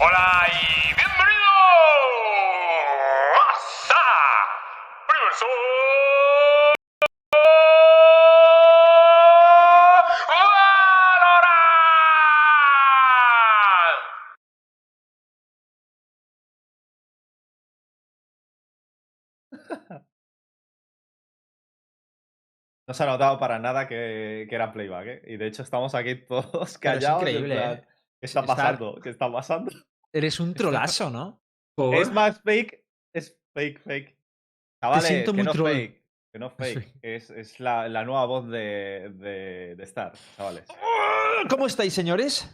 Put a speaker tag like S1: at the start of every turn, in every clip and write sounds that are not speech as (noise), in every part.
S1: Hola y bienvenidos a Universo Valorant.
S2: No se ha notado para nada que, que era playback, ¿eh? Y de hecho estamos aquí (laughs) todos
S3: Pero es
S2: callados. en
S3: increíble,
S2: plan,
S3: ¿eh?
S2: ¿Qué está
S3: Estar-
S2: pasando? ¿Qué está pasando? (laughs)
S3: Eres un trolazo, ¿no?
S4: Por-
S2: Es más fake, es fake, fake. Chavales,
S3: siento
S2: que
S3: muy
S2: no
S3: troll.
S2: fake, que no fake. Es, es la, la nueva voz de, de, de Star, chavales.
S3: ¿Cómo estáis, señores?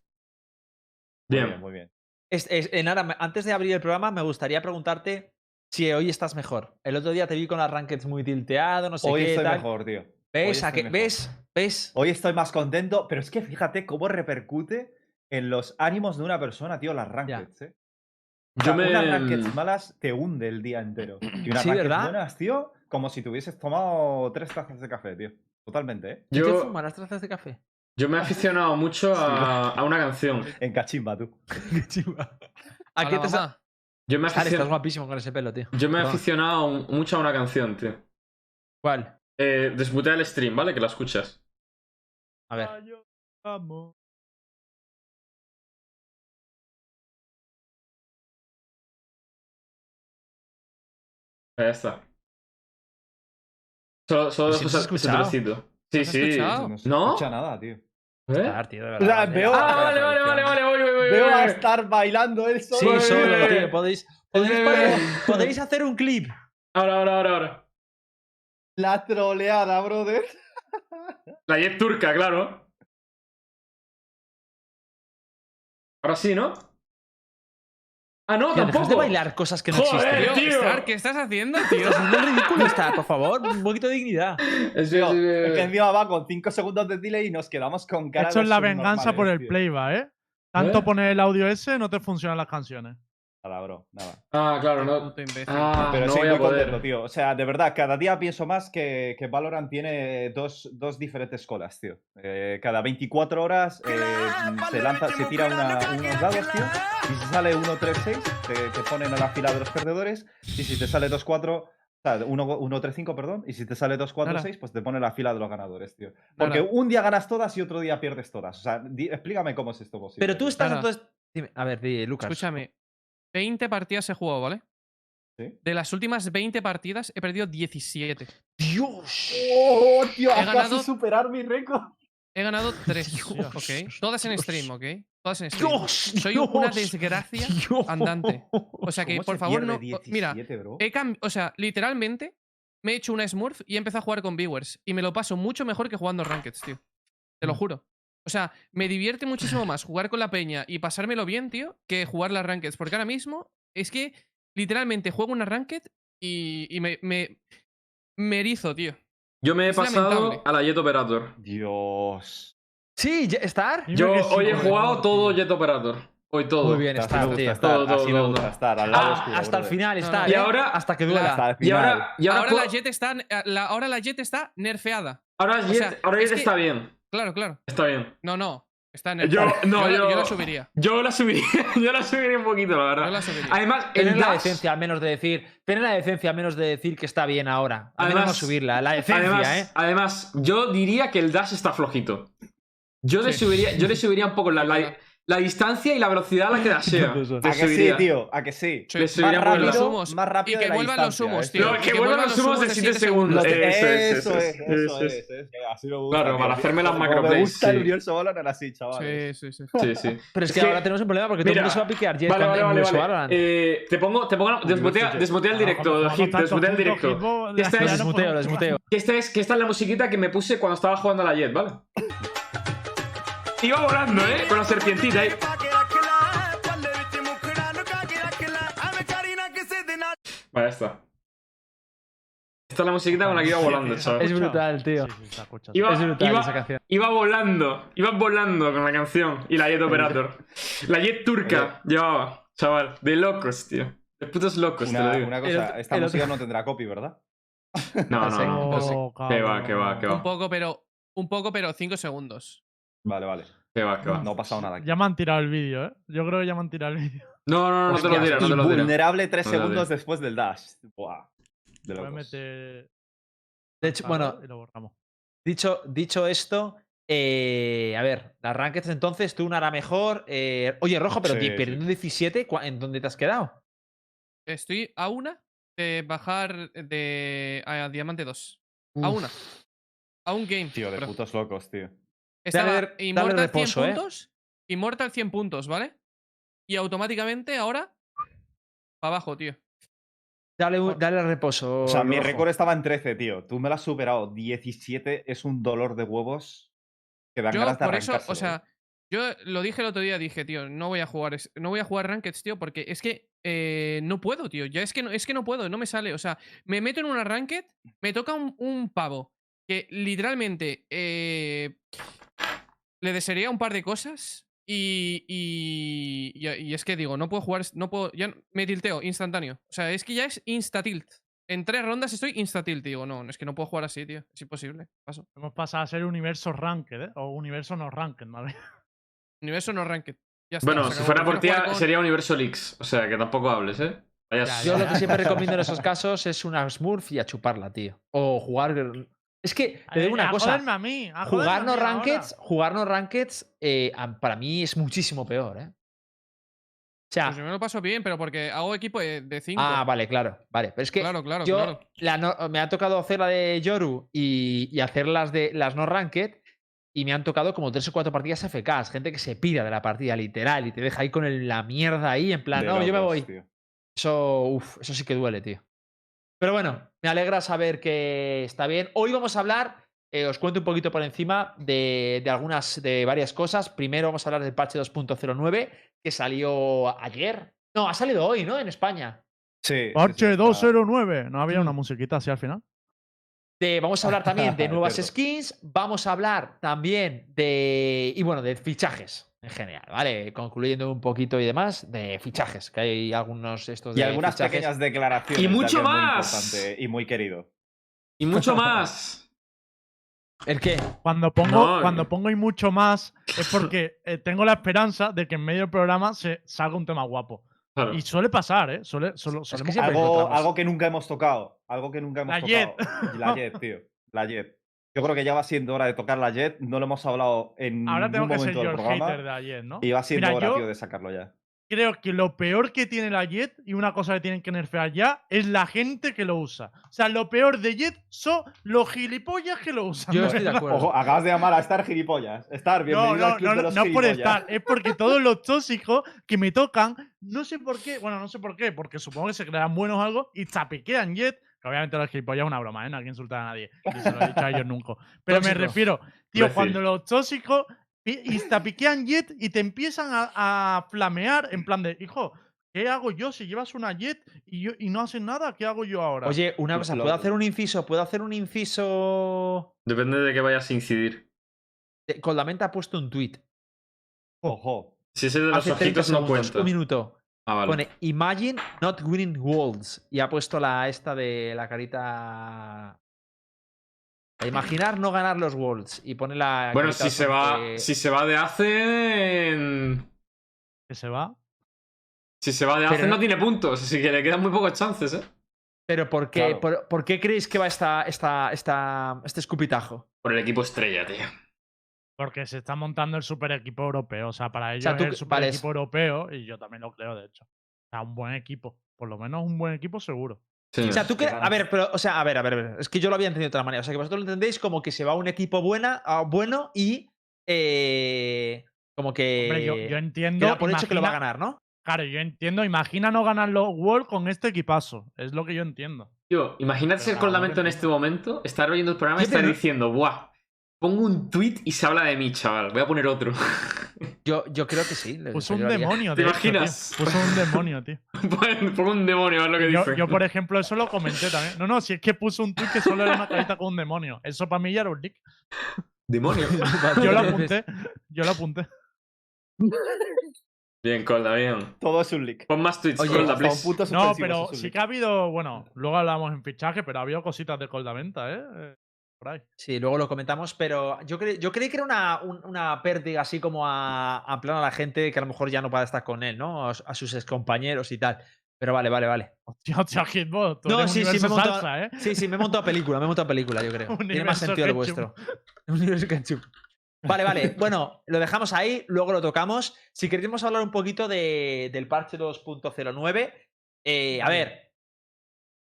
S2: Muy
S4: Bien.
S2: bien, muy bien.
S3: Es- es- eh, nada, me- antes de abrir el programa, me gustaría preguntarte si hoy estás mejor. El otro día te vi con las rankings muy tilteado, no sé
S2: Hoy
S3: qué.
S2: estoy
S3: tal.
S2: mejor, tío. Hoy
S3: ¿Ves?
S2: estoy
S3: ¿A qué-
S2: mejor.
S3: ¿Ves? ¿Ves?
S2: Hoy estoy más contento, pero es que fíjate cómo repercute en los ánimos de una persona, tío, las rankings, ¿eh? O sea,
S4: Yo me.
S2: Unas rankings malas te hunde el día entero. Y unas
S3: Sí,
S2: rankings
S3: ¿verdad?
S2: buenas, tío, como si te hubieses tomado tres tazas de café, tío. Totalmente, ¿eh?
S3: ¿Tú te
S4: Yo,
S3: fumarás trazas de café?
S4: yo me he aficionado mucho a, a una canción.
S2: En cachimba, tú.
S3: (laughs) qué chiva. ¿A
S5: Hola,
S3: qué te has-
S5: mamá.
S4: Yo me he
S3: Star, Ah, estás
S4: aficionado,
S3: guapísimo con ese pelo, tío.
S4: yo me he
S3: Perdón.
S4: aficionado mucho a una canción, tío.
S3: ¿Cuál?
S4: Eh, desmutea el stream, ¿vale? Que la escuchas.
S3: A ver.
S4: Ya está.
S3: Pero
S4: Solo, solo
S3: si lo
S4: dejo
S3: has
S4: ese- ese
S3: escuchado.
S4: trocito. Sí,
S5: has
S4: sí.
S5: escuchado?
S2: No se
S4: ¿No?
S2: escucha nada, tío.
S4: ¿Eh?
S3: Star, tío, de
S2: O sea,
S3: verdad, tío.
S2: veo-
S4: Ah, vale, vale, vale, vale, voy, voy, voy,
S2: Veo
S4: voy,
S2: a
S4: voy.
S2: estar bailando él solo.
S3: Sí,
S4: Oye.
S3: solo, tío. Podéis, podéis,
S4: Oye.
S3: poner- podéis hacer un clip.
S4: Ahora, ahora, ahora, ahora.
S2: La troleada, brother.
S4: La Jet turca, claro. Ahora sí, ¿no? Ah, no,
S3: Tío, dejas de
S4: tampoco.
S3: bailar cosas que no
S4: Joder.
S3: existen.
S5: Tío,
S4: tío.
S5: Star, ¿qué estás haciendo, tío?
S3: No es ridículo está, por favor. Un poquito de dignidad.
S4: Es
S2: Tío,
S4: es-
S2: es que
S4: es-
S2: encima va con 5 segundos de delay y nos quedamos con cara
S6: Esto
S2: de
S6: es la venganza por
S2: subnormales,
S6: el
S2: tío.
S6: playback, ¿eh? Tanto
S4: ¿Eh?
S6: poner el audio ese, no te funcionan las canciones.
S2: Nada, bro, nada.
S4: Ah, claro, no.
S5: Puto imbécil.
S4: Ah,
S2: Pero
S4: no
S2: sí,
S4: voy
S2: muy
S4: a poder.
S2: contento, tío. O sea, de verdad, cada día pienso más que, que Valorant tiene dos, dos diferentes colas, tío. Eh, cada 24 horas eh, se lanza, se tira una- unos dados, tío. Y si sale 1-3-6, te, te ponen a la fila de los perdedores. Y si te sale 2-4, o sea, 1-3-5, perdón. Y si te sale 2-4-6, pues te pone la fila de los ganadores, tío. Porque
S5: Nara.
S2: un día ganas todas y otro día pierdes todas. O sea, di- explícame cómo es esto posible.
S3: Pero tú
S2: tío.
S3: estás
S5: Nada.
S3: entonces. Dime, a ver, di, Lucas.
S5: Escúchame. 20 partidas he jugado, ¿vale?
S2: Sí.
S5: De las últimas 20 partidas he perdido 17.
S3: Dios.
S2: ¡Oh, tío! (laughs)
S5: He
S2: Acabas
S5: ganado-
S2: de superar mi récord.
S5: He ganado
S2: (laughs)
S5: 3,
S3: Dios,
S5: ¿ok? Todas en
S3: Dios.
S5: stream, ¿ok? Todas en stream.
S3: Dios. Ah,
S5: Soy una
S2: (laughs)
S3: Dios,
S5: desgracia
S3: Dios.
S5: andante. O sea que,
S2: ¿Cómo
S5: por
S2: se
S5: favor,
S2: pierde
S5: no. o- Mira, eh,
S2: 17, bro?
S5: he cam- O sea, literalmente me he hecho una Smurf y he empezado a jugar con viewers. Y me lo paso mucho mejor que jugando Rankeds, tío.
S4: Mm.
S5: Te lo juro. O sea, me divierte muchísimo más jugar con la peña y pasármelo bien, tío, que jugar las Rankeds. Porque ahora mismo es que literalmente juego una Ranked y, y me, me, me erizo, tío.
S4: Yo me he
S5: Es
S4: pasado
S5: lamentable.
S4: a la Jet Operator.
S2: Dios.
S3: Sí, ya- Star.
S6: Dime
S4: Yo
S6: que sí,
S4: hoy he
S6: por
S4: jugado
S6: favor,
S4: todo
S6: tío.
S4: Jet Operator. Hoy todo.
S3: Muy bien,
S2: Así
S3: Star,
S2: me gusta
S3: tío.
S2: estar,
S4: Todo,
S2: así
S4: todo,
S2: me
S4: todo.
S2: gusta estar. Al lado
S4: Ah,
S2: oscuro,
S3: Hasta el
S2: brother.
S3: final,
S5: No,
S3: Star.
S5: no.
S4: Y
S3: ¿eh?
S4: ahora-
S3: Hasta que
S2: Hasta
S3: duela.
S2: el
S4: Y
S2: final.
S4: ahora, y ahora,
S5: Ahora
S4: juego-
S5: la Jet está, eh, la- ahora la Jet está nerfeada.
S4: ahora Jet,
S5: sea,
S4: ahora
S5: es
S4: Jet
S5: que-
S4: está bien.
S5: Claro, claro.
S4: Está bien.
S5: No, no. Está
S4: Yo-
S5: nerfeada.
S4: no,
S5: la-
S4: yo-
S5: la subiría.
S4: Yo la subiría, (laughs) yo la subiría un poquito, la
S5: Yo
S4: verdad.
S5: la subiría.
S4: Además,
S3: Tener
S4: el
S3: la
S4: dash,
S3: decencia al menos de decir. Tener la decencia al menos de decir que está bien ahora. Al menos
S4: Además-
S3: no subirla. La decencia,
S4: además,
S3: ¿eh?
S4: además, yo diría que el dash está flojito. Yo le
S5: Sí.
S4: subiría, yo le subiría un poco la, la, la distancia y la velocidad a la que dashea. Le
S2: ¿A que sí,
S4: subiría.
S2: tío? ¿A que sí?
S5: Sí.
S4: Le
S5: Más
S4: subiría un poco
S2: rápido,
S4: la-
S5: humos.
S2: más rápido
S5: Y que
S2: la
S5: vuelvan los
S2: distancia,
S5: humos,
S2: ¿eh?
S5: tío.
S4: No,
S5: Y
S4: que vuelvan los humos de
S5: de
S4: 7
S5: 7
S2: Lo
S4: segundos.
S5: segundos.
S2: que-
S4: Eso es,
S2: Eso es,
S4: eso es,
S2: eso
S4: eso
S2: es. es.
S4: es.
S2: Eh, Así me gusta.
S4: Claro,
S2: tío.
S4: para hacerme las
S2: Como Me
S4: macroplays,
S2: gusta el
S4: sí.
S2: universo Valorant así, chavales.
S5: Sí, sí, sí.
S4: Sí, sí.
S3: Pero es que,
S4: es que-
S3: ahora tenemos un problema porque todo el
S4: Mira,
S3: mundo se va a piquear. Jet
S4: Vale,
S3: con
S4: vale, vale.
S3: Universo
S4: vale.
S3: Valorant.
S4: Eh, te pongo, te pongo, desmutea, desmutea el directo,
S6: Cuando
S4: Hit,
S6: jugamos
S4: desmutea el
S6: tantos
S4: directo.
S6: puntos, Hitbox,
S4: Esta
S6: la
S4: es-
S3: Lo
S6: gente no
S3: desmuteo, lo
S6: puede-
S3: desmuteo.
S4: Que esta es, que esta es la musiquita que me puse cuando estaba jugando a la Jet, ¿vale? Iba volando, ¿eh? Con la serpientita ahí. Vale, ya está. Esta es la musiquita con la que iba volando,
S6: Sí, sí,
S4: chaval.
S3: Es brutal, tío.
S6: Sí, sí, se escucha.
S4: Iba,
S3: Es brutal
S4: iba-
S3: esa canción.
S4: iba volando, iba volando con la canción y la Jet Operator. La Jet turca llevaba, chaval. De locos, tío. De putos locos, te lo
S2: Una,
S4: digo.
S2: una
S3: El
S2: cosa,
S3: otro-
S2: esta
S3: el otro-
S2: música no tendrá copy, ¿verdad?
S4: No, no,
S3: Sí.
S4: no.
S6: No,
S5: sí.
S4: Que va, que va,
S6: Oh, cabrón.
S4: que va.
S5: Un poco, pero. Un poco, pero 5 segundos.
S2: Vale, vale.
S4: Que va, que va.
S2: No ha pasado nada aquí.
S6: Ya me han tirado el vídeo, ¿eh? Yo creo que ya me han tirado el vídeo.
S4: No, no, no, no te lo
S2: Hostias,
S4: diré, no te
S2: y
S4: lo diré.
S2: vulnerable tres
S4: No te lo
S2: segundos después del dash. Buah. De
S6: Voy a
S2: locos.
S6: meter.
S3: De hecho, bueno,
S6: y lo borramos.
S3: dicho, dicho esto, eh, a ver, las rankings entonces, tú una hará mejor. eh, oye, Rojo, pero
S2: Sí,
S3: di-
S2: sí.
S3: perdiendo 17, ¿cua- ¿en dónde te has quedado?
S5: Estoy a una de bajar de a Diamante 2. A
S3: Uf.
S5: una. A un game.
S2: Tío, de
S5: bro.
S2: putos locos, tío.
S5: Estaba
S3: Dale- dale
S5: Immortal 100
S3: reposo, eh.
S5: puntos. Immortal 100 puntos, ¿vale? Y automáticamente ahora. Para abajo, tío.
S3: Dale, un-
S5: Ah.
S3: dale reposo.
S2: O sea, mi
S3: Oh, Rojo.
S2: récord estaba en 13, tío. Tú me lo has superado. 17 es un dolor de huevos que dan
S5: Yo,
S2: ganas de
S5: por eso,
S2: arrancárselo,
S5: o
S2: ¿eh?
S5: sea, yo lo dije el otro día, dije, tío, no voy a jugar, es- no voy a jugar Rankeds, tío, porque es que eh, no puedo, tío. Ya es que no, es que no puedo, no me sale. O sea, me meto en una Ranked, me toca un, un pavo que literalmente eh, le desearía un par de cosas. Y, y, y- y es que digo, no puedo jugar, no puedo, ya no- me tilteo instantáneo. O sea, es que ya es insta-tilt. En tres rondas estoy insta-tilt. y Digo, no, es que no puedo jugar así, tío. Es imposible. Paso.
S6: Hemos pasado a ser universo ranked, ¿eh? O universo no ranked, ¿vale?
S5: Universo no ranked. Ya está, se
S4: Bueno, si
S5: acabó.
S4: fuera por
S5: Prefiero
S4: ti,
S5: jugar con-
S4: sería Universo Leaks. O sea, que tampoco hables, ¿eh? Vayas.
S3: Yo
S2: (laughs)
S3: lo que siempre recomiendo en esos casos es una Smurf y a chuparla, tío. O jugar. Es que te digo
S6: Eh, A
S3: una cosa.
S6: joderme a mí, a joderme a
S3: Jugarnos
S6: mí ahora.
S3: rankeds, jugarnos rankeds eh, a- para mí es muchísimo peor, ¿eh? O sea,
S5: Pues yo me lo paso bien, pero porque hago equipo de- de 5.
S3: ah, vale, claro, vale. Pero es que
S5: claro, claro,
S3: yo
S5: claro.
S3: la no- me ha tocado hacer la de Yoru y, y hacer las de las no ranked y me han tocado como tres o cuatro partidas FKs, gente que se pira de la partida literal y te deja ahí con el- la mierda ahí en plan,
S2: De
S3: no, yo me
S2: locos,
S3: voy.
S2: tío.
S3: Eso, uf, eso sí que duele, tío. Pero bueno, me alegra saber que está bien. Hoy vamos a hablar, eh, os cuento un poquito por encima de, de algunas, de varias cosas. Primero vamos a hablar del parche 2.09 que salió ayer. No, ha salido hoy, ¿no? En España.
S2: Sí, sí, sí,
S6: Parche
S2: está-
S6: 209. No había una
S3: Mm.
S6: musiquita así al final.
S3: De- vamos a hablar también
S2: (laughs)
S3: de
S2: Es
S3: nuevas
S2: cierto.
S3: skins, vamos a hablar también de, y bueno, de fichajes en general, ¿vale? Concluyendo un poquito y demás, de fichajes, que hay algunos estos
S2: Y
S3: de
S2: algunas
S3: fichajes.
S2: pequeñas declaraciones.
S4: Y
S2: de
S4: mucho
S2: alguien muy
S4: más.
S2: importante y muy querido.
S4: Y mucho más.
S3: ¿El qué?
S6: Cuando pongo,
S4: No,
S3: eh.
S6: cuando
S4: yo-
S6: pongo y mucho más
S3: (laughs)
S6: es porque eh, tengo la esperanza de que en medio del programa se salga un tema guapo.
S4: Claro.
S6: Y suele pasar, ¿eh? Suele, suelo- solemos-
S3: siempre
S2: Algo,
S3: encontramos.
S2: algo que nunca hemos tocado. Algo que nunca hemos
S6: La
S2: tocado.
S6: (laughs)
S2: Y La Jet, tío. La Jet. Yo creo que ya va siendo hora de tocar la Jet. No lo hemos hablado en
S6: Ahora tengo
S2: ningún
S6: que
S2: momento
S6: ser yo
S2: del
S6: el
S2: programa.
S6: hater de ayer, ¿no?
S2: Y va siendo
S6: Mira,
S2: hora,
S6: yo-
S2: tío, de sacarlo ya.
S6: Creo que lo peor que tiene la Jet, y una cosa que tienen que nerfear ya, es la gente que lo usa. O sea, lo peor de Jet son los gilipollas que lo
S2: (laughs)
S6: usan. (laughs)
S3: Yo
S6: de
S3: estoy de
S6: verdad.
S3: acuerdo.
S2: Ojo, acabas de llamar a Star gilipollas. Star, bienvenido
S6: No, no,
S2: al club de
S6: no, no,
S2: los
S6: no es por
S2: gilipollas.
S6: estar, es porque todos los tóxicos que me tocan, no sé por qué, bueno, no sé por qué, porque supongo que se crean buenos o algo y tapiquean Jet, que obviamente los gilipollas es una broma, ¿eh? No hay que insultar a nadie, ni se lo he dicho a ellos nunca. Pero me
S3: Tóxicos.
S6: refiero,
S2: Pues
S6: tío,
S4: Imbécil.
S6: cuando los tóxicos pi- y tapiquean Jet y te empiezan a, a flamear en plan de, hijo, ¿qué hago yo si llevas una Jet y, yo, y no haces nada? ¿Qué hago yo ahora?
S3: Oye, una cosa, ¿puedo
S2: Lo-
S3: hacer un inciso? ¿Puedo hacer un inciso?
S4: Depende de que vayas a incidir.
S3: Eh, Con la mente ha puesto un tweet.
S2: Ojo.
S4: Si ese de los
S3: Hace 30
S4: ojitos no
S3: segundos,
S4: cuenta.
S3: un minuto.
S4: Ah, vale.
S3: Pone Imagine not winning worlds. Y ha puesto la esta de la carita. A imaginar no ganar los worlds. Y pone la.
S4: Bueno,
S3: carita
S4: si se va.
S3: sonriente.
S4: Si se va de Azen.
S6: que se va.
S4: Si se va de
S3: Pero
S4: Azen
S3: no-
S4: no tiene puntos, así que le quedan muy pocos chances, ¿eh?
S3: Pero ¿por qué,
S2: Claro.
S3: por, por qué creéis que va esta, esta, esta, este escupitajo?
S4: Por el equipo estrella, tío.
S6: Porque se está montando el super equipo europeo. O sea, para ellos
S3: sea, tú
S6: es el
S3: que-
S6: super
S3: vale, es-
S6: equipo europeo y yo también lo creo, de hecho. O sea, un buen equipo. Por lo menos un buen equipo seguro.
S4: Sí.
S3: O sea, tú
S2: que
S3: cre-
S2: ganas.
S3: A ver, pero, o sea, a ver, a ver, a ver. Es que yo lo había entendido de otra manera. O sea, que vosotros lo entendéis como que se va un equipo buena, ah, bueno y. eh, como que.
S6: Hombre, yo, yo entiendo.
S3: que Eh, da por hecho que lo va a
S6: imagina-
S3: ganar, ¿no?
S6: Claro, yo entiendo. Imagina no ganar los World con este equipazo. Es lo que yo entiendo.
S4: Tío, imagínate
S6: Pero
S4: ser con
S6: no,
S4: lamento en
S6: hombre.
S4: este momento, estar oyendo el programa y
S3: Sí,
S4: estar
S3: pero-
S4: diciendo, ¡buah! Pongo un tweet y se habla de mí, chaval. Voy a poner otro. (laughs)
S3: Yo, yo creo que sí. le-
S6: Puso
S3: yo
S6: Pues un
S3: lo haría. (laughs)
S6: demonio,
S4: ¿Te
S6: de hecho, tío.
S4: imaginas?
S6: Puso un demonio,
S4: (laughs)
S6: tío.
S4: Pongo un demonio, a ver lo que
S6: Yo,
S4: dice.
S6: yo, por ejemplo, eso lo comenté también. No, no, si es que puso un tweet que solo era una carita con un demonio. Eso para mí ya era un leak.
S4: Demonio.
S6: Yo
S3: (laughs)
S6: lo apunté. Yo lo apunté.
S4: bien, Colda, bien.
S2: Todo es un leak.
S4: Pon más tweets,
S3: Oye,
S4: Colda,
S2: Hasta un
S4: please.
S2: punto
S6: No,
S2: suspensivo,
S6: pero
S2: eso es un
S6: sí
S2: leak.
S6: que ha habido, bueno, luego hablamos en fichaje, pero ha habido cositas de coldamenta, ¿eh? Eh, por ahí. (laughs)
S3: Sí, luego lo comentamos, pero yo, cre- yo creí que era una, un- una pérdida así como a, a plan a la gente que a lo mejor ya no para estar con él, ¿no? A, s- a sus excompañeros y tal. Pero vale, vale, vale.
S6: Hostia, hostia, Hitbox. Tú
S3: No,
S6: eres
S3: sí, sí, me
S6: universo
S3: he montado-
S6: salsa, ¿eh?
S3: Sí, sí, me he montado película, me he montado película, yo
S6: (laughs)
S3: creo. Tiene más
S6: Universo
S3: sentido el
S6: Ketchum.
S3: vuestro. (laughs) Universo Ketchum. Vale,
S6: (laughs)
S3: vale. Bueno, lo dejamos ahí, luego lo tocamos. Si queremos hablar un poquito de- del parche 2.09, eh, a ver,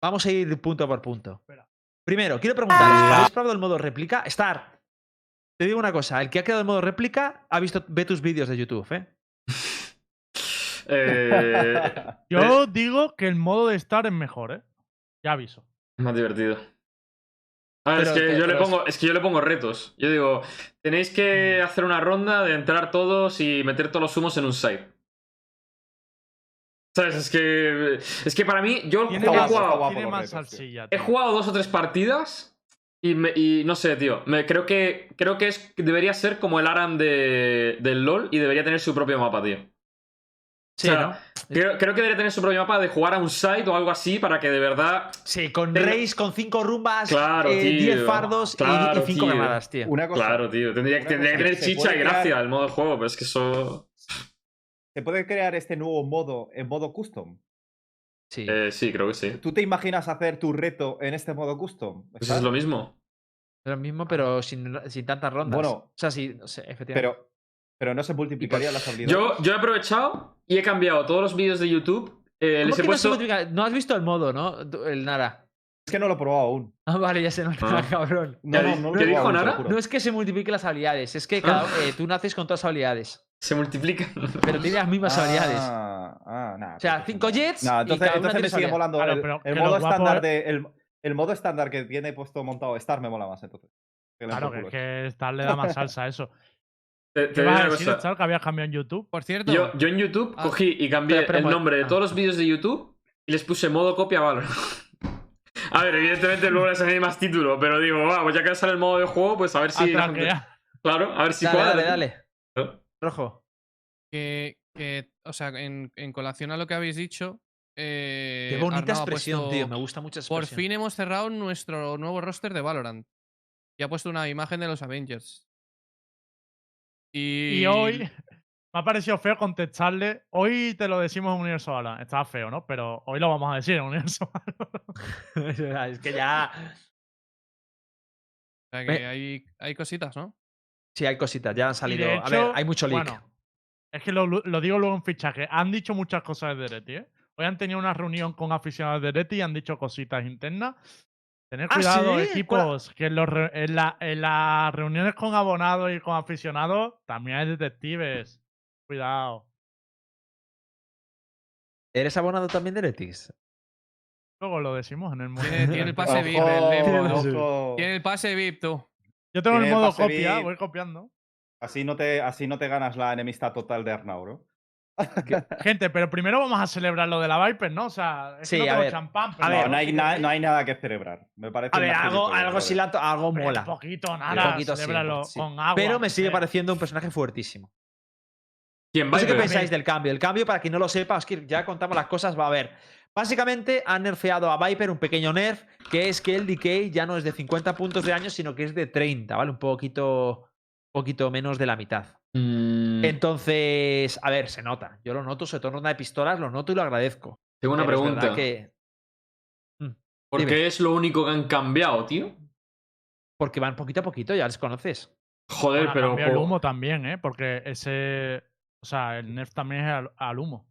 S3: vamos a ir punto por punto.
S6: Espera.
S3: Primero, quiero
S4: Ah.
S3: preguntaros, ¿habéis probado el modo réplica? Star, te digo una cosa, el que ha creado el modo réplica ha visto, ve tus vídeos de YouTube, ¿eh? (laughs)
S4: Eh,
S6: Yo digo que el modo de estar es mejor, ¿eh? Ya aviso.
S4: Es más divertido. A
S3: Pero-
S4: ver, es, que yo le
S3: pero- Mm.
S4: pongo, es que yo le pongo retos. Yo digo, tenéis que hacer una ronda de entrar todos y meter todos los humos en un site. ¿Sabes? Es que, es que para mí, yo
S6: Tiene
S4: he
S2: guapo,
S6: más,
S2: está
S4: jugado-
S2: guapo
S6: tiene
S2: los
S6: más
S2: retos, tío.
S6: salsilla.
S4: He
S6: tío.
S4: jugado dos o tres partidas y, me- y no sé, tío. Me, creo que creo que es, debería ser como el Aram de, del LOL y debería tener su propio mapa, tío.
S3: Sí,
S4: O sea,
S3: ¿no?
S4: Creo, creo que debería tener su propio mapa de jugar a un site o algo así para que de verdad.
S3: Sí, con
S4: pero-
S3: Reis, con cinco rumbas,
S4: Claro,
S3: eh, diez
S4: tío.
S3: fardos y-
S4: Claro,
S3: y cinco
S4: tío.
S3: granadas, tío.
S2: Una cosa,
S4: Claro, tío. Tendría,
S2: Una
S4: tendría que
S2: cosa,
S4: tener
S2: se
S4: chicha
S2: puede
S4: y
S2: crear-
S4: gracia el modo de juego, pero es que eso.
S2: ¿se puede crear este nuevo modo en modo custom?
S3: Sí.
S4: Eh, sí, creo que sí.
S2: ¿Tú te imaginas hacer tu reto en este modo custom?
S4: Pues
S2: ¿Está?
S4: es lo mismo.
S3: Lo mismo, pero sin, sin tantas rondas.
S2: Bueno.
S3: o sea, sí, no sé, efectivamente.
S2: pero, pero no se multiplicarían las habilidades.
S4: Yo, yo he aprovechado y he cambiado todos los vídeos de YouTube. eh,
S3: ¿Cómo que
S4: les he
S3: no, se
S4: puesto.
S3: multiplica? No has visto el modo, ¿no? Tú- El Nara. (laughs)
S2: Es que no lo he probado aún.
S3: Ah, vale, ya se nota,
S4: Ah.
S3: cabrón.
S2: No,
S4: ¿Qué
S2: no,
S4: di-
S2: no lo
S4: qué
S2: he
S4: dijo
S2: probado aún, te lo
S4: Nara?
S2: juro.
S3: No es que se multipliquen las habilidades, es
S2: (laughs)
S3: que cada- eh, tú naces con todas las habilidades,
S4: Se multiplican. (laughs)
S3: pero tienes las mismas habilidades.
S2: Ah, ah, nah,
S3: O sea,
S2: perfecto,
S3: cinco
S2: nah.
S3: jets
S2: Nah,
S3: y
S2: entonces,
S3: cada una
S2: entonces
S3: tiene
S2: me
S3: su
S2: sigue
S3: habilidad.
S2: molando
S6: Claro,
S2: el,
S6: pero
S2: el
S6: que
S2: modo
S6: lo guapo
S2: estándar
S6: es-
S2: de, el, el modo estándar que tiene puesto montado Star me mola más entonces. Que le den
S6: Claro,
S2: por
S6: que,
S2: culo.
S6: que Star le da más salsa a eso.
S4: (laughs) Te, te
S6: ¿Qué
S4: digo
S6: vas a
S4: una
S6: decir,
S4: cosa.
S6: Star, que habías cambiado en YouTube?
S5: Por cierto,
S4: Yo, yo en YouTube
S5: Ah.
S4: cogí y cambié
S3: Espera, espera,
S4: el
S3: pues-
S4: nombre de
S3: ah.
S4: todos los vídeos de YouTube y les puse modo copia valor. (laughs) a ver, evidentemente luego les añadí más título, pero digo, vamos, ya que sale el modo de juego, pues a ver
S6: Ah,
S4: si. la gente-
S6: tranquila.
S4: Claro, a ver si
S3: Dale,
S4: cuadra.
S3: dale, dale.
S4: ¿Eh?
S3: Rojo.
S5: que, que, o sea, en, en colación a lo que habéis dicho. eh,
S3: Qué bonita
S5: Arnau ha
S3: expresión,
S5: puesto,
S3: tío. Me gusta mucho
S5: Por
S3: expresión.
S5: fin hemos cerrado nuestro nuevo roster de Valorant. Y ha puesto una imagen de los Avengers. Y,
S6: Y hoy me ha parecido feo contestarle. Hoy te lo decimos en Universo Alan. Estaba feo, ¿no? Pero hoy lo vamos a decir en Universo Alan.
S3: (laughs) Es verdad, es que ya.
S5: o sea, que
S3: Me-
S5: hay, hay cositas, ¿no?
S3: Sí, hay cositas, ya han salido.
S6: de
S3: a ver,
S6: hecho,
S3: hay mucho leak.
S6: Bueno, es que lo, lo digo luego en fichaje. Han dicho muchas cosas de Dereti, ¿eh? Hoy han tenido una reunión con aficionados de Dereti y han dicho cositas internas. Tener
S3: ¿Ah,
S6: cuidado,
S3: sí?
S6: equipos, que en, los re- en la- en las reuniones con abonados y con aficionados también hay detectives. Cuidado.
S3: ¿Eres abonado también de Letix?
S6: Luego lo decimos en el mundo. (laughs)
S5: Tiene, tiene el pase VIP. el
S2: Ojo,
S5: Lemo.
S3: Oh.
S2: ojo.
S5: Tiene el pase VIP, tú.
S6: Yo tengo el
S2: tiene
S6: modo
S2: pase
S6: copia,
S2: VIP.
S6: voy copiando.
S2: Así no te, así no te ganas la enemistad total de Arnau, ¿no?
S6: Gente, pero primero vamos a celebrar lo de la Viper, ¿no? O sea, es que
S3: Sí,
S6: no
S3: a
S6: tengo
S3: ver.
S6: champán, pero
S3: A
S2: No,
S3: ver,
S2: no, hay, na- no hay nada que celebrar. Me parece
S3: A ver,
S2: una
S3: algo,
S2: gilipollas,
S3: algo
S2: brother.
S3: sí la- algo
S6: hombre,
S3: mola.
S6: poquito, nada,
S3: poquito sí,
S6: celébralo
S3: sí.
S6: con agua.
S3: Pero me
S6: aunque
S3: sigue
S6: sea.
S3: pareciendo un personaje fuertísimo.
S4: ¿Quién
S3: No
S4: va?
S3: sé qué
S6: Viper.
S3: pensáis del cambio. El cambio, para quien no lo sepa, es que ya contamos las cosas, va a haber. Básicamente han nerfeado a Viper un pequeño nerf, que es que el decay ya no es de 50 puntos de daño, sino que es de 30, ¿vale? Un poquito, poquito menos de la mitad.
S4: Mm.
S3: Entonces, a ver, se nota. Yo lo noto, sobre todo en ronda de pistolas, lo noto y lo agradezco.
S4: Tengo una
S3: Pero es verdad
S4: pregunta.
S3: que-
S4: ¿Por
S3: dime.
S4: qué es lo único que han cambiado, tío?
S3: porque van poquito a poquito, ya les conoces.
S4: Joder,
S6: Bueno,
S4: pero.
S6: cambia el
S4: po-
S6: humo también, ¿eh? Porque ese. O sea, el nerf también es al, al humo.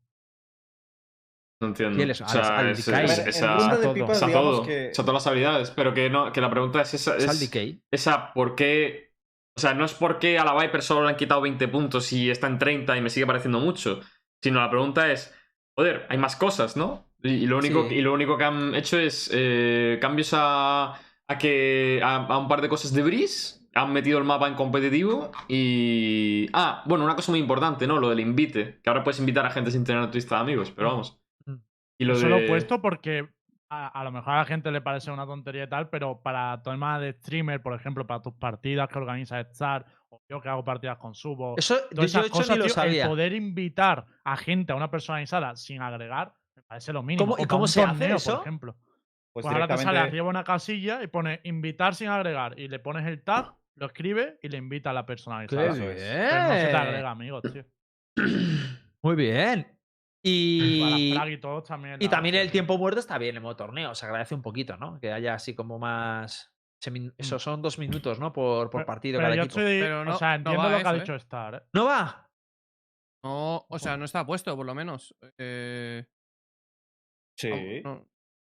S4: No entiendo.
S3: ¿Quién les-
S4: O
S3: al-
S4: sea,
S3: al
S4: es-
S3: Decay?
S2: A
S4: es-
S2: ver, en
S4: esa-
S2: ronda
S3: a
S2: de
S3: todo.
S2: pipas,
S4: es a
S2: digamos
S4: todo.
S2: que-
S4: Es a todas las habilidades. Pero que no, que la pregunta es esa.
S3: Es al
S4: es-
S3: decay.
S4: esa por qué. O sea, no es por qué a la Viper solo le han quitado 20 puntos y está en 30 y me sigue pareciendo mucho. Sino la pregunta es, joder, hay más cosas, ¿no? Y, y lo, único,
S3: Sí.
S4: y lo único que han hecho es eh, cambios a, a que a, a un par de cosas de Breeze. Han metido el mapa en competitivo y... Ah, bueno, una cosa muy importante, ¿no? Lo del invite. Que ahora puedes invitar a gente sin tener tu lista de amigos, pero vamos.
S3: Mm.
S4: Y
S6: Yo
S4: lo
S6: se
S4: de...
S6: lo he puesto porque a, a lo mejor a la gente le parece una tontería y tal, pero para temas de streamer, por ejemplo, para tus partidas que organiza Star, o yo que hago partidas con Subo,
S3: Eso yo,
S6: todas
S3: yo
S6: esas
S3: de hecho
S6: cosas,
S3: ni lo
S6: tío, el
S3: sabía.
S6: poder invitar a gente a una personalizada sin agregar, me parece lo mínimo.
S3: ¿Cómo-
S6: O
S3: y
S6: para
S3: cómo
S6: un
S3: se hace
S6: torneo,
S3: eso?
S6: Por ejemplo.
S2: Pues,
S6: ahora te sale
S2: directamente-
S6: arriba una casilla y pone invitar sin agregar. Y le pones el tag, lo escribes y le invita a la persona. que
S3: ¡Qué
S6: sale.
S2: eso es.
S6: Pero no se te
S3: bien!
S6: agrega, amigos, tío.
S3: Muy
S6: (laughs)
S3: bien.
S6: Y,
S3: Y,
S6: las flag y, todo también.
S3: y
S6: la
S3: también
S6: hostia,
S3: el
S6: tío.
S3: tiempo muerto está bien en modo torneo. Se agradece un poquito, ¿no? Que haya así como más. se
S2: Mm.
S3: min- Eso son dos minutos, ¿no? Por, por partido
S6: Pero
S3: cada
S6: yo
S3: equipo.
S6: estoy-
S5: Pero no-
S6: o sea,
S5: no
S6: entiendo
S5: va
S6: lo que ha
S5: eso, ¿eh?
S6: dicho Star. ¿eh?
S3: ¿No va?
S5: No, o
S3: Oh.
S5: sea, no está puesto, por lo menos. Eh,
S2: Sí.
S5: No,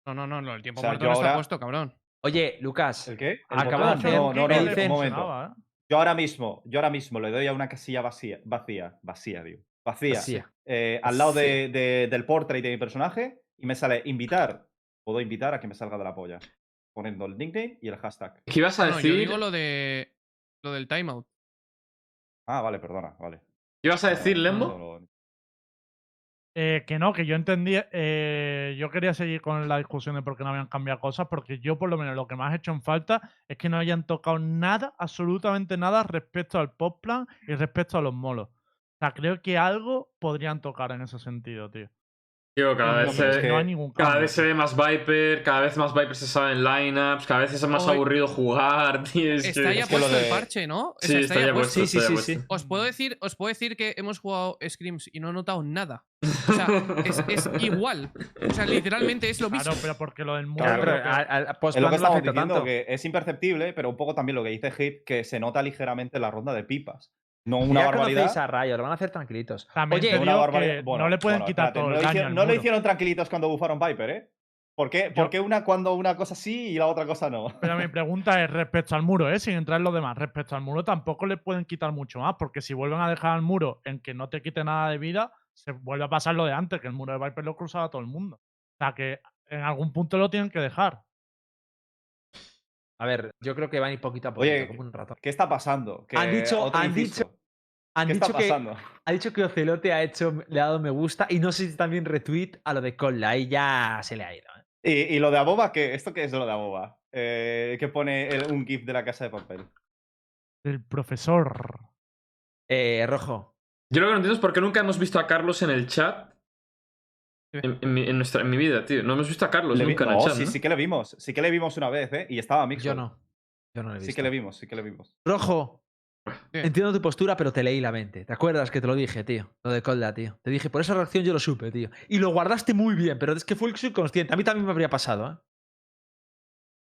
S5: no, no, no, no, el tiempo
S2: O sea,
S5: muerto
S2: yo
S5: no está
S2: ahora-
S5: puesto, cabrón.
S3: Oye, Lucas.
S2: ¿El qué? ¿El
S3: Acabo de
S2: botón?
S3: hacer
S2: No, no, no,
S3: que
S2: un
S3: dicen-
S2: momento.
S6: ¿eh?
S2: Yo ahora mismo, yo ahora mismo le doy a una casilla vacía, vacía, vacía, digo. Vacía.
S3: Vacía.
S2: eh, al lado de-
S3: Vacía.
S2: de- del portrait de mi personaje y me sale invitar. Puedo invitar a que me salga de la polla. Poniendo el nickname y el hashtag.
S4: ¿Qué ibas a
S5: No, yo
S4: decir?
S5: digo lo de lo del timeout.
S2: Ah, vale, perdona, vale.
S4: ¿Qué ibas a decir,
S2: No,
S4: Lembo?
S2: no, no.
S6: Eh, que no, que yo entendía. eh, yo quería seguir con la discusión de por qué no habían cambiado cosas, porque yo, por lo menos, lo que más he hecho en falta es que no hayan tocado nada, absolutamente nada, respecto al pop plan y respecto a los molos. O sea, creo que algo podrían tocar en ese sentido, tío.
S4: Tío,
S6: No,
S4: cada vez eh,
S6: no, pero es
S4: se-
S6: que no hay ningún cambio.
S4: Cada vez se
S6: tío.
S4: ve más Viper, cada vez más Viper se sabe en lineups, cada vez es más
S5: Hoy-
S4: aburrido jugar, (laughs) tío. Es
S5: Está
S4: que...
S5: ya
S2: es que lo
S5: puesto el
S2: de-
S5: parche, ¿no? O
S4: Sí,
S5: sea,
S4: está ya puesto.
S3: Sí, sí,
S4: está ya
S3: sí, sí.
S4: puesto.
S5: Os puedo decir, os puedo decir que hemos jugado Screams y no he notado nada. O sea, es,
S4: (laughs)
S5: es igual. O sea, literalmente es lo mismo.
S6: Claro, pero porque lo del muro.
S2: Claro,
S3: Claro, pero
S6: creo que-
S3: al- al-
S2: Es lo
S3: post-plan
S2: que
S3: no le
S2: estamos
S3: afecta
S2: diciendo,
S3: tanto.
S2: que es imperceptible, pero un poco también lo que dice Hit, que se nota ligeramente la ronda de pipas. No una
S3: ya
S2: barbaridad.
S3: conocéis a Rayo, lo van a hacer tranquilitos.
S6: También
S3: Oye,
S6: te
S2: No
S6: digo
S2: una
S6: que
S2: barbaridad. Bueno,
S6: no le pueden
S2: bueno,
S6: quitar
S2: espérate,
S6: todo
S2: no
S6: el
S2: lo
S6: daño.
S2: hicieron-
S6: al
S2: no lo
S6: muro.
S2: hicieron tranquilitos cuando bufaron Viper, ¿eh? ¿Por qué? ¿Por qué una, cuando una cosa sí y la otra cosa no? (laughs)
S6: Pero mi pregunta es respecto al muro, ¿eh? sin entrar en los demás. Respecto al muro tampoco le pueden quitar mucho más, porque si vuelven a dejar al muro en que no te quite nada de vida, se vuelve a pasar lo de antes, que el muro de Viper lo cruzaba todo el mundo. O sea que en algún punto lo tienen que dejar.
S3: A ver, yo creo que van a ir poquito a poquito,
S2: Oye,
S3: como un ratón.
S2: ¿Qué está pasando? Que
S3: Han dicho-
S2: otro
S3: han
S2: inciso.
S3: dicho- Han
S2: ¿Qué está
S3: dicho que,
S2: pasando?
S3: ha dicho que Ocelote ha hecho, le ha dado me gusta y no sé si también retweet a lo de Colla. Ahí ya se le ha ido. ¿eh?
S2: Y, y lo de Aboba, ¿qué? ¿Esto qué es lo de Aboba? Eh, que pone el- un GIF de la casa de papel.
S6: El profesor.
S3: Eh, rojo.
S4: Yo lo que no entiendo es por qué nunca hemos visto a Carlos en el chat.
S5: Sí.
S4: En, en mi, en nuestra, en mi vida, tío. No hemos visto a Carlos
S2: Le vi-
S4: nunca en
S2: No,
S4: el chat.
S2: sí,
S4: ¿no?
S2: sí que le vimos. Sí que le vimos una vez, ¿eh? Y estaba mixto.
S3: Yo no. Yo no le he
S2: Sí
S3: visto.
S2: que le vimos, sí que le vimos.
S3: Rojo.
S5: ¿Qué?
S3: Entiendo tu postura, pero te leí la mente. ¿Te acuerdas que te lo dije, tío? Lo de Colda, tío. Te dije, por esa reacción yo lo supe, tío. Y lo guardaste muy bien, pero es que fue el subconsciente. A mí también me habría pasado, ¿eh?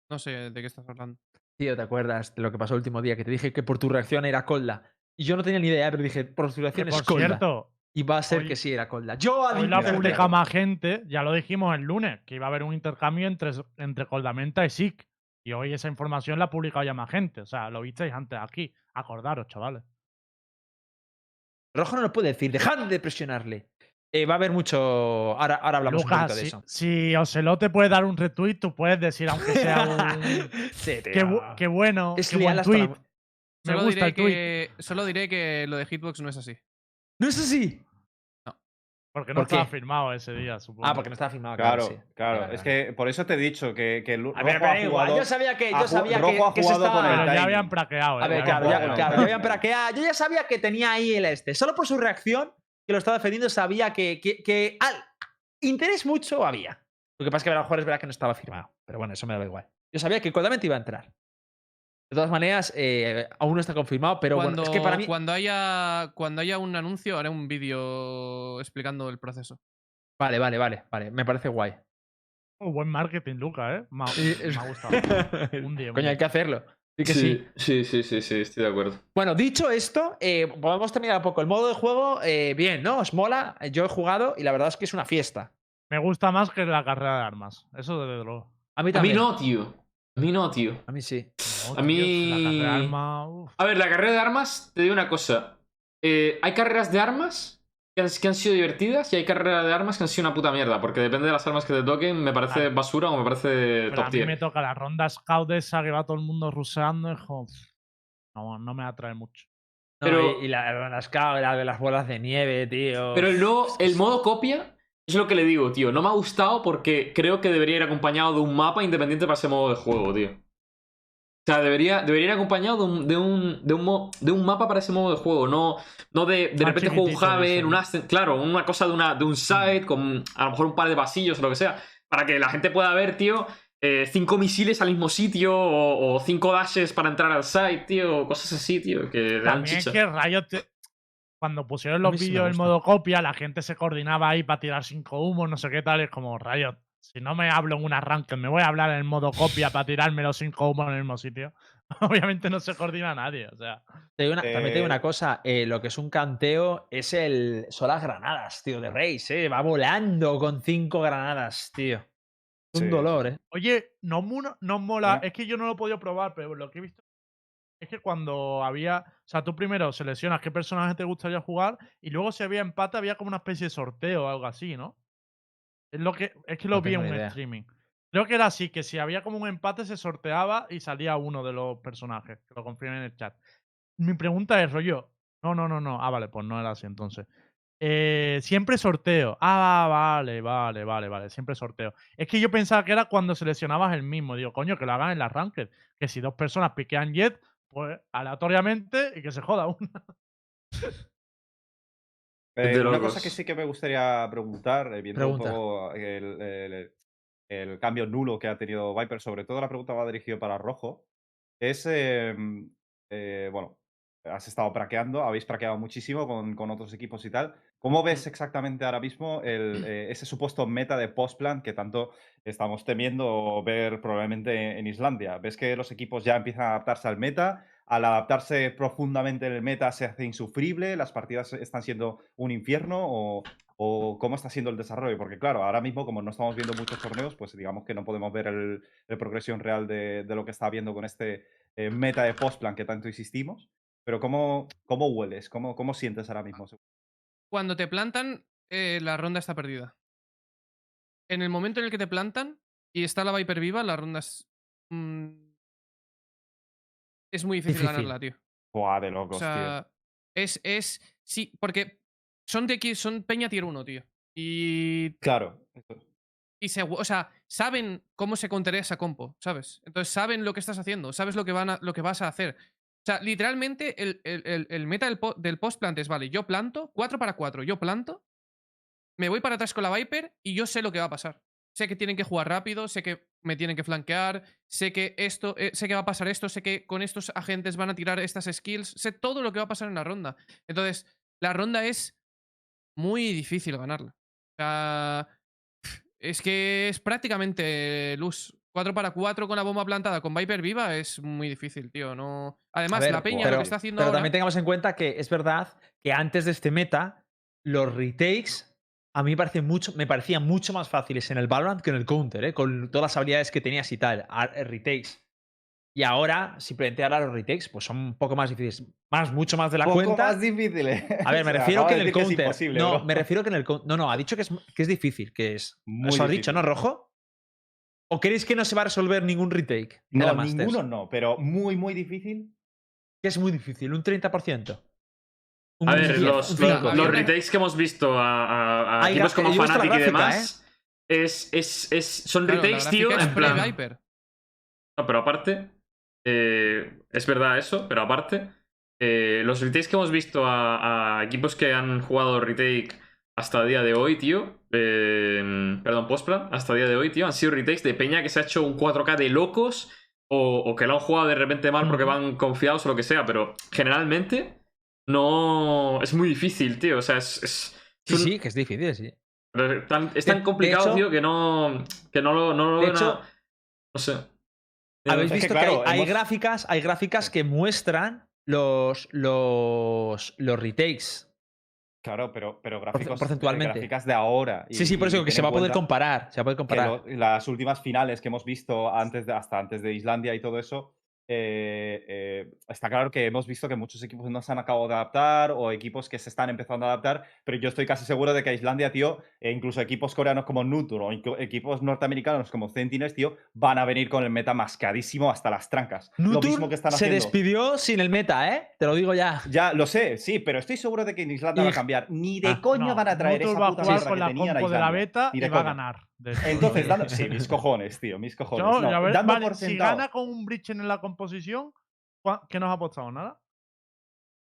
S5: No sé de qué estás hablando.
S3: Tío, ¿te acuerdas de lo que pasó el último día? Que te dije que por tu reacción era Colda. Y yo no tenía ni idea, ¿eh? pero dije, por tu
S6: Que,
S3: reacción es
S6: por
S3: Colda.
S6: cierto,
S3: Y va a ser
S6: hoy-
S3: que sí era Colda. Yo
S6: hoy lo ha
S2: Mira,
S3: adiviné.
S6: publicado más gente, ya lo dijimos el lunes, que iba a haber un intercambio entre, entre Coldamenta y SIC. Y hoy esa información la ha publicado ya más gente. O sea, lo visteis antes aquí. Acordaros, chavales.
S3: Rojo no lo puede decir. Dejad de presionarle. Eh, va a haber mucho. Ahora, ahora hablamos un
S6: Lucas,
S3: poquito de
S6: si,
S3: eso.
S6: si Ocelote puede dar un retweet, tú puedes
S3: (laughs)
S6: decir, aunque sea un.
S3: Sí, tío.
S6: qué, bu- qué bueno,
S3: Es
S6: qué
S3: leal
S6: buen
S3: hasta la
S6: tweet.
S3: mu-
S6: Me
S5: Solo
S6: gusta
S5: diré,
S6: el tweet.
S5: que, solo diré que lo de Hitbox no es así.
S3: No es así. Ah,
S6: Porque no
S3: ¿Por qué?
S6: estaba firmado ese día, supongo.
S3: Ah, porque no estaba firmado.
S2: Claro,
S3: Claro, sí.
S2: claro.
S3: Vale,
S2: Es
S3: vale.
S2: que por eso te he dicho que, que Lu-
S3: A ver,
S2: Rojo ha
S3: pero da igual,
S2: jugado-
S3: Yo sabía que.
S2: ha
S3: Yo
S2: ju-
S3: sabía
S2: Rojo
S3: que,
S2: ha
S3: que se
S2: jugado con
S3: estaba-
S2: el
S6: Pero ya
S2: timing.
S6: habían praqueado.
S3: A
S6: eh,
S3: ver,
S6: ya
S3: claro, ya,
S6: habían
S2: Bueno,
S6: praqueado.
S3: claro,
S2: bueno.
S3: ya habían praqueado. Ah, Yo ya sabía que tenía ahí el este. Solo por su reacción, que lo estaba defendiendo, sabía que, que, que al interés mucho había. Lo que pasa es que a lo mejor es verdad que no estaba firmado. Pero bueno, eso me daba igual. Yo sabía que Codamente iba a entrar. De todas maneras, eh, aún no está confirmado, pero
S5: cuando,
S3: bueno, es que para mí.
S5: cuando, haya, cuando haya un anuncio, haré un vídeo explicando el proceso.
S3: Vale, vale, vale, vale. Me parece guay.
S6: Oh, buen marketing, Luca, ¿eh? Me ha,
S3: Sí, es- (laughs)
S6: me ha gustado. Un 10.
S3: Coño, hay que hacerlo. Sí que sí.
S4: Sí, sí, sí, sí, sí, estoy de acuerdo.
S3: Bueno, dicho esto, eh, podemos terminar un poco. El modo de juego, eh, bien, ¿no? Os mola. Yo he jugado y la verdad es que es una fiesta.
S6: Me gusta más que la carrera de armas. Eso desde luego.
S3: A mí
S4: A mí
S3: también.
S4: no, tío. A mí no, tío.
S3: A mí sí.
S6: No,
S4: A
S6: tío, si La carrera de
S4: mí-
S6: armas. uf.
S4: A ver, la carrera de armas, te digo una cosa. Eh, hay carreras de armas que han, que han sido divertidas y hay carreras de armas que han sido una puta mierda. Porque depende de las armas que te toquen, me parece
S6: Claro.
S4: basura o me parece
S6: Pero a
S4: top
S6: mí me
S4: tier.
S6: toca la ronda scout esa que va todo el mundo ruseando. hijo. No, no me atrae mucho.
S3: No,
S4: Pero-
S3: y, y la, las, ca- la de las bolas de nieve, tío.
S4: Pero el, nuevo- el modo copia es lo que le digo, tío. No me ha gustado porque creo que debería ir acompañado de un mapa independiente para ese modo de juego, tío. O sea, debería, debería ir acompañado de un, de, un, de, un mo- de un mapa para ese modo de juego, no, no de, de
S6: Más
S4: repente juego un
S6: chiquitito, Mm.
S4: Haven,
S6: dicen.
S4: un Ascent, claro, una cosa de, una, de un site con a lo mejor un par de pasillos o lo que sea, para que la gente pueda ver, tío, eh, cinco misiles al mismo sitio o, o cinco dashes para entrar al site, tío, o cosas así, tío, que dan
S6: También es
S4: chicha.
S6: que rayos. te- Cuando pusieron
S3: mí
S6: los
S3: sí me
S6: vídeos en
S3: gusta.
S6: modo copia, la gente se coordinaba ahí para tirar cinco humos, no sé qué tal. y Es como, rayos, si no me hablo en un arranque, me voy a hablar en modo copia para tirarme los cinco humos en el mismo sitio. (laughs) Obviamente no se coordina nadie, o sea.
S3: Te digo una- También te digo
S2: Eh,
S3: una cosa, eh, lo que es un canteo es el. Son las granadas, tío, de Reis, eh. Va volando con cinco granadas, tío. Es un
S2: Sí,
S3: dolor, eh.
S6: Oye, no, mu- no mola.
S2: Hola.
S6: Es que yo no lo he podido probar, pero lo que he visto es que cuando había. O sea, tú primero seleccionas qué personaje te gustaría jugar y luego si había empate había como una especie de sorteo o algo así, ¿no? Es, lo que, es que lo
S3: No
S6: vi en
S3: tengo
S6: un
S3: ni idea.
S6: streaming. Creo que era así, que si había como un empate se sorteaba y salía uno de los personajes. Que lo confirmen en el chat. Mi pregunta es, rollo. No, no, no, no. Ah, vale, pues no era así entonces. Eh, siempre sorteo. Ah, vale, vale, vale, vale. Siempre sorteo. Es que yo pensaba que era cuando seleccionabas el mismo. Digo, coño, que lo hagan en la ranked. Que si dos personas piquean Jet, pues aleatoriamente y que se joda una.
S2: Eh,
S4: de
S2: una
S4: locos.
S2: cosa que sí que me gustaría preguntar, eh, viendo
S3: Pregunta.
S2: un poco el, el- el cambio nulo que ha tenido Viper, sobre todo la pregunta va dirigida para Rojo, es, eh, eh, bueno, has estado praqueando, habéis praqueado muchísimo con, con otros equipos y tal. ¿Cómo ves exactamente ahora mismo el, eh, ese supuesto meta de postplan que tanto estamos temiendo ver probablemente en Islandia? ¿Ves que los equipos ya empiezan a adaptarse al meta? al adaptarse profundamente en el meta se hace insufrible, las partidas están siendo un infierno o, o cómo está siendo el desarrollo, porque claro, ahora mismo como no estamos viendo muchos torneos, pues digamos que no podemos ver el, el progresión real de, de lo que está habiendo con este eh, meta de postplan que tanto insistimos, pero ¿cómo, cómo hueles? ¿Cómo, ¿Cómo sientes ahora mismo?
S5: Cuando te plantan, eh, la ronda está perdida. En el momento en el que te plantan y está la Viper viva, la ronda es. mm, es muy difícil,
S3: Difícil.
S5: ganarla, tío.
S2: Buah, de
S5: O
S2: locos, tío.
S5: sea, es, es. Sí, porque son de aquí, son Peña Tier 1, tío. Y.
S2: Claro.
S5: y se, o sea, saben cómo se contaría esa compo, ¿sabes? Entonces saben lo que estás haciendo, sabes lo que, van a- lo que vas a hacer. O sea, literalmente el, el- el- el meta del, po- del post plant es, vale, yo planto, 4 para 4, yo planto, me voy para atrás con la Viper y yo sé lo que va a pasar. Sé que tienen que jugar rápido, sé que me tienen que flanquear, sé que esto, eh, sé que va a pasar esto, sé que con estos agentes van a tirar estas skills, sé todo lo que va a pasar en la ronda. Entonces, la ronda es muy difícil ganarla. O sea, es que es prácticamente luz. 4 para 4 con la bomba plantada, con Viper viva, es muy difícil, tío. No... Además,
S3: ver,
S5: la peña lo
S3: pero-
S5: que está haciendo
S3: Pero
S5: ahora...
S3: también tengamos en cuenta que es verdad que antes de este meta, los retakes a mí me, parecen mucho, me parecían mucho más fáciles en el Valorant que en el Counter, ¿eh? con todas las habilidades que tenías y tal, a- eh, retakes. Y ahora, simplemente ahora los retakes pues son un poco más difíciles, más, mucho más de la cuenta.
S2: difícil, eh. (laughs)
S3: A ver, me
S2: O sea,
S3: refiero
S2: acaba
S3: que
S2: de
S3: en el
S2: decir es
S3: counter.
S2: imposible,
S3: no,
S2: bro.
S3: me refiero que en el coun- No, no, ha dicho que es, que es difícil, que es.
S2: Muy
S3: Eso ha dicho,
S2: difícil.
S3: ¿no, Rojo? ¿O creéis que no se va a resolver ningún retake? de la
S2: No,
S3: Masters?
S2: ninguno no, pero muy, muy difícil.
S3: Que es muy difícil, un 30%. Un
S4: A ver,
S3: 10, un
S4: los,
S5: Mira,
S3: 5.
S4: los, los
S5: había una-
S4: retakes que hemos visto a, a- a
S3: Hay ¿eh?
S4: equipos
S3: gra-
S4: como
S3: yo he visto la
S4: Fnatic y
S3: gráfica,
S4: demás es, es, es, son
S5: Claro, la
S4: retakes, tío,
S5: gráfica es
S4: en plan...
S5: pre-Viper.
S4: No, pero aparte, eh, es verdad eso, pero aparte, eh, los retakes que hemos visto a, a equipos que han jugado retake hasta el día de hoy, tío, eh, perdón, postplan, hasta el día de hoy, tío, han sido retakes de Peña que se ha hecho un 4K de locos o, o que lo han jugado de repente mal porque
S3: Ujú.
S4: van confiados o lo que sea, pero generalmente no. Es muy difícil, tío, o sea, es. es-
S3: Sí,
S4: es un-
S3: sí, que es difícil, sí.
S4: pero es tan, es
S3: De-
S4: tan
S3: de
S4: complicado,
S3: hecho-
S4: tío, que no. Que no lo. No, lo
S3: de
S4: ven a-
S3: hecho-
S4: no sé.
S2: Es
S3: Habéis
S2: que
S3: visto que,
S2: claro,
S3: hay, hay
S2: hemos-
S3: gráficas, hay gráficas que muestran los, los, los retakes.
S2: Claro, pero, pero gráficos, eh,
S3: porcentualmente.
S2: gráficas de ahora. y-
S3: sí, sí, por
S2: y
S3: eso digo que
S2: ten
S3: se
S2: en
S3: va a poder
S2: cuenta-
S3: comparar. Se va a poder
S2: que
S3: comparar.
S2: lo- las últimas finales que hemos visto antes de- hasta antes de Islandia y todo eso, eh, eh, está claro que hemos visto que muchos equipos no se han acabado de adaptar o equipos que se están empezando a adaptar, pero yo estoy casi seguro de que a Islandia, tío, e incluso equipos coreanos como Nutur o inclu- equipos norteamericanos como Sentinels, tío, van a venir con el meta mascadísimo hasta las trancas. Lo
S3: Nutur
S2: mismo que están
S3: se
S2: haciendo.
S3: despidió sin el meta, ¿eh? Te lo digo ya.
S2: Ya, lo sé, sí, pero estoy seguro de que en Islandia va a
S3: Hij-
S2: cambiar. Ni de
S3: Ah,
S2: coña van a traer
S6: Nutur
S2: esa
S6: va a
S2: puta
S6: jugar
S2: mierda
S6: con
S2: que
S6: la
S2: tenían a
S6: compo de la
S2: Islandia,
S6: beta
S2: ni
S6: y
S2: de
S6: va a
S2: coña.
S6: ganar. de hecho,
S2: Entonces,
S6: lo
S2: dando,
S6: (laughs) digo.
S2: sí, mis cojones, tío, mis cojones.
S6: Yo,
S2: no,
S6: ya ver-
S2: dando
S6: vale,
S2: por
S6: si
S2: sentado. (laughs)
S6: gana con un bridge en la composición, ¿cuá- ¿qué nos ha apostado? ¿Nada?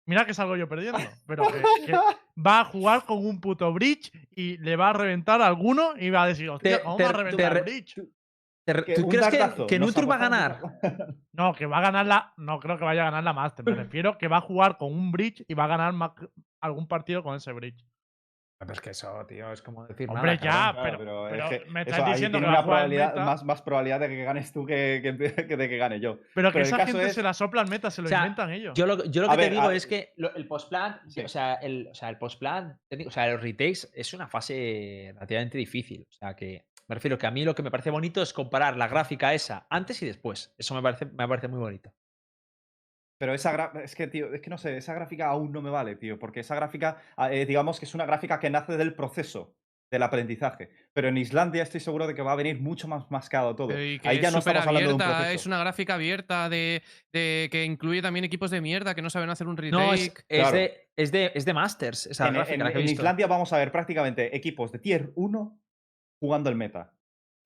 S6: Mira que salgo yo perdiendo, pero que, que va a jugar con un puto bridge y le va a reventar a alguno y va a decir, hostia,
S3: Te-
S6: ¿cómo
S3: te-
S6: va a
S3: te
S6: reventar
S3: re-
S6: el bridge?
S3: Te re-
S2: Que
S3: ¿Tú
S2: un
S3: crees que-
S2: dardazo,
S3: que,
S2: nos
S3: Nutur va a ganar?
S2: arrojamos-
S6: No, que va a ganar la. No creo que vaya a ganar la
S4: (laughs)
S6: Master. Me refiero que va a jugar con un bridge y va a ganar ma- algún partido con ese bridge.
S3: Pero es que eso, tío, es como decir
S6: Hombre,
S3: nada.
S6: ya,
S3: cabrón.
S2: Claro,
S6: pero- pero
S2: es que
S6: me estás
S2: eso ahí
S6: diciendo
S2: tiene
S6: que va a
S2: una
S6: jugar en
S2: probabilidad,
S6: meta.
S2: más, más probabilidad de que ganes tú que, (laughs) que- que de que gane yo.
S6: Pero que
S2: Pero el
S6: esa
S2: caso
S6: gente
S2: es-
S6: se la sopla al meta, se lo
S3: O sea,
S6: inventan ellos.
S3: Yo lo, yo lo
S2: A
S3: que te
S2: ver,
S3: digo
S2: a-
S3: es que lo- el postplan,
S2: Sí.
S3: o sea, el, o sea, el postplan, técnico, o sea, los retakes es una fase relativamente difícil. O sea, que me refiero que a mí lo que me parece bonito es comparar la gráfica esa antes y después. Eso me parece, me parece muy bonito.
S2: Pero esa gra- es que, tío, es que no sé, esa gráfica aún no me vale, tío, porque esa gráfica, ah, eh, digamos que es una gráfica que nace del proceso del aprendizaje. Pero en Islandia estoy seguro de que va a venir mucho más mascado todo.
S5: Pero y que
S2: Ahí
S5: es
S2: ya no
S5: súper
S2: estamos hablando de un
S5: abierta,
S2: proceso.
S5: Es una gráfica abierta de, de que incluye también equipos de mierda que no saben hacer un retake.
S3: No, es, es
S2: Claro.
S3: de, es, de, es de Masters, esa
S2: en,
S3: gráfica
S2: en-
S3: la que he
S2: en
S3: visto.
S2: Islandia vamos a ver prácticamente equipos de tier 1 jugando el meta.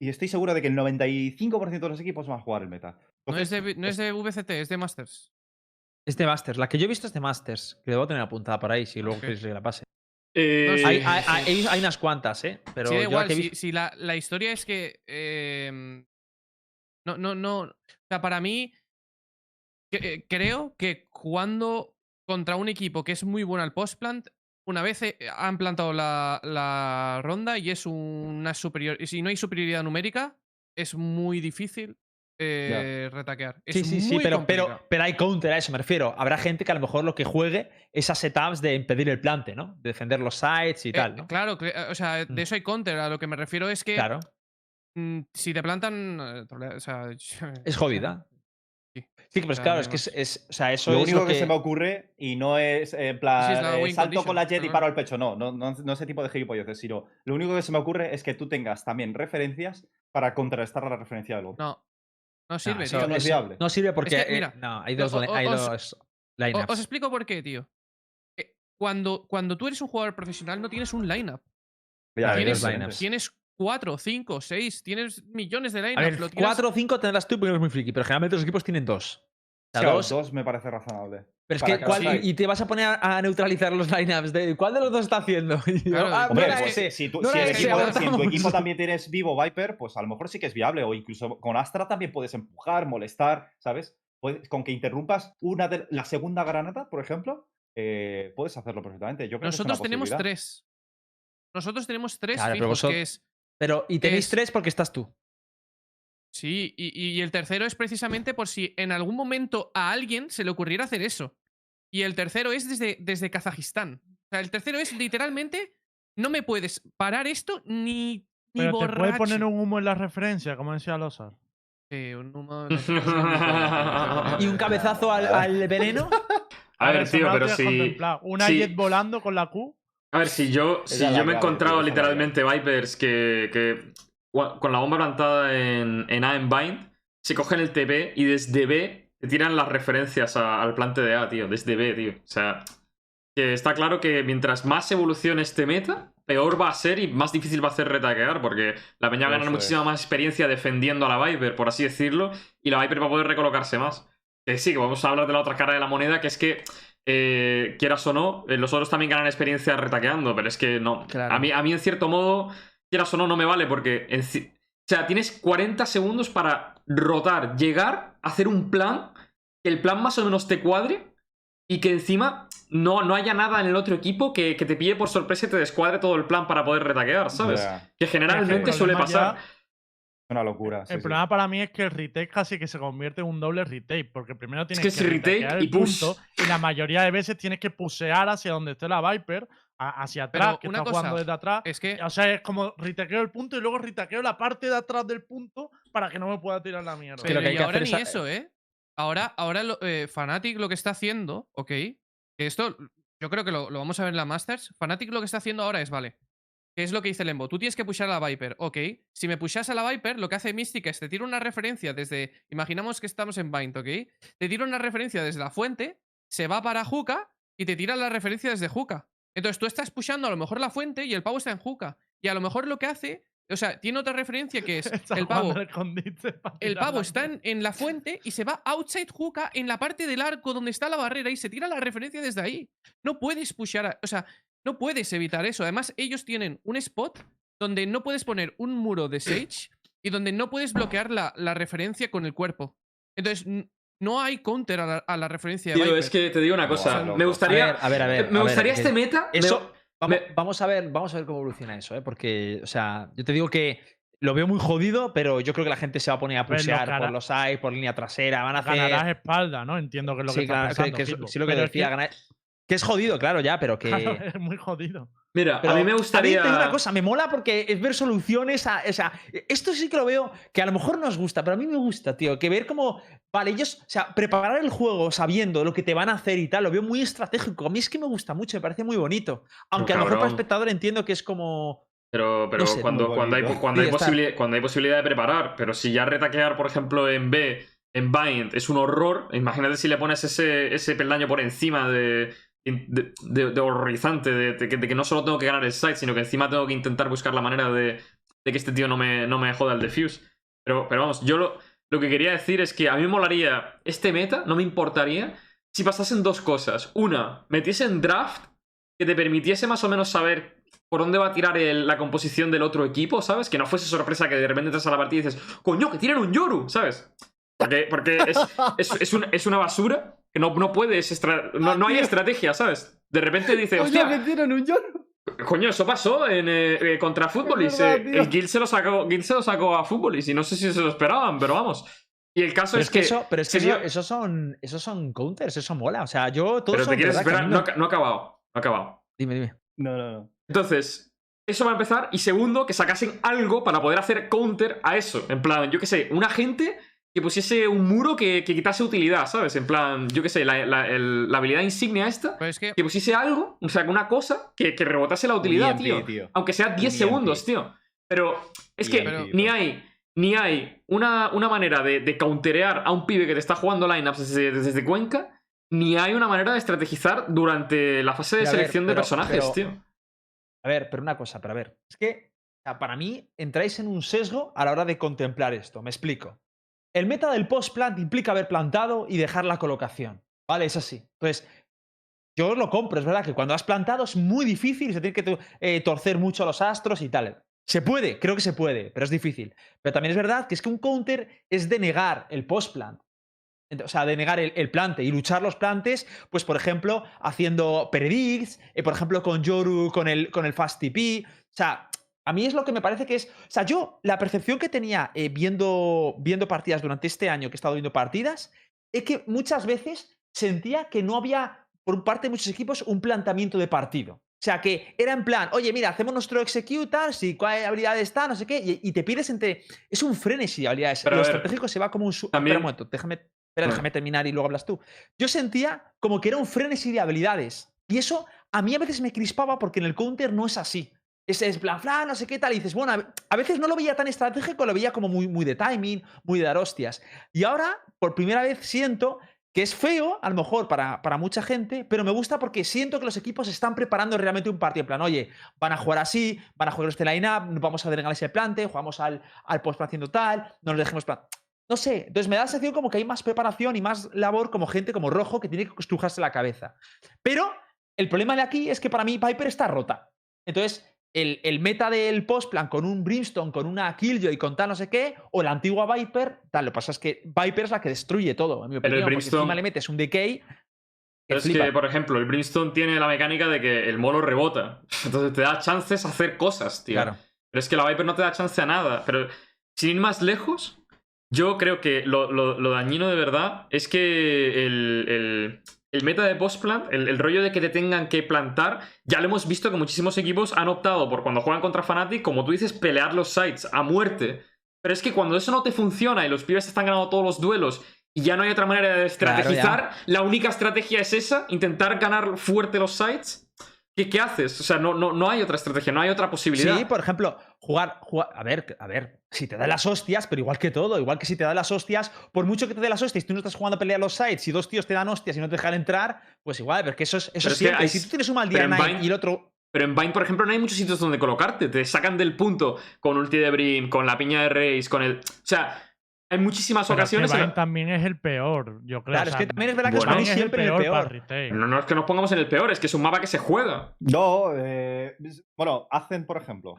S2: Y estoy seguro de que el 95% de los equipos van a jugar el meta.
S5: no, es
S2: Entonces,
S5: de, no es de VCT, es de Masters.
S3: Es de Masters. La que yo he visto es de Masters, que debo tener apuntada por ahí si luego
S5: Ok.
S3: queréis que la pase.
S4: Eh,
S5: Sí,
S3: hay,
S5: sí,
S3: hay-
S5: sí.
S3: hay- hay unas cuantas, ¿eh? Pero
S5: Sí, da
S3: yo la
S5: igual,
S3: que he
S5: si,
S3: visto-
S5: si la, la historia es que. em, no, no, no. O sea, para mí. que- eh, creo que jugando contra un equipo que es muy bueno al post-plant, una vez eh, han plantado la, la ronda y es una superior. Y si no hay superioridad numérica, es muy difícil eh, retaquear. Es
S3: Sí, sí, sí,
S5: muy
S3: pero, pero,
S5: complicado.
S3: pero hay counter, a eso me refiero. Habrá gente que a lo mejor lo que juegue es a setups de impedir el plante, ¿no? De defender los sites y
S5: Eh,
S3: tal, ¿no?
S5: Claro, cre- o sea,
S3: Mm.
S5: de eso hay counter. A lo que me refiero es que
S3: Claro.
S5: mm, si te plantan. eh, trolea- O sea, (laughs)
S3: Es jodida.
S5: Sí.
S3: Sí, pues
S5: sea,
S3: claro,
S5: no
S3: es que
S5: más.
S3: es, es- o sea, eso
S2: lo
S3: es
S2: único
S3: lo
S2: que... se me ocurre, y no es eh, en plan,
S5: Sí, es la
S2: eh,
S5: win
S2: salto con la
S5: condition,
S2: jet y
S5: claro.
S2: paro al pecho. No, no, no, no ese tipo de gilipolleces, sino lo único que se me ocurre es que tú tengas también referencias para contrarrestar la referencia del otro.
S5: No. No
S3: No,
S5: sirve,
S3: eso-
S5: tío.
S2: no es
S3: eso
S2: viable.
S3: No sirve porque
S5: que,
S3: eh,
S5: mira,
S3: no, hay
S5: lo-
S3: dos,
S5: o-
S3: li-
S5: o-
S3: hay
S5: os-
S3: dos
S5: O-
S3: lineups.
S5: Os explico por qué, tío. Eh, Cuando, cuando tú eres un jugador profesional no tienes un lineup.
S2: Ya,
S3: hay dos
S5: Tienes,
S2: evidentemente.
S3: lineups.
S5: tienes cuatro, cinco, seis, tienes millones de
S3: a
S5: lineups.
S3: ver,
S5: lo tienes-
S3: cuatro o cinco tendrás tú porque eres muy friki, pero generalmente los equipos tienen dos. O sea,
S2: Claro,
S3: dos,
S2: dos me parece razonable.
S3: pero es
S2: para
S3: que
S2: cada
S3: ¿cuál-
S2: site.
S3: y te vas a poner a a neutralizar los lineups de cuál de los dos está haciendo. (laughs) Y yo,
S5: Claro,
S3: ah,
S2: Hombre,
S3: mira
S2: pues,
S3: ese.
S2: si, tú-
S3: no
S2: si
S3: era
S2: el
S5: ese,
S2: equipo- si en tu
S3: abortamos. (laughs)
S2: equipo también tienes vivo Viper, pues a lo mejor sí que es viable. O incluso con Astra también puedes empujar, molestar, ¿sabes? Puedes- con que interrumpas una de la segunda granada, por ejemplo, eh, puedes hacerlo perfectamente. Yo creo que es
S5: Nosotros
S2: una
S5: tenemos
S2: posibilidad.
S5: tres. Nosotros tenemos tres
S3: Claro, pero
S5: fijos,
S3: vosot-
S5: que es.
S3: Pero y tenéis
S5: es-
S3: tres porque estás tú.
S5: Sí, y, y- y el tercero es precisamente por si en algún momento a alguien se le ocurriera hacer eso. Y el tercero es desde, desde Kazajistán. O sea, el tercero es literalmente. No me puedes parar esto ni. Ni
S6: Pero te puede
S5: borracho.
S6: poner un humo en la referencia, como decía Lozar.
S5: Sí, un humo de la sensación.
S3: Y un cabezazo al, al veneno.
S4: a ver,
S6: eso
S4: tío,
S6: no lo
S4: pero
S6: tienes
S4: si.
S6: contemplado. Una
S4: si-
S6: jet volando con la Q.
S4: A ver, si yo,
S2: Esa
S4: si
S2: es la
S4: yo me he
S2: clave,
S4: encontrado
S2: tío, esa es la clave.
S4: literalmente Vipers que, que gua- con la bomba plantada en, en A en Bind, se cogen el TP y desde B te tiran las referencias a- al plante de A, tío. Desde B, tío. O sea, que está claro que mientras más evolucione este meta, peor va a ser y más difícil va a ser retaquear, porque la peña va a ganar
S2: Eso es.
S4: muchísima más experiencia defendiendo a la Viper, por así decirlo, y la Viper va a poder recolocarse más. Que Eh, sí, que vamos a hablar de la otra cara de la moneda, que es que, eh, quieras o no, eh, los otros también ganan experiencia retaqueando, pero es que no.
S3: Claro.
S4: A, mí, a mí, en cierto modo, quieras o no, no me vale, porque. en ci- o sea, tienes 40 segundos para rotar, llegar, hacer un plan, que el plan más o menos te cuadre, y que encima no, no haya nada en el otro equipo que, que te pille por sorpresa y te descuadre todo el plan para poder retaquear, ¿sabes?
S2: Ya,
S4: Que generalmente
S2: El
S4: suele
S6: problema ya-
S4: pasar.
S2: es una locura. sí,
S6: el
S2: sí.
S6: problema para mí es que el retake casi que se convierte en un doble retake, porque primero tienes
S4: que es retake
S6: retakear
S4: y
S6: el
S4: push.
S6: punto, y la mayoría de veces tienes que pusear hacia donde esté la Viper, a- hacia
S5: Pero
S6: atrás, que
S5: una
S6: está jugando
S5: cosa,
S6: desde atrás.
S5: Es que
S6: eh, O sea, es como ritaqueo el punto y luego ritaqueo la parte de atrás del punto para que no me pueda tirar la mierda.
S3: que lo
S5: Pero
S3: que hay
S5: y
S3: que
S5: ahora
S3: hacer es
S5: ni
S3: a-
S5: eso, ¿eh? Ahora, ahora lo- eh, Fnatic lo que está haciendo, ok, que esto yo creo que lo, lo vamos a ver en la Masters, Fnatic lo que está haciendo ahora es, vale, ¿qué es lo que dice Lembo? Tú tienes que pushar a la Viper, ok, si me pushas a la Viper, lo que hace Mystic es te tira una referencia desde, imaginamos que estamos en Bind, ok, te tira una referencia desde la fuente, se va para Juca y te tira la referencia desde Juca. Entonces tú estás pushando a lo mejor la fuente y el pavo está en Juca. Y a lo mejor lo que hace, o sea, tiene otra referencia
S3: (laughs)
S6: (laughs)
S5: que es
S6: Está
S5: el
S6: jugando
S5: pavo
S6: al escondite para
S5: el
S6: tirar
S5: pavo
S6: la
S5: está
S6: mierda.
S5: en, en la fuente y se va outside hookah en la parte del arco donde está la barrera y se tira la referencia desde ahí. No puedes pushar, a- o sea, no
S6: (coughs)
S5: puedes evitar eso. Además, ellos tienen un spot donde no puedes poner un muro de Sage y donde no puedes bloquear la, la referencia con el cuerpo. Entonces, n- no hay counter a la, a la referencia de
S4: Tío, eh,
S5: Viper.
S4: es que te digo una
S2: Buah,
S4: cosa.
S2: loco.
S4: me
S3: A ver,
S4: gustaría.
S3: a ver, a ver.
S4: me
S3: a ver,
S4: gustaría
S3: que-
S4: este meta. me-
S3: Eso- Vamos,
S4: me-
S3: vamos a ver, vamos a ver cómo evoluciona eso, ¿eh? Porque, o sea, yo te digo que lo veo muy jodido, pero yo creo que la gente se va a poner a
S6: ver, los
S3: pulsear por
S6: gana-
S3: los eyes, por línea trasera, van a
S6: Ganarás
S3: hacer.
S6: espalda, ¿no? Entiendo que es lo que
S3: Eh, Sí,
S6: está
S3: claro, que-
S6: pasando,
S3: que es-
S6: Gilbo.
S3: sí, lo que
S6: Pero es
S3: decía, ganar- que es jodido, claro, ya, pero que.
S6: (laughs) Claro, es muy jodido.
S4: mira,
S3: Pero
S4: a mí me gustaría.
S3: te digo una cosa, me mola porque es ver soluciones. a- o sea, esto sí que lo veo que a lo mejor nos gusta, pero a mí me gusta, tío. Que ver cómo. Vale, ellos. O sea, preparar el juego sabiendo lo que te van a hacer y tal, lo veo muy estratégico. A mí es que me gusta mucho, me parece muy bonito. Aunque a lo mejor para el
S4: cabrón.
S3: espectador entiendo que es como.
S4: Pero, pero
S3: No sé,
S4: cuando,
S2: muy
S4: cuando, hay,
S2: bonito.
S4: cuando,
S3: Sí,
S4: hay
S3: está.
S4: posibili- cuando hay posibilidad de preparar, pero si ya retaquear, por ejemplo, en B, en Bind, es un horror, imagínate si le pones ese, ese peldaño por encima de, de, de- de horrorizante, de, de que- de que no solo tengo que ganar el site, sino que encima tengo que intentar buscar la manera de, de que este tío no me, no me joda el defuse. Pero, pero vamos, yo lo, lo que quería decir es que a mí me molaría este meta, no me importaría, si pasasen dos cosas. Una, metiesen draft que te permitiese más o menos saber por dónde va a tirar el- la composición del otro equipo, ¿sabes? Que no fuese sorpresa que de repente entras a la partida y dices, coño, que tiran un Yoru, ¿sabes? Porque, porque
S2: (laughs)
S4: es, es, es una, es una basura que no, no puedes, estra- no, no hay estrategia, ¿sabes? De repente dices, hostia,
S2: tienen un lloro.
S4: Coño, eso pasó en, eh, eh, contra Fútbolis.
S2: verdad,
S4: eh,
S2: tío.
S4: el Guild se, lo sacó, Guild se lo sacó a Fútbolis y no sé si se lo esperaban, pero vamos. Y el caso
S3: Pero
S4: es, que.
S3: eso, pero es que
S4: sería-
S3: eso, eso son, eso son counters, eso mola. O sea, yo todo
S4: pero te quieres esperar. No,
S3: no...
S4: ha- no ha acabado. No ha acabado.
S3: Dime, dime.
S2: No, no, no.
S4: Entonces, eso va a empezar. Y segundo, que sacasen algo para poder hacer counter a eso. En plan, yo qué sé, un agente que pusiese un muro que, que quitase utilidad, ¿sabes? En plan, yo qué sé, la, la- el- la habilidad insignia esta.
S5: Pero es que
S4: Que pusiese algo, o sea, que una cosa que, que rebotase la
S3: E
S4: utilidad,
S2: EMP,
S4: tío. Aunque sea 10
S2: EMP.
S4: segundos, tío. Pero es
S2: E
S3: E
S4: que
S5: Pero-
S4: ni hay, ni hay una, una manera de, de counterear a un pibe que te está jugando lineups desde, desde Cuenca, ni hay una manera de estrategizar durante la fase de
S3: Pero a ver,
S4: selección de
S3: pero-
S4: personajes,
S3: pero-
S4: tío.
S3: A ver, pero una cosa, pero a ver. Es que, o sea, para mí, entráis en un sesgo a la hora de contemplar esto. Me explico. El meta del post-plant implica haber plantado y dejar la colocación. ¿Vale? Es así. Entonces, yo os lo compro. Es verdad que cuando has plantado es muy difícil y se tiene que to- eh, torcer mucho los astros y tal. Se puede, creo que se puede, pero es difícil. Pero también es verdad que es que un counter es denegar el post-plant. Ent- O sea, denegar el, el plante y luchar los plantes, pues por ejemplo, haciendo predicts, eh, por ejemplo, con Yoru, con el, con el Fast TP. O sea, a mí es lo que me parece que es. O sea, yo, la percepción que tenía eh, viendo, viendo partidas durante este año que he estado viendo partidas, es que muchas veces sentía que no había, por parte de muchos equipos, un planteamiento de partido. O sea, que era en plan, oye, mira, hacemos nuestro execute, tal, si cuál habilidad está, no sé qué, y, y te pierdes entre. Es un frenesí de habilidades.
S4: Pero a
S3: lo
S4: ver,
S3: estratégico se va como un. su-
S4: también-
S3: Espera un momento, déjame, espera,
S4: Bueno.
S3: déjame terminar y luego hablas tú. Yo sentía como que era un frenesí de habilidades. Y eso a mí a veces me crispaba porque en el counter no es así. Es, es bla, bla, no sé qué tal. Y dices, bueno, a ve- a veces no lo veía tan estratégico, lo veía como muy, muy de timing, muy de dar hostias. Y ahora, por primera vez, siento que es feo, a lo mejor, para, para mucha gente, pero me gusta porque siento que los equipos están preparando realmente un partido. En plan, oye, van a jugar así, van a jugar este line-up, vamos a drenar ese plante, jugamos al, al post haciendo tal, no nos dejemos plan. No sé, entonces me da la sensación como que hay más preparación y más labor como gente como Rojo que tiene que estrujarse la cabeza. Pero el problema de aquí es que para mí Piper está rota. Entonces, el, el meta del postplan con un Brimstone, con una Killjoy, con tal no sé qué, o la antigua Viper, tal, lo que pasa es que Viper es la que destruye todo, en mi
S4: Pero
S3: opinión,
S4: el
S3: porque
S4: Brimstone-
S3: encima le metes un Decay. que
S4: Pero es
S3: flipa.
S4: que, por ejemplo, el Brimstone tiene la mecánica de que el mono rebota. (laughs) Entonces te da chances a hacer cosas, tío.
S3: Claro.
S4: Pero es que la Viper no te da chance a nada. Pero sin ir más lejos, yo creo que lo, lo- lo dañino de verdad es que el, el- el meta de post-plant, el, el rollo de que te tengan que plantar, ya lo hemos visto que muchísimos equipos han optado por cuando juegan contra Fnatic, como tú dices, pelear los sites a muerte. Pero es que cuando eso no te funciona y los pibes están ganando todos los duelos y ya no hay otra manera
S3: Claro, ya.
S4: de estrategizar, la única estrategia es esa, intentar ganar fuerte los sites. ¿Qué, qué haces? O sea, no, no, no hay otra estrategia, no hay otra posibilidad.
S3: Sí, por ejemplo, jugar, jugar- A ver, que- a ver, si te da las hostias, pero igual que todo, igual que si te da las hostias, por mucho que te dé las hostias, tú no estás jugando a pelear los sides, si dos tíos te dan hostias y no te dejan entrar, pues igual, porque eso es, eso
S4: Pero es que
S3: siempre.
S4: hay-
S3: si tú tienes un mal
S4: pero
S3: día
S4: en
S3: Knight
S4: Bind-
S3: y el otro.
S4: Pero en Vine, por ejemplo, no hay muchos sitios donde colocarte. Te sacan del punto con ulti de Brim, con la piña de Reis, con el. O sea, hay muchísimas
S6: Pero es que
S4: ocasiones. en
S6: Vine
S4: la-
S6: también es el peor, yo creo.
S3: Claro, es que también es verdad que os
S6: Vine
S3: ponéis
S6: es
S3: siempre en el
S6: para
S3: peor.
S6: retail.
S4: No, no es que nos pongamos en el peor, es que es un mapa que se juega.
S2: No, eh, bueno, hacen, por ejemplo,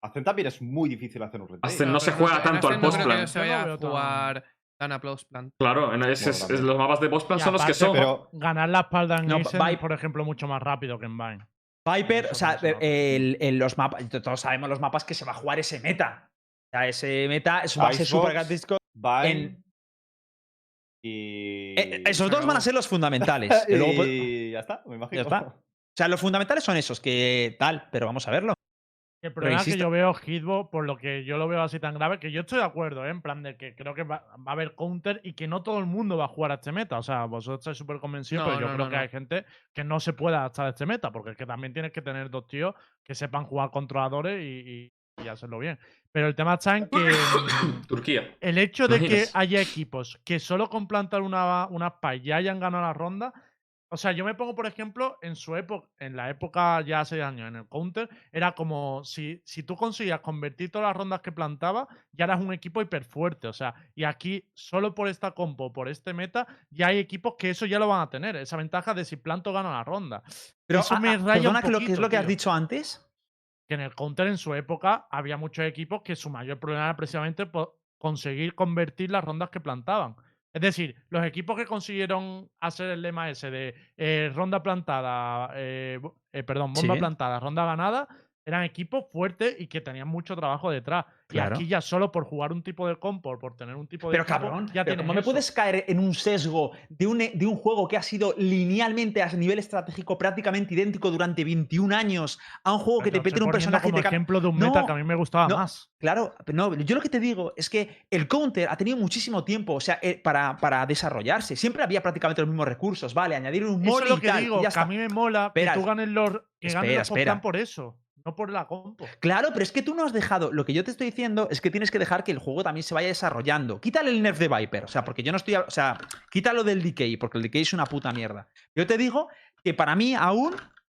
S2: Ascent también es muy difícil hacer un retail.
S4: Ascent no se
S5: pero
S4: juega
S5: en
S4: tanto al
S5: Ascent no creo
S4: postplan.
S5: que se
S6: Yo no
S5: vaya a
S6: veo tan-
S5: jugar tan a postplan.
S4: Claro, en- es-
S2: Bueno,
S4: es-
S2: también.
S4: los mapas de postplan
S6: Y
S4: son los que
S6: aparte,
S4: son.
S2: Pero
S6: Ganar la espalda en
S3: No,
S6: Nielsen
S3: Vibe-
S6: es, por ejemplo, mucho más rápido que en Vine.
S3: Viper,
S6: Eso
S3: o sea,
S6: pasa.
S3: el- el- los mapas, todos sabemos los mapas que se va a jugar ese meta. O sea, ese meta es va a ser
S2: Icebox,
S3: súper grandisco.
S2: Vine
S3: en-
S2: y.
S3: Eh, eh, esos
S5: se
S3: dos van a
S5: acabó.
S3: ser los fundamentales.
S4: (laughs)
S3: (laughs) Y luego, pues, o
S2: Y ya está, me imagino.
S3: Ya está. sea, los fundamentales son esos, que tal, pero vamos a verlo.
S6: El problema es que
S3: insisto-
S6: yo veo Hitbox, por lo que yo lo veo así tan grave, que yo estoy de acuerdo, ¿eh? en plan de que creo que va, va a haber counter y que no todo el mundo va a jugar a este meta. O sea, vosotros estáis súper convencidos,
S5: No,
S6: pero yo
S5: no,
S6: creo
S5: no,
S6: que
S5: no.
S6: hay gente que no se puede adaptar a este meta, porque es que también tienes que tener dos tíos que sepan jugar controladores y, y- y hacerlo bien. Pero el tema está en que
S5: (laughs)
S6: mm,
S4: (clears throat) Turquía.
S6: el hecho de que
S4: Imaginas.
S6: haya equipos que solo con plantar una, una spy ya hayan ganado la ronda. O sea, yo me pongo, por ejemplo, en su época, en la época ya hace años, en el counter, era como si, si tú conseguías convertir todas las rondas que plantabas, ya eras un equipo hiperfuerte. O sea, y aquí, solo por esta compo, por este meta, ya hay equipos que eso ya lo van a tener. Esa ventaja de si planto gano la ronda.
S3: Pero
S6: Eso
S3: ah,
S6: me
S3: ah,
S6: raya un
S3: perdona, que lo- que es
S6: poquito,
S3: lo que has
S6: tío.
S3: dicho antes.
S6: que en el counter en su época había muchos equipos que su mayor problema era precisamente po- conseguir convertir las rondas que plantaban. Es decir, los equipos que consiguieron hacer el lema ese de eh, ronda plantada, eh, bo- eh, perdón, bomba
S3: Sí.
S6: plantada, ronda ganada, eran equipos fuertes y que tenían mucho trabajo detrás.
S3: Claro.
S6: Y aquí ya solo por jugar un tipo de compo, por tener un tipo de...
S3: Pero
S6: equipo,
S3: cabrón, pero
S6: ya tienes
S3: ¿cómo me
S6: eso.
S3: puedes caer en un sesgo de un, de un juego que ha sido linealmente a nivel estratégico prácticamente idéntico durante 21 años a un juego que te
S6: Pero estoy
S3: pete un
S6: poniendo
S3: personaje y
S6: como
S3: te cambia?
S6: ejemplo de un meta
S3: No,
S6: que a mí me gustaba
S3: no,
S6: más.
S3: Claro, no, yo lo que te digo es que el counter ha tenido muchísimo tiempo, o sea, eh, para, para desarrollarse. Siempre había prácticamente los mismos recursos, ¿vale? Añadir un
S6: Eso
S3: mod
S6: es lo
S3: y
S6: que
S3: tal, y
S6: digo,
S3: ya
S6: que a
S3: está.
S6: mí me mola
S3: Espera,
S6: que tú ganes los, que ganes
S3: espera,
S6: los top ten
S3: espera.
S6: por eso, no por la compo.
S3: Claro, pero es que tú no has dejado. Lo que yo te estoy diciendo es que tienes que dejar que el juego también se vaya desarrollando. Quítale el nerf de Viper, o sea, porque yo no estoy. a- O sea, quítalo del decay, porque el decay es una puta mierda. Yo te digo que para mí aún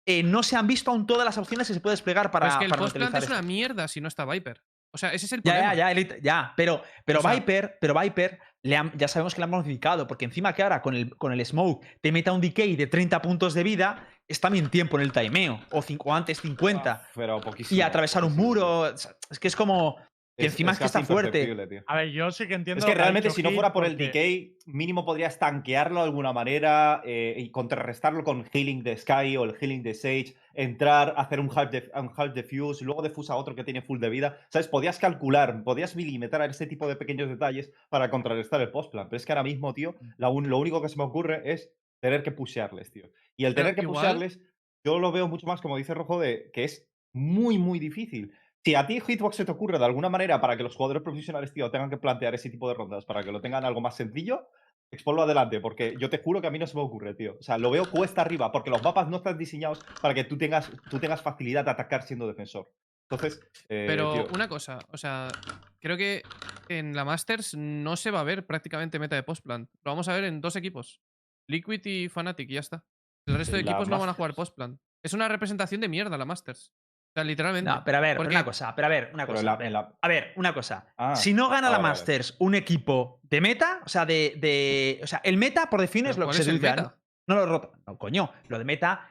S3: eh, no se han visto aún todas las opciones que se puede desplegar para.
S5: Pero es que el
S3: para
S5: postplan
S3: neutralizar
S5: es una
S3: esto.
S5: mierda si no está Viper. O sea, ese es el
S3: Ya,
S5: problema.
S3: ya, ya, Elite, ya. Pero, pero
S5: O sea-
S3: Viper, pero Viper, le han- ya sabemos que le han modificado, porque encima que ahora con el, con el Smoke te meta un decay de 30 puntos de vida, es también tiempo en el timeo, o, cin- o antes 50.
S2: (laughs) Pero poquísimo.
S3: Y atravesar un
S2: poquísimo.
S3: muro, o sea, es que es como. que encima es que
S2: casi
S3: está fuerte.
S2: imperceptible, tío.
S6: A ver, yo sí que entiendo.
S2: Es
S6: lo
S2: que
S6: ha
S2: realmente,
S6: dicho
S2: si no
S6: Gil,
S2: fuera por el
S6: porque-
S2: decay, mínimo podrías tanquearlo de alguna manera eh, y contrarrestarlo con healing de Sky o el healing de Sage, entrar, hacer un half, de, un half defuse, luego defuse a otro que tiene full de vida. ¿Sabes? Podías calcular, podías milimetrar ese tipo de pequeños detalles para contrarrestar el postplan. Pero es que ahora mismo, tío,
S3: Mm.
S2: la un- lo único que se me ocurre es tener que pushearles, tío. Y el
S5: Pero
S2: tener que
S5: igual-
S2: pushearles, yo lo veo mucho más, como dice Rojo, de que es muy, muy difícil. Si a ti Hitbox se te ocurre de alguna manera para que los jugadores profesionales, tío, tengan que plantear ese tipo de rondas, para que lo tengan algo más sencillo, exponlo adelante, porque yo te juro que a mí no se me ocurre, tío. O sea, lo veo cuesta arriba, porque los mapas no están diseñados para que tú tengas, tú tengas facilidad de atacar siendo defensor. Entonces, eh,
S5: Pero
S2: tío,
S5: una cosa, o sea, creo que en la Masters no se va a ver prácticamente meta de postplan. Lo vamos a ver en dos equipos: Liquid y Fnatic, y ya está. El resto de
S2: La
S5: equipos no van a jugar
S2: Masters.
S5: postplan. Es una representación de mierda la Masters. O sea, literalmente.
S3: No, pero a ver, pero
S5: Porque-
S3: una cosa, pero a ver, una
S2: pero
S3: cosa.
S2: en la- en la-
S3: A ver, una cosa.
S2: Ah,
S3: si no gana la
S2: vale, vale.
S3: Masters un equipo de meta, o sea, de, de- O sea, el meta, por definición,
S5: ¿Pero
S3: es lo que
S5: cuál
S3: se
S5: es el
S3: dice. ¿no?
S5: meta?
S3: No lo rota. No, coño, lo de meta.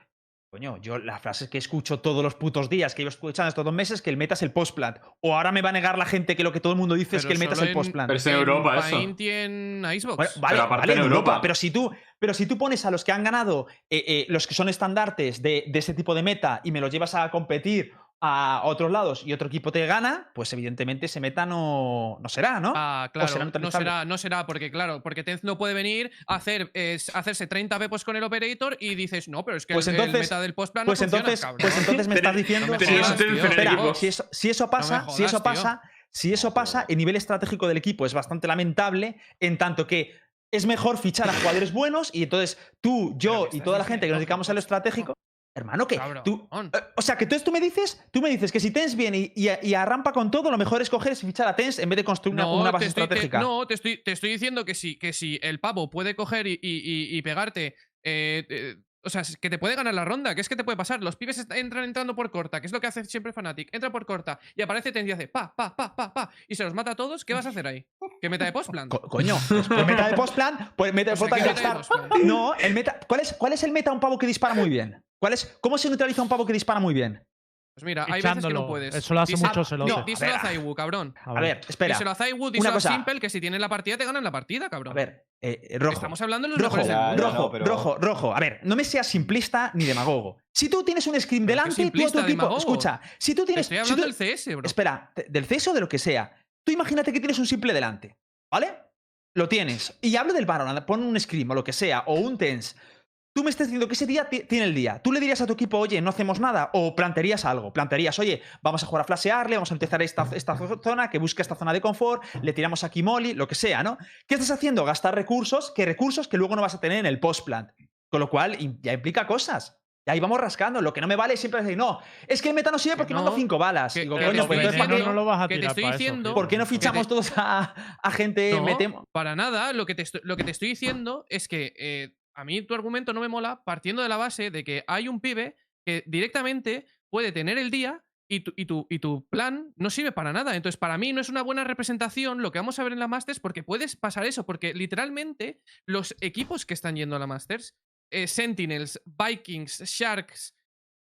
S3: Coño, yo las frases que escucho todos los putos días, que yo escuchando estos dos meses, que el meta es el postplan. O ahora me va a negar la gente que lo que todo el mundo dice es
S5: Pero
S3: que el meta es el
S5: solo en-
S3: postplan.
S4: Pero es en Europa eso.
S5: Paint y en Icebox.
S3: Bueno, vale,
S4: Pues, aparte
S3: vale,
S4: en
S3: en Europa.
S4: Europa.
S3: Pero si tú, pero si tú pones a los que han ganado, eh, eh, los que son estandartes de, de ese tipo de meta y me los llevas a competir a otros lados y otro equipo te gana, pues evidentemente ese meta no, no será, ¿no?
S5: Ah, claro.
S3: será
S5: no,
S3: neutralizable.
S5: será, no será, porque claro, porque Tenz no puede venir a hacer, es, hacerse 30 pepos con el Operator y dices, no, pero es que
S3: Pues
S5: el- el
S3: entonces-
S5: meta del postplan
S3: pues
S5: no funciona,
S3: entonces,
S5: cabrón".
S3: pues entonces me
S4: Pero-
S3: estás diciendo.
S5: me
S4: Pero
S5: jodas,
S4: eso te
S5: tío.
S4: enferma,
S3: Espera,
S4: equipo.
S3: si eso, si eso pasa,
S5: No me
S3: si eso
S5: jodas, tío.
S3: pasa, si eso
S2: No,
S3: pasa,
S2: pero-
S3: el nivel estratégico del equipo es bastante lamentable, en tanto que es mejor fichar a jugadores buenos y entonces tú, yo
S5: Pero
S3: y
S5: que estás
S3: toda la gente que nos
S5: diciendo,
S3: dedicamos a lo
S5: cabrón.
S3: estratégico, hermano, que
S5: Cabrón. Ah,
S3: tú, eh, o sea, que entonces tú me dices, tú me dices que si Tens viene y, y, y arrampa con todo, lo mejor es coger es fichar a Tens en vez de construir una, una base
S5: te estoy- te-
S3: estratégica.
S5: no, te estoy, te estoy diciendo que si, que si el pavo puede coger y, y- y- y pegarte. eh, eh, o sea, es que te puede ganar la ronda, que es que te puede pasar. Los pibes est- entran entrando por corta, que es lo que hace siempre Fnatic. Entra por corta y aparece Tenz y hace pa, pa, pa, pa, pa. Y se los mata a todos. ¿Qué vas a hacer ahí? ¿Qué meta de
S3: (laughs)
S5: postplan?
S3: Co- coño, pues, pues meta de postplan, pues meta de
S5: O sea, ¿qué
S3: postplan
S5: meta de
S3: gastar.
S5: postplan?
S3: No, el meta. ¿Cuál es, ¿Cuál es el meta a un pavo que dispara muy bien? ¿Cuál es, ¿Cómo se neutraliza un pavo que dispara muy bien?
S5: Pues mira, hay veces que
S6: Echándolo.
S5: no puedes.
S6: Eso lo hace
S5: Díselo-
S6: mucho Zelote.
S5: No,
S6: A
S5: díselo
S3: ver,
S5: a Zaiwu, cabrón.
S3: A ver, espera.
S5: Díselo a Zaiwu,
S3: Una
S5: díselo a
S3: cosa.
S5: Simple, que si tienen la partida, te ganan la partida,
S3: A
S5: cabrón.
S3: ver, eh, eh, rojo.
S5: Estamos hablando de los
S3: Rojo,
S5: mejores del
S2: Ya,
S5: mundo.
S2: ya,
S3: rojo,
S2: no, pero-
S3: rojo, rojo. A ver, no me seas simplista ni demagogo. Si tú tienes un screen
S5: Pero es
S3: delante, tú
S5: que
S3: a tu
S5: simplista,
S3: equipo.
S5: demagogo.
S3: Escucha, si tú
S5: Te
S3: tienes.
S5: estoy
S3: si
S5: hablando
S3: tú-
S5: del CS, bro.
S3: Espera, te- del CES o de lo que sea. Tú imagínate que tienes un simple delante, ¿vale? Lo tienes. Y hablo del Baron, pon un scream o lo que sea, o un tense. Tú me estás diciendo que ese día ti- tiene el día. Tú le dirías a tu equipo, oye, no hacemos nada, o plantearías algo. Plantearías, oye, vamos a jugar a flashearle, vamos a empezar esta, esta zona, que busca esta zona de confort, le tiramos aquí molly, lo que sea, ¿no? ¿Qué estás haciendo? Gastar recursos, que recursos que luego no vas a tener en el post-plant. Con lo cual im- ya implica cosas. Y ahí vamos rascando. Lo que no me vale siempre es decir, no, es que el meta no sirve porque
S5: no,
S3: mando cinco balas.
S5: que-
S3: Digo,
S5: que
S3: coño,
S5: te
S3: pues
S5: estoy
S3: entonces, ¿para
S5: diciendo-
S3: qué-
S6: no lo vas a
S5: que te
S6: tirar
S5: estoy
S6: pa' eso,
S5: diciendo-
S6: tío.
S3: ¿Por qué no
S5: te-
S3: fichamos todos a, a gente?
S5: No.
S3: metemos?
S5: Para nada, lo que te, estoy- lo que te estoy diciendo es que eh, a mí tu argumento no me mola partiendo de la base de que hay un pibe que directamente puede tener el día y tu, y tu, y tu plan no sirve para nada. Entonces, para mí no es una buena representación lo que vamos a ver en la Masters porque puedes pasar eso, porque literalmente los equipos que están yendo a la Masters, eh, Sentinels, Vikings, Sharks...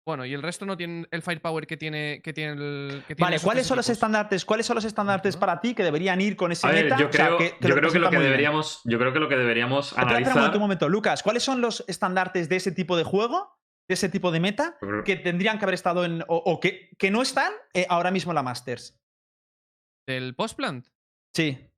S5: Bueno, y el resto no tienen el firepower que tiene, que tiene el. que tienen
S3: Vale,
S5: esos
S3: ¿cuáles
S5: tres
S3: son los
S5: equipos.
S3: estandartes? ¿Cuáles son los estandartes para ti que deberían ir con ese
S4: A ver,
S3: meta?
S4: yo
S3: O sea,
S4: creo, yo creo que lo
S3: representa
S4: que
S3: muy bien.
S4: deberíamos, yo creo que lo que deberíamos
S3: Espera, espera un
S4: analizar.
S3: momento, un momento, Lucas, ¿cuáles son los estandartes de ese tipo de juego? ¿De ese tipo de meta?
S4: Yo creo-
S3: Que tendrían que haber estado en. o, o que, que no están eh, ahora mismo en la Masters.
S5: Del post-plant.
S3: Sí.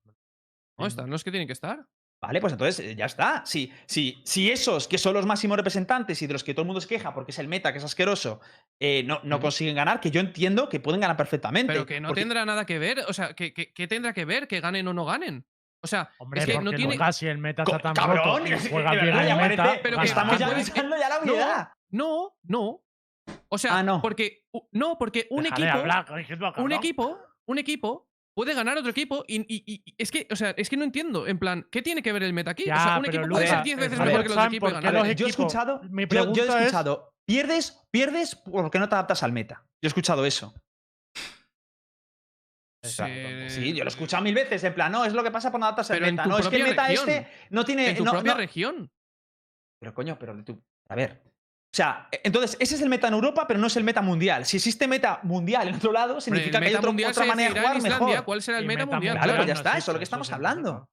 S5: No están los que tienen que estar.
S3: Vale, pues entonces eh, ya está. Si, si, si esos que son los máximos representantes y de los que todo el mundo se queja porque es el meta, que es asqueroso, eh, no, no consiguen ganar, que yo entiendo que pueden ganar perfectamente.
S5: Pero que no
S3: porque-
S5: tendrá nada que ver, o sea, que, que- que tendrá que ver que ganen o no ganen. O sea,
S6: Hombre,
S5: es que no
S6: porque
S5: tiene.
S6: Lucas, si el meta
S3: Co-
S6: está tan
S3: cabrón,
S6: roto y
S3: es que
S6: juega
S3: de
S6: bien
S3: verdad
S6: el
S3: ya
S6: meta,
S3: parece-
S5: pero
S6: gana.
S3: pues
S5: que
S3: Estamos ya
S5: Bueno, es que-
S3: buscando ya la
S5: no,
S3: unidad.
S5: No, no. O sea,
S3: Ah, no.
S5: porque u- no, porque un
S6: Deja de
S5: equipo,
S6: hablar, Ejidua,
S5: un
S6: cabrón.
S5: equipo, un equipo puede ganar otro equipo y, y- y- y es que, o sea, es que no entiendo, en plan, ¿qué tiene que ver el meta aquí? o
S6: Ya,
S5: sea, un
S6: pero
S5: equipo puede
S3: Lucas,
S5: ser 10 veces
S3: a
S5: mejor
S3: ver,
S5: que los
S6: ¿saben
S5: equipos y
S6: por qué
S5: ganar.
S6: los
S5: Eh,
S3: yo he
S6: equipos-
S3: escuchado.
S6: mi
S3: yo-
S6: pregunta
S3: yo, he
S6: es-
S3: escuchado. Pierdes, pierdes porque no te adaptas al meta. Yo he escuchado eso.
S5: eh,
S3: Sí, yo lo he escuchado mil veces. En plan, no, es lo que pasa por no adaptarse al
S5: Pero en
S3: meta.
S5: tu
S3: No, es que el
S5: propia
S3: meta
S5: región.
S3: este no tiene.
S5: En tu
S3: no-
S5: propia
S3: no-
S5: región.
S3: Pero coño, pero de tu. A ver. O sea, e- entonces, ese es el meta en Europa, pero no es el meta mundial. Si existe meta mundial en otro lado,
S5: Hombre,
S3: significa
S5: el
S3: que hay
S5: meta
S3: otro-
S5: mundial
S3: otra
S5: se
S3: manera de
S5: decidirá en
S3: jugar
S5: Islandia,
S3: mejor.
S5: ¿Cuál será el
S6: Y
S5: meta
S6: meta
S5: mundial?
S6: mundial,
S3: Claro,
S5: Claro.
S3: pues ya
S6: no
S3: está,
S6: existe,
S3: eso es lo que
S6: eso
S3: estamos
S6: sí,
S3: hablando.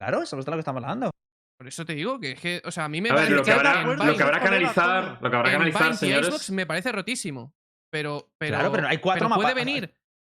S3: Claro, eso es lo que estamos hablando.
S5: Por eso te digo que es que, o sea, a mí me
S4: A ver,
S5: parece
S4: lo que
S5: que
S4: habrá,
S5: en
S6: acuerdo,
S4: lo
S5: Vine-
S4: que habrá que
S6: estoy de
S4: analizar,
S6: acuerdo.
S4: lo que habrá que
S5: en
S4: analizar,
S5: Vines y
S4: señores.
S5: Xbox me parece rotísimo. Pero, pero,
S3: Claro, pero hay cuatro
S5: pero puede
S3: mapas.
S5: venir.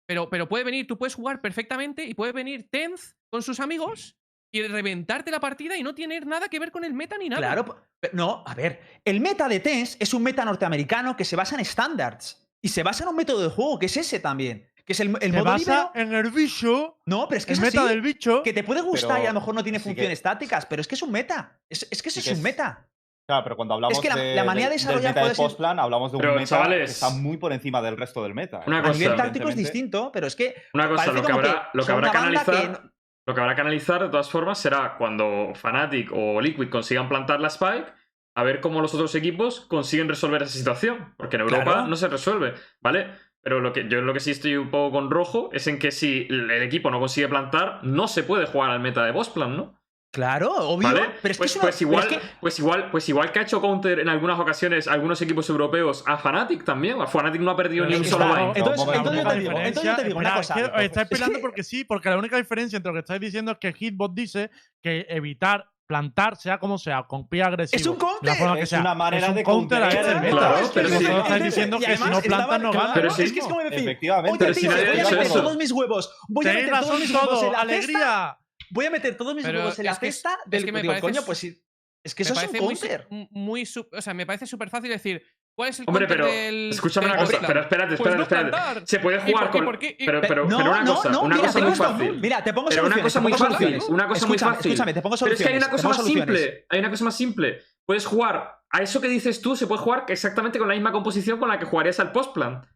S5: Pero, pero puede venir, tú puedes jugar perfectamente y puede venir Tenz con sus amigos y reventarte la partida y no tener nada que ver con el meta ni nada.
S3: Claro, po- pero no, a ver, el meta de TENS es un meta norteamericano que se basa en standards y se basa en un método de juego que es ese también, que es el, el
S6: Se
S3: modo
S6: basa
S3: libero.
S6: en el bicho,
S3: No, pero es que
S6: el
S3: es
S6: meta
S3: así,
S6: del bicho.
S3: que te puede gustar
S2: Pero
S3: y a lo mejor no tiene
S2: sí que-
S3: funciones tácticas, pero es que es un meta. Es, es que eso
S2: Sí que
S3: es un
S2: es-
S3: meta.
S2: Claro, pero cuando hablamos
S3: que la-
S2: de,
S3: la manera de
S2: del- del
S3: desarrollar
S2: meta de
S3: juegos es-
S2: postplan, hablamos de un
S4: Pero,
S2: meta
S4: chavales,
S2: que está muy por encima del resto del meta. ¿eh?
S4: una
S3: A
S4: cosa,
S3: nivel táctico es
S2: Evidentemente.
S3: distinto, pero es que
S4: Una cosa,
S3: Parece
S4: lo que
S3: como
S4: habrá,
S3: que
S4: lo que
S3: son
S4: habrá que
S3: una banda que
S4: analizar. Lo que habrá que analizar, de todas formas, será cuando Fnatic o Liquid consigan plantar la Spike, a ver cómo los otros equipos consiguen resolver esa situación. Porque en Europa
S3: Claro.
S4: no se resuelve, ¿vale? Pero lo que, yo lo que sí estoy un poco con rojo es en que si el el equipo no consigue plantar, no se puede jugar al meta de Bosplan, ¿no?
S3: Claro, obvio.
S4: ¿Vale?
S3: Pero es
S4: pues,
S3: que es una-
S4: pues
S3: pero
S4: igual,
S3: es que-
S4: pues igual, pues igual que ha hecho counter en algunas ocasiones algunos equipos europeos a Fnatic también. A Fnatic no ha perdido ni
S6: Pero
S4: un
S6: es
S4: solo
S3: Está-
S4: Vine.
S2: Entonces-
S6: Pero la
S2: entonces yo
S6: única
S2: te digo-
S6: diferencia-
S3: entonces yo te digo una
S6: espera,
S3: cosa,
S6: es que
S3: Alberto.
S6: os estáis
S3: Es
S6: pelando
S3: que-
S6: porque sí, porque la única diferencia entre lo que estáis diciendo es que Hitbox dice que evitar plantar, sea como sea, con pie agresivo.
S3: Es un
S6: de la
S3: counter.
S6: forma que
S2: Es
S6: sea,
S2: una manera
S6: es un
S2: de
S6: counter a
S2: counterear
S6: ese
S2: el
S6: meta.
S4: Claro,
S6: Es que
S4: pero sí.
S6: vosotros estáis
S3: Entonces,
S6: diciendo
S3: y
S6: que si
S3: además
S6: no plantan
S3: estaban-
S6: no ganan.
S3: claro,
S4: Pero sí.
S3: Es que es como
S2: (laughs)
S3: decir,
S2: Efectivamente.
S3: oye,
S4: Pero
S3: tío,
S4: si nadie ha
S3: voy a
S4: dicho
S3: meter
S4: eso.
S3: todos mis huevos, voy a
S6: Tenéis
S3: meter todos
S6: razón
S3: mis huevos en
S6: todo,
S3: la cesta
S6: alegría.
S3: voy a meter todos mis
S5: Pero
S3: huevos en
S5: es
S3: la
S5: que es-
S3: cesta
S5: es
S3: del
S5: que me
S3: digo,
S5: parece
S3: coño,
S5: su-
S3: pues sí. Es que
S5: Me
S3: eso es un
S5: parece muy, su-
S3: counter.
S5: m- muy su- o sea, me parece súper fácil decir cuál es el
S4: Hombre,
S5: counter
S4: pero
S5: del-
S4: escúchame
S5: del
S4: una cosa.
S5: Gotland?
S4: Pero espérate,
S5: Pues
S4: espérate,
S5: no
S4: espérate.
S5: plantar.
S4: Se puede
S5: ¿Y por-
S4: jugar
S5: y
S4: con.
S5: por qué? Y-
S4: Pero,
S3: Pe-
S4: pero,
S3: no,
S4: pero una
S3: no,
S4: cosa,
S3: no,
S4: una
S3: mira,
S4: cosa
S3: te
S4: muy
S3: pongo-
S4: fácil.
S3: Mira, te pongo
S4: Pero una
S3: soluciones.
S4: cosa
S3: te
S4: muy
S3: pongo
S4: fácil.
S3: soluciones.
S4: Una cosa muy
S3: Escúchame,
S4: fácil.
S3: Escúchame, te pongo
S4: Pero es
S3: soluciones.
S4: que hay una
S3: te
S4: cosa
S3: pongo
S4: más
S3: soluciones.
S4: simple. Hay una cosa más simple. Puedes jugar a eso que dices tú, se puede jugar exactamente con la misma composición con la que jugarías al postplan.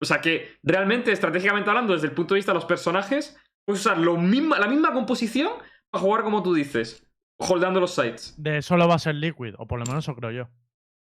S4: O sea que realmente, estratégicamente hablando, desde el punto de vista de los personajes, puedes usar lo misma, la misma composición para jugar como tú dices, holdando los sites.
S6: De eso lo va a ser Liquid, o por lo menos eso creo yo.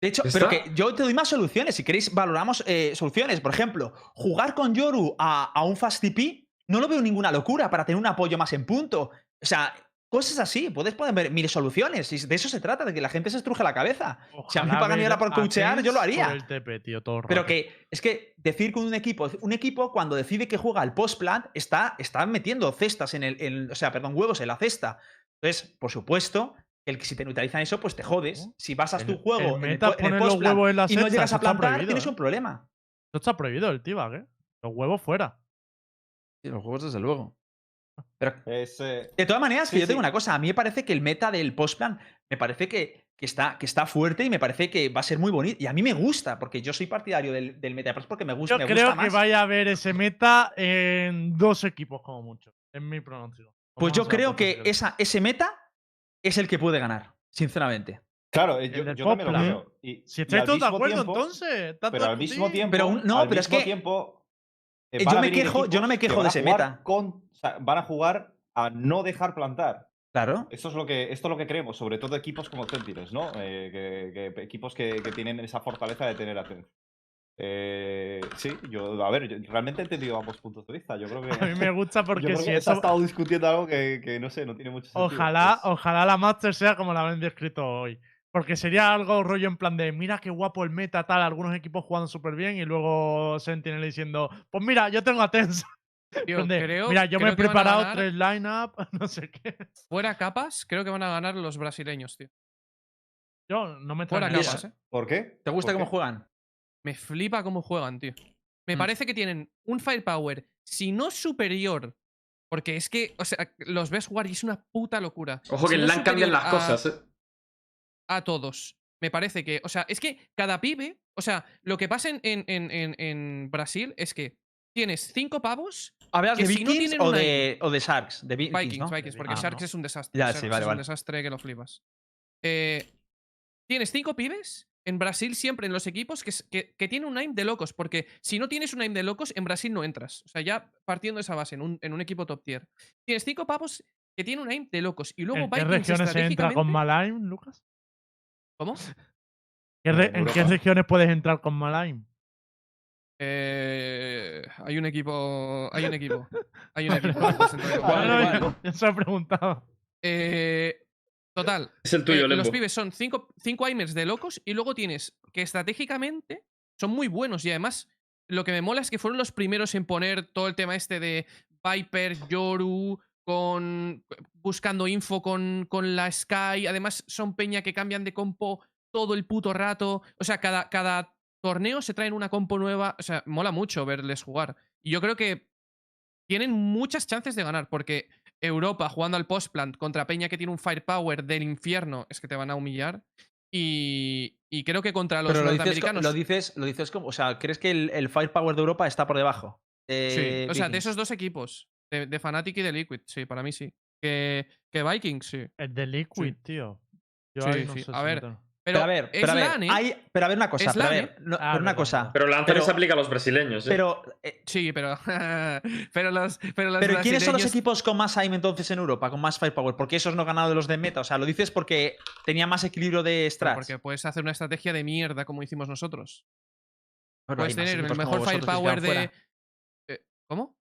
S3: De hecho,
S4: ¿Ya
S3: pero
S4: está?
S3: que yo te doy más soluciones. Si queréis, valoramos eh, soluciones. Por ejemplo, jugar con Yoru a, a un Fast TP no lo veo ninguna locura para tener un apoyo más en punto. O sea, Cosas así, puedes poner mil soluciones. Y de eso se trata, de que la gente se estruje la cabeza. Si a mí me
S6: Ojalá
S3: pagan
S6: ver
S3: ahora por
S6: a
S3: coachear, yo lo
S6: Tails
S3: haría.
S6: por el TP, tío, todo
S3: Pero
S6: roto.
S3: que es que decir con un equipo, un equipo cuando decide que juega al post plan está, está metiendo cestas en el, en- o sea, perdón, huevos en la cesta. Entonces, por supuesto, el que si te neutralizan eso, pues te jodes. Si basas
S6: El-
S3: tu juego
S6: el
S3: en el,
S6: meta
S3: po- en el
S6: poner los
S3: post plan
S6: huevos en la
S3: y no
S6: cesta,
S3: llegas
S6: eso
S3: a
S6: está
S3: plantar,
S6: prohibido,
S3: tienes
S6: ¿eh?
S3: un problema.
S6: Esto está prohibido el T-Bag, ¿eh? Los huevos fuera.
S3: Sí, los juegos desde luego. Pero
S2: Es, eh,
S3: de todas maneras, que
S2: Sí,
S3: yo tengo
S2: sí.
S3: una cosa. A mí me parece que el meta del postplan me parece que, que está, que está fuerte y me parece que va a ser muy bonito. Y a mí me gusta, porque yo soy partidario del, del meta de post porque me gusta.
S6: Yo
S3: pues me
S6: creo
S3: gusta
S6: que
S3: más.
S6: vaya a haber ese meta en dos equipos como mucho. Es mi pronóstico.
S3: Pues
S6: Como
S3: yo
S6: se va
S3: creo
S6: a
S3: que
S6: posicionar.
S3: esa, ese meta es el que puede ganar, sinceramente.
S2: claro, eh, yo,
S6: el
S2: yo también lo
S6: Poplar.
S2: veo. Y,
S6: Si
S2: y
S6: estáis
S2: al
S6: todos de
S2: mismo
S6: acuerdo,
S2: tiempo-
S6: entonces. tanto
S2: Pero al
S6: discutir.
S2: mismo tiempo.
S3: Pero un- no,
S2: al
S3: pero es
S2: mismo
S3: que-
S2: tiempo, eh,
S3: eh,
S2: van
S3: yo
S2: a
S3: me
S2: venir
S3: quejo- yo no me
S2: equipos que
S3: quejo de
S2: van a
S3: ese
S2: jugar
S3: meta.
S2: con- o sea, van a jugar a no dejar plantar.
S3: Claro.
S2: Esto es lo que, esto es lo que creemos, sobre todo equipos como Sentinels, ¿no? Eh, que, que- equipos que, que tienen esa fortaleza de tener atención. Eh, sí, yo, a ver, yo realmente he entendido ambos puntos de vista. Yo creo que.
S6: (laughs) (laughs) A mí me gusta
S2: yo
S6: porque
S2: creo
S6: si
S2: que se ha
S6: eso.
S2: estado discutiendo algo que, que no sé, no tiene mucho sentido.
S6: Ojalá,
S2: Pues,
S6: ojalá la Master sea como la han descrito hoy. Porque sería algo rollo en plan de, mira qué guapo el meta, tal, algunos equipos jugando súper bien y luego Sentinel diciendo, pues mira, yo tengo a (laughs) Tensa.
S5: Tío,
S6: En plan de,
S5: creo-
S6: mira, yo me
S5: creo
S6: he
S5: que van a
S6: preparado
S5: ganar-
S6: tres line-up, (laughs) no sé qué.
S5: Fuera capas, creo que van a ganar los brasileños, tío.
S6: Yo no me
S5: Fuera
S3: Mira.
S6: extrañaría.
S5: capas, eh.
S2: ¿Por qué?
S3: ¿Te gusta
S2: ¿Por
S3: cómo
S2: qué?
S3: juegan?
S5: Me flipa cómo juegan, tío. Me
S3: Mm.
S5: parece que tienen un firepower, si no superior, porque es que, o sea, los ves jugar y es una puta locura.
S4: Ojo que
S5: Si
S4: en
S5: no
S4: LAN cambian
S5: superior
S4: las
S5: a-
S4: cosas, eh.
S5: a todos. Me parece que, o sea, es que cada pibe, o sea, lo que pasa en, en- en- en- en Brasil es que tienes cinco pavos,
S3: ¿Hablas de
S5: Que si no
S3: Vikings
S5: tienen
S3: o,
S5: una
S3: de, o de Sharks? De Vikings,
S5: Vikings,
S3: ¿no?
S5: Vikings, porque
S3: Ah,
S5: Sharks
S3: no.
S5: es un desastre.
S3: Ya, sí,
S5: Sharks
S3: vale,
S5: es
S3: vale.
S5: un desastre que lo flipas. Eh, tienes cinco pibes en Brasil siempre en los equipos que, s- que, que tienen un aim de locos, porque si no tienes un aim de locos, en Brasil no entras. O sea, ya partiendo de esa base, en un, en un equipo top tier. Tienes cinco pavos que tienen un aim de locos. Y luego
S6: ¿En qué
S5: Vikings
S6: regiones se entra con
S5: estratégicamente-
S6: Malaim, Lucas?
S5: ¿Cómo?
S6: ¿Qué
S2: En
S6: re- ¿En qué
S2: Europa.
S6: regiones puedes entrar con Malaim?
S5: Eh, hay un equipo. Hay un equipo.
S6: (laughs)
S5: Hay un equipo. representado por
S3: Vale,
S5: Malaim.
S3: vale.
S6: Eso he preguntado.
S5: Eh, total,
S4: Es el tuyo,
S5: eh,
S4: Lembo.
S5: los pibes son cinco, cinco aimers de locos y luego tienes que estratégicamente son muy buenos y además lo que me mola es que fueron los primeros en poner todo el tema este de Viper, Yoru, con buscando info con, con la Sky. Además son peña que cambian de compo todo el puto rato. O sea, cada, cada torneo se traen una compo nueva. O sea, mola mucho verles jugar. Y yo creo que tienen muchas chances de ganar porque Europa jugando al postplant contra Peña que tiene un firepower del infierno es que te van a humillar. Y, y creo que contra los
S3: Pero lo dices, co-
S5: norteamericanos.
S3: lo, dices, lo dices como. O sea, ¿crees que el, el firepower de Europa está por debajo?
S5: sí.
S3: de
S5: O sea, de
S3: Vikings?
S5: esos dos equipos, de, de Fnatic y de Liquid, sí, para mí sí. Que, que Vikings, sí.
S6: El de Liquid, tío. Yo
S5: Sí,
S6: ahí no
S5: sí,
S6: sé
S5: a
S6: si
S5: ver,
S6: meterlo.
S5: Pero,
S3: a ver,
S5: es
S3: pero a ver,
S5: LAN, ¿eh?
S3: hay- pero a ver una cosa.
S5: Es
S3: pero a
S5: LAN, ¿eh?
S3: ver, no- pero
S6: Ah,
S3: una
S6: verdad,
S3: cosa.
S6: verdad.
S4: Pero la
S3: pero-
S4: se aplica a los brasileños, eh.
S3: Pero, eh,
S5: Sí, pero. (laughs) pero los. Pero, los
S3: pero ¿quiénes son los
S5: brasileños-
S3: equipos con más aim entonces en Europa, con más firepower? Porque esos no han ganado de los de meta. O sea, lo dices porque tenía más equilibrio de
S5: Pero
S3: strats.
S5: Porque puedes hacer una estrategia de mierda como hicimos nosotros.
S3: Bueno,
S5: Puedes
S3: hay más
S5: tener el
S3: equipos como
S5: mejor
S3: vosotros que se quedaron
S5: firepower de.
S3: fuera.
S5: Eh, ¿Cómo?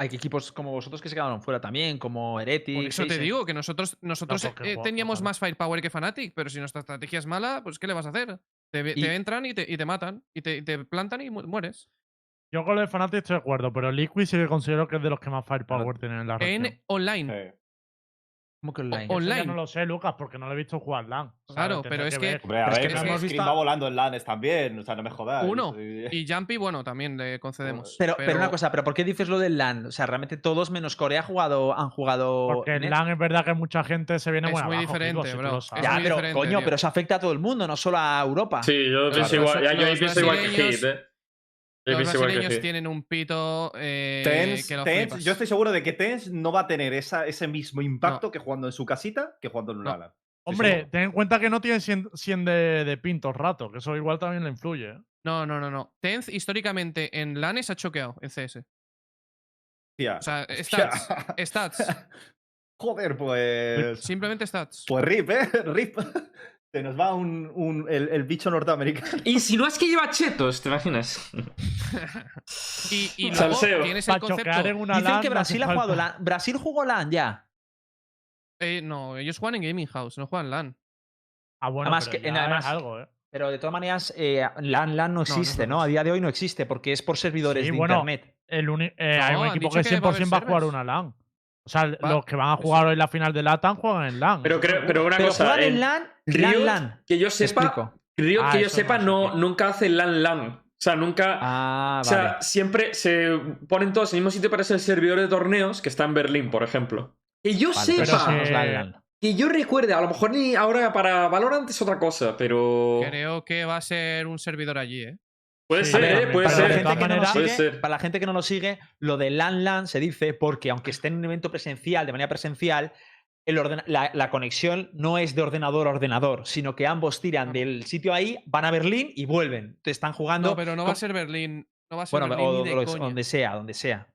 S3: Hay equipos como vosotros que se quedaron fuera también, como Hereti.
S5: Por eso
S3: sí,
S5: te
S3: sí.
S5: digo que nosotros, nosotros
S6: porque
S5: eh,
S6: guapo,
S5: teníamos
S6: claro.
S5: más firepower que Fnatic, pero si nuestra estrategia es mala, pues ¿qué le vas a hacer? Te, ve- te
S3: Y-
S5: entran y te, y te matan, y te, y te plantan y mu- mueres.
S6: Yo con lo de Fnatic estoy de acuerdo, pero Liquid sí que considero que es de los que más firepower tienen en la región.
S5: En online.
S2: Eh,
S3: ¿Cómo que
S5: O-
S3: online?
S6: Eso ya
S5: online.
S6: no lo sé, Lucas, porque no lo he visto jugar LAN. O sea,
S5: Claro,
S6: lo tendré
S5: pero es que-
S6: ver.
S2: hombre, a
S3: Pero es
S2: ver,
S3: que
S2: pero
S3: no
S2: es
S3: hemos
S2: que
S3: visto
S2: Scream
S3: a-
S2: va volando en LANES también, o sea, no me jodas.
S5: Uno.
S2: Eh,
S5: Y Jumpy, bueno, también le concedemos.
S3: Pero, pero una cosa, pero ¿por qué dices lo del LAN? O sea, realmente todos menos Corea ha jugado, han jugado.
S6: Porque
S3: en
S6: en LAN es verdad que mucha gente se viene
S5: Es
S6: bueno,
S5: muy
S6: abajo, Kiko,
S5: diferente,
S6: si tú
S5: bro.
S6: lo
S5: Es
S6: sabes.
S5: muy
S3: Ya, pero
S5: diferente,
S3: coño,
S5: tío.
S3: pero eso afecta a todo el mundo, no solo a Europa.
S4: Sí, yo pienso
S5: los-
S4: igual, ya- yo ahí
S5: los
S4: pienso igual que Hit,
S5: brasileños-
S4: eh. Yo
S5: Los
S4: pienso igual que
S5: brasileños
S4: Hit.
S5: tienen un pito eh,
S2: Tens,
S5: que lo
S2: Tens,
S5: flipas.
S2: yo estoy seguro de que Tens no va a tener esa, ese mismo impacto que jugando en su casita que jugando en un
S5: No.
S2: ala.
S6: Hombre,
S2: seguro.
S6: ten en cuenta que no tiene 100, 100 de, de pintos rato, que eso igual también le influye. ¿eh?
S5: No, no, no, no. Tenz históricamente en LANES ha choqueado en CS.
S2: Hostia,
S3: (laughs)
S5: O sea,
S2: (laughs) hostia.
S5: stats. Stats.
S2: (laughs) Joder, pues.
S5: Simplemente stats.
S2: Pues rip, ¿eh? (laughs) Rip. Se nos va un, un- el, el bicho norteamericano.
S4: Y si no es que lleva chetos, ¿te imaginas?
S5: Y, y luego
S4: Salseo.
S5: tienes el
S6: Para chocar
S5: concepto.
S6: en una
S3: Dicen
S6: LAN
S3: que
S6: no hace
S3: Brasil ha
S6: falta.
S3: jugado LAN. Brasil jugó LAN ya.
S5: Eh, no, ellos juegan en Gaming House, no juegan LAN.
S6: Ah, bueno,
S3: Además
S6: pero
S3: que- en-
S6: ya
S3: además-
S6: es algo, ¿eh?
S3: Pero de todas maneras, eh, LAN, LAN no
S5: no
S3: existe, no,
S5: sabemos.
S3: A día de hoy no existe porque es por servidores
S6: Sí,
S3: de
S6: bueno,
S3: internet.
S6: El uni- eh, hay
S5: No,
S6: un
S5: han
S6: equipo
S5: dicho
S6: que
S5: que va a haber
S6: 100% va a jugar
S5: servers.
S6: una LAN. O sea,
S5: Va,
S6: los que van a
S5: pues
S6: jugar hoy la final de LATAM juegan en LAN.
S4: Pero,
S6: eso
S4: creo,
S6: seguro.
S4: pero una
S3: Pero
S4: cosa.
S3: jugar en
S4: eh,
S3: LAN,
S4: Riot,
S3: LAN, LAN.
S4: que yo
S3: Te
S4: sepa,
S3: explico.
S4: Riot,
S6: Ah,
S4: que yo
S6: eso no
S4: sepa,
S6: sé
S4: no,
S6: qué.
S4: nunca hace LAN LAN. O sea, nunca.
S3: Ah,
S4: o sea,
S3: vale.
S4: siempre se ponen todos en el mismo sitio para ser servidor de torneos que está en Berlín, por ejemplo. Que yo
S3: Vale,
S4: sepa,
S3: pero eso no
S6: sí.
S3: es LAN, LAN.
S4: que yo recuerde, a lo mejor ni ahora para Valorant es otra cosa, pero.
S5: Creo que va a ser un servidor allí, ¿eh?
S4: Puede
S6: Sí,
S4: ser,
S6: pero
S4: ¿eh?
S6: me
S4: puede
S3: para,
S6: parece
S3: la gente
S4: ser.
S6: De todas
S3: que no lo
S6: maneras-
S4: Puede
S3: sigue,
S4: ser.
S3: para la gente que no lo sigue, lo de LAN LAN se dice porque aunque esté en un evento presencial, de manera presencial, el ordena- la, la conexión no es de ordenador a ordenador, sino que ambos tiran
S5: Ah.
S3: del sitio ahí, van a Berlín y vuelven. Entonces están jugando
S5: No, pero no va a
S3: con-
S5: ser Berlín. No va a ser
S3: bueno,
S5: Berlín
S3: o
S5: ni de
S3: lo-
S5: coña.
S3: donde sea, donde sea.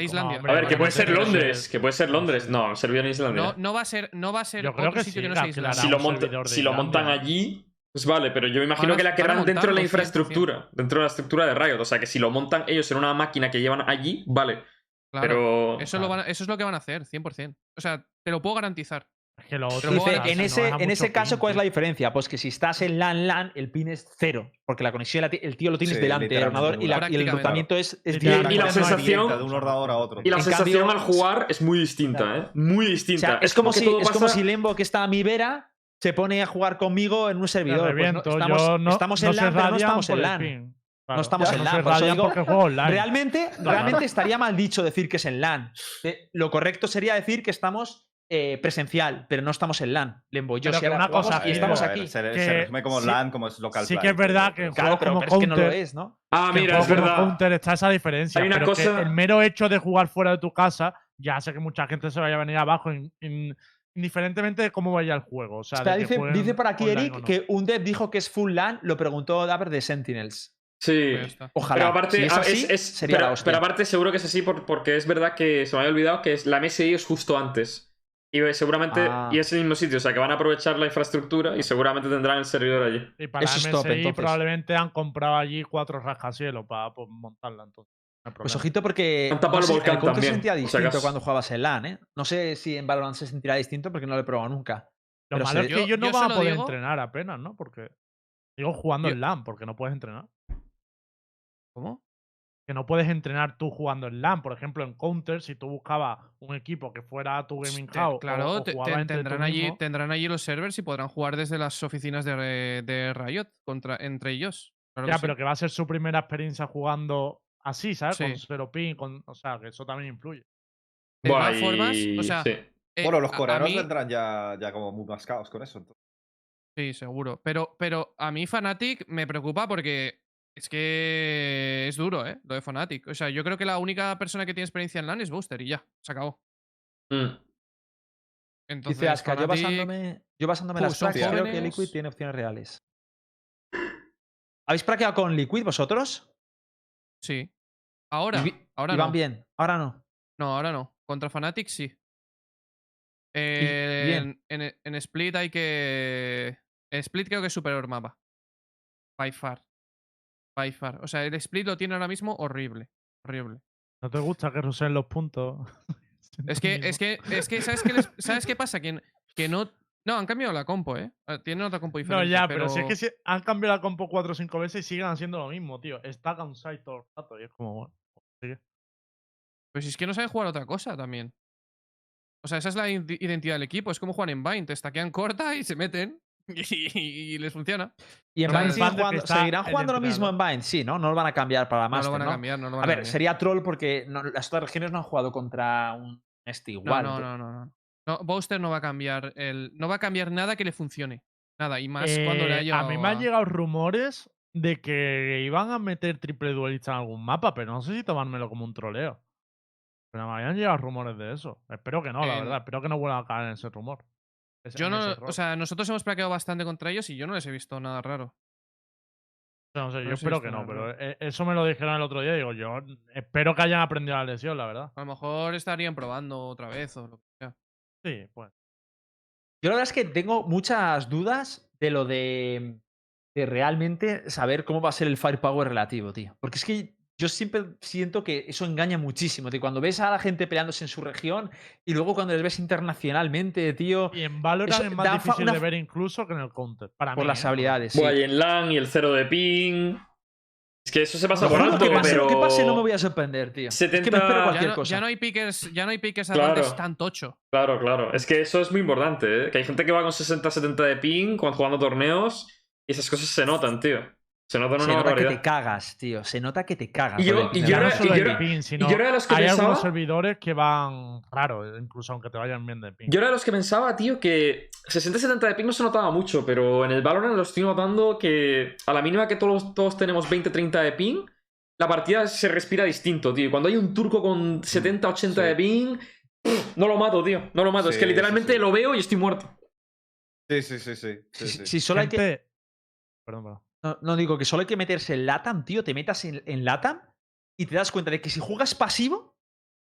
S6: No,
S5: Islandia.
S4: A
S6: hombre,
S4: ver, que
S6: Bueno,
S4: puede
S6: no
S4: ser
S6: sé, no sé.
S4: Londres, que puede ser Londres. No, servidor en Islandia.
S5: No, no va a ser, no va a ser
S6: Yo creo
S5: otro
S6: que
S5: sitio
S6: sí,
S5: que no
S6: que
S5: sea
S6: alquilarán.
S5: Islandia.
S4: si lo,
S6: un
S4: monta-
S6: servidor de
S4: si lo montan
S6: Islandia.
S4: allí, pues vale, pero yo me imagino
S5: Van a-
S4: que la
S5: van a
S4: querrán
S5: montar
S4: dentro de la
S5: 200%.
S4: infraestructura, dentro de la estructura de Riot. O sea, que si lo montan ellos en una máquina que llevan allí, vale.
S5: Claro.
S4: pero.
S5: Eso, lo van a- eso es lo que van a hacer, 100%. O sea, te lo puedo garantizar.
S6: Es que lo otro
S5: Pero
S3: Dice,
S5: bueno,
S6: es que
S3: en
S6: no
S3: ese,
S6: deja
S3: en
S6: mucho
S3: ese caso,
S6: pin,
S3: ¿cuál es la
S6: tío.
S3: diferencia? Pues que si estás en LAN LAN, el pin es cero, porque la conexión la ti- el tío lo tienes
S2: Sí,
S3: delante del
S2: literalmente,
S3: ordenador y, la- y el
S5: prácticamente.
S3: enrutamiento es, es
S6: Y-
S4: Y-
S6: y
S3: directo.
S4: y la
S2: conexión es
S4: sensación.
S2: directa de un ordenador a otro.
S4: Y la
S3: En
S4: sensación
S3: cambio-
S4: al jugar es muy distinta, ¿eh? Muy
S3: O
S4: distinta.
S3: sea, es como,
S4: que
S3: si,
S4: todo
S3: es como
S4: pasa-
S3: si Lembo, que está a mi vera, se pone a jugar conmigo en un servidor. Pues no-
S6: reviento,
S3: estamos,
S6: yo no,
S3: estamos en
S6: no se pues,
S3: LAN, pero no
S6: radian
S3: estamos
S6: por
S3: en
S6: el
S3: LAN.
S6: pin.
S3: No estamos en
S6: se
S3: LAN, por eso
S6: radian
S3: digo-
S6: porque juego online. (laughs)
S3: Realmente,
S6: No,
S3: realmente estaría mal dicho decir que es en LAN. Eh, Lo correcto sería decir que estamos eh, presencial, pero no estamos en LAN. Lembo, yo
S6: Pero
S3: si
S6: que
S3: ahora
S6: una
S3: jugamos
S6: cosa,
S3: y
S6: eh,
S3: estamos
S6: a
S3: aquí.
S2: Se,
S6: que
S2: se resume como
S6: sí-
S2: LAN, como es local.
S6: sí que
S2: play,
S6: es verdad
S2: pero-
S6: que-
S3: Claro,
S6: juegos
S3: pero,
S6: como
S3: pero es que no lo
S6: Counter.
S3: es, ¿no?
S4: Ah,
S6: que
S4: mira, es
S6: juego como
S4: verdad.
S6: Counter está esa diferencia.
S4: Hay una
S6: pero que
S4: cosa-
S6: el mero hecho de jugar fuera de tu casa ya hace que mucha gente se vaya a venir abajo, in- in- indiferentemente de cómo vaya el juego. O sea, de
S3: Espera,
S6: que
S3: dice,
S6: jueguen
S3: dice por aquí
S6: online
S3: Eric
S6: o no.
S3: que un dev dijo que es full LAN, lo preguntó Dapper de Sentinels.
S4: Sí.
S5: Pues ya está.
S3: Ojalá.
S4: Pero aparte,
S3: si es
S4: ah,
S3: así,
S4: es- es-
S3: sería
S4: pero-
S3: la hostia.
S4: pero aparte seguro que es así por- porque es verdad que se me había olvidado que es, la MSI es justo antes. Y eh, seguramente
S3: Ah.
S4: y es el mismo sitio, o sea que van a aprovechar la infraestructura y seguramente tendrán el servidor allí.
S6: Y para
S3: Eso es
S6: MSI
S3: top, entonces.
S6: probablemente han comprado allí cuatro rascacielos para pues, montarla. Entonces, no
S3: pues
S6: hay problema.
S3: ojito porque
S4: Han tapado el
S3: sé,
S4: volcán
S3: Counter
S4: también,
S3: se sentía
S4: por si
S3: distinto
S4: acaso.
S3: cuando jugabas en LAN, ¿eh? No sé si en Valorant se sentirá distinto porque no lo he probado nunca.
S6: Lo
S3: pero
S6: malo
S3: se-
S6: es que
S5: Yo-
S6: ellos no
S5: yo
S6: van a
S5: solo
S6: poder
S5: digo-
S6: entrenar apenas, ¿no? Porque digo jugando
S5: Yo-
S6: en LAN, porque no puedes entrenar.
S5: ¿Cómo?
S6: que no puedes entrenar tú jugando en LAN. Por ejemplo, en Counter, si tú buscabas un equipo que fuera tu gaming
S5: Pues, Te-
S6: house, o-
S5: claro,
S6: o
S5: te- te-
S6: jugabas entre tú
S5: tendrán, allí,
S6: mismo,
S5: tendrán allí los servers y podrán jugar desde las oficinas de, Re- de Riot contra, entre ellos. Claro que
S6: ya,
S5: sí.
S6: pero que va a ser su primera experiencia jugando así, ¿sabes? Con
S5: Sí.
S6: cero pin, con, o sea, que eso también influye.
S5: De
S4: Buah,
S5: todas formas,
S4: y-
S5: o sea,
S4: sí.
S5: eh,
S2: Bueno, los
S5: a- a
S2: coreanos
S5: mí-
S2: vendrán ya, ya como muy mascados con eso. entonces.
S5: Sí, seguro. Pero, pero a mí Fnatic me preocupa porque es que es duro, ¿eh? Lo de Fnatic. O sea, yo creo que la única persona que tiene experiencia en LAN es Booster y ya, se acabó.
S4: Mm.
S5: Entonces,
S3: Dice Aska, yo
S5: Fnatic-
S3: basándome, yo basándome en
S5: Ju,
S3: las
S5: son
S3: tracks, creo que
S5: jóvenes.
S3: Liquid tiene opciones reales. ¿Habéis praqueado con Liquid vosotros?
S5: Sí. Ahora,
S3: Y vi-
S5: ahora
S3: y van
S5: no.
S3: bien, ahora no.
S5: No, ahora no. Contra Fnatic sí. Eh,
S3: bien.
S5: en, en- en Split hay que. en Split creo que es superior mapa. By far. By far. O sea, el Split lo tiene ahora mismo horrible. Horrible.
S6: ¿No te gusta que rusen los puntos? (laughs)
S5: Es que, es que, es que, ¿sabes qué, les- ¿sabes qué pasa? Que, n- que no. No, han cambiado la compo, ¿eh? Ah, Tienen otra compo
S6: No,
S5: diferente.
S6: ya, pero, si es que si- han cambiado la compo 4 o 5 veces y siguen haciendo lo mismo, tío. Está cansado todo el rato y es como, bueno.
S5: Pues es que no saben jugar otra cosa también. O sea, esa es la in- identidad del equipo. Es como juegan en Bind. Te stackean corta y se meten. (laughs) Y, y les funciona.
S3: Y en
S5: Pero
S3: Bind
S5: el
S3: siguen
S6: Bind
S3: jugando-
S6: está
S3: seguirán
S6: el
S3: jugando lo mismo en Bind, sí, ¿no? No lo van a cambiar para más.
S5: no lo van a cambiar, ¿eh? no lo van
S3: A
S5: a,
S3: ver,
S5: cambiar.
S3: sería troll porque no- las otras regiones no han jugado contra un este
S5: No,
S3: igual.
S5: no, no, no, no. No, Bowser no va a cambiar el. No va a cambiar nada que le funcione. Nada. Y más cuando le
S6: Eh,
S5: haya.
S6: a mí me han llegado rumores de que iban a meter triple duelista en algún mapa, pero no sé si tomármelo como un troleo. Pero me habían llegado rumores de eso. Espero que no, la
S5: Eh,
S6: verdad. Espero que no vuelva a caer en ese rumor. Ese-
S5: (laughs) Yo
S6: en
S5: no.
S6: ese
S5: O
S6: error.
S5: sea, nosotros hemos plaqueado bastante contra ellos y yo no les he visto nada raro.
S6: No sé,
S5: no
S6: yo
S5: sé si
S6: espero
S5: esto
S6: que no,
S5: no,
S6: pero
S5: no.
S6: eh, eso me lo dijeron el otro día. Digo, yo espero que hayan aprendido la lección, la verdad.
S5: A lo mejor estarían probando otra vez o lo que sea.
S6: Sí, pues.
S3: Yo la verdad es que tengo muchas dudas de lo de, de realmente saber cómo va a ser el firepower relativo, tío. Porque es que yo siempre siento que eso engaña muchísimo. Tío. Cuando ves a la gente peleándose en su región y luego cuando les ves internacionalmente, tío,
S6: Y en Valorant
S3: Eso
S6: es
S3: da
S6: más
S3: fa-
S6: difícil
S3: una
S6: de
S3: fa-
S6: ver incluso que en el Counter. Para
S3: por
S6: mí,
S3: las
S6: ¿eh?
S3: habilidades. sí.
S4: Buah, y en LAN y el cero de ping. Es que eso se pasa
S3: Te
S4: por
S3: juro
S4: alto,
S3: que pase
S4: pero...
S3: lo que pase no me voy a sorprender, tío. Es que me
S4: 70
S3: espero
S4: Ya
S5: Ya
S3: cualquier
S5: no,
S3: cosa.
S5: ya no hay pickers, ya no hay pickers
S4: Claro.
S5: atacantes tan tocho.
S4: Claro, claro. Es que eso es muy importante, ¿eh? Que hay gente que va con 60-70 de ping cuando jugando torneos y esas cosas se notan, tío. Se notan
S3: se
S4: una
S3: nota que te
S4: barbaridad.
S3: cagas, tío. Se nota que te cagas.
S4: Y yo-
S3: joder,
S4: y
S3: me da
S4: yo
S6: Ya no
S4: era-
S3: mucho-
S4: y
S6: solo
S4: yo
S6: de
S4: era-
S6: ping,
S4: Y
S6: sino
S4: yo era de los que
S6: hay
S4: pensaba...
S6: algunos servidores que van raro, incluso aunque te vayan bien de ping.
S4: Yo era de los que pensaba, tío, que 60-70 de ping no se notaba mucho, pero en el Valorant lo estoy notando que a la mínima que todos, todos tenemos 20-30 de ping, la partida se respira distinto, tío. Y Cuando hay un turco con 70-80 de ping, pff, no lo mato, tío. No lo mato. es
S2: Sí,
S4: que
S2: sí,
S4: literalmente
S2: sí.
S4: lo veo y estoy muerto.
S2: Sí, sí, sí, sí. sí,
S3: Si,
S2: sí.
S3: si solo hay que
S6: Gente- Perdón, perdón.
S3: No, no digo que solo hay que meterse en LATAM, tío. Te metas en, en LATAM y te das cuenta de que si juegas pasivo,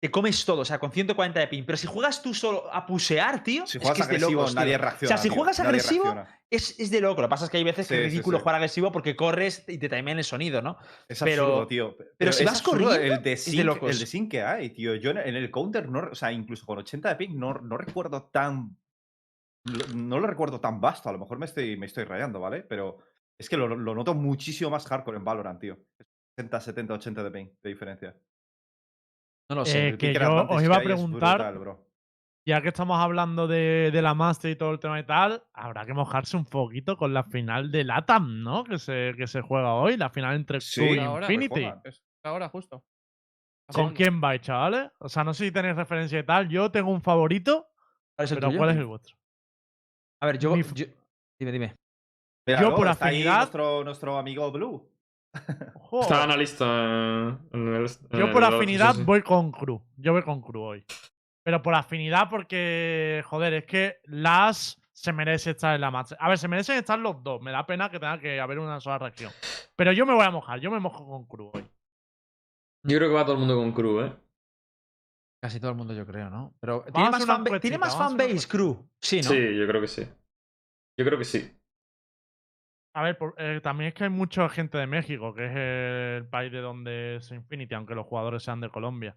S3: te comes todo, o sea, con 140 de ping. Pero si juegas tú solo a pusear, tío.
S2: Si
S3: es
S2: juegas
S3: que es de
S2: agresivo,
S3: locos, tío.
S2: nadie reacciona.
S3: O sea, si
S2: tío,
S3: juegas
S2: nadie
S3: agresivo,
S2: reacciona.
S3: es, es de loco. Lo que pasa es que hay veces que
S2: Sí,
S3: es
S2: sí,
S3: ridículo
S2: sí.
S3: jugar agresivo porque corres y te también el sonido, ¿no?
S2: Es
S3: pero-
S2: absurdo, tío. Pero,
S3: si
S2: es
S3: vas
S2: absurdo
S3: corriendo,
S2: el de
S3: es de
S2: sync,
S3: locos.
S2: El de sync que hay, tío. Yo en en el counter, no, o sea, incluso con 80 de ping, no, no recuerdo tan. lo- No lo recuerdo tan vasto. A lo mejor me estoy, me estoy rayando, ¿vale? Pero es que lo, lo noto muchísimo más hardcore en Valorant, tío. 60, 70, 80 de ping, de diferencia.
S3: No lo
S6: Eh,
S3: sé.
S6: que
S2: Picker
S6: yo
S2: advantage
S6: os iba a
S2: que hay es
S6: preguntar-
S2: brutal, bro. Pues
S6: Ya que estamos hablando de, de la Master y todo el tema y tal, habrá que mojarse un poquito con la final de LATAM, ¿no? Que se, que se juega hoy, la final entre
S2: Sí,
S6: Crew y
S5: ahora que
S6: Infinity.
S2: Joder, es-
S5: Ahora, justo.
S6: ¿Con quién vais, chavales? O sea, no sé si tenéis referencia y tal. Yo tengo un favorito,
S3: ¿Cuál es el
S6: pero
S3: tuyo?
S6: ¿cuál es el vuestro?
S3: A ver, yo,
S6: mi-
S3: yo- Dime, dime.
S2: Míralo,
S6: yo por
S2: está ahí
S6: afinidad-
S2: Nuestro, nuestro amigo Blue.
S6: Ojo,
S4: Estaba analista eh, en el- en
S6: Oh. yo
S4: el
S6: por
S4: Valorant,
S6: afinidad
S4: sí, sí.
S6: voy con Crew. Yo voy con Crew hoy. Pero por afinidad porque, joder, es que las se merece estar en la Master. A ver, se merecen estar los dos. Me da pena que tenga que haber una sola reacción. Pero yo me voy a mojar. Yo me mojo con Crew hoy.
S4: Yo creo que va todo el mundo con crew, ¿eh?
S3: Casi todo el mundo, yo creo, ¿no? Pero
S6: a
S3: tiene más,
S6: hacer una
S3: fanba-
S6: encuestita,
S3: ¿tiene más
S6: vamos a hacer una
S3: fanbase, crew. Sí, ¿no?
S4: Sí, yo creo que sí. Yo creo que sí.
S6: A ver, por- eh, también es que hay mucha gente de México, que es el país de donde es Infinity, aunque los jugadores sean de Colombia.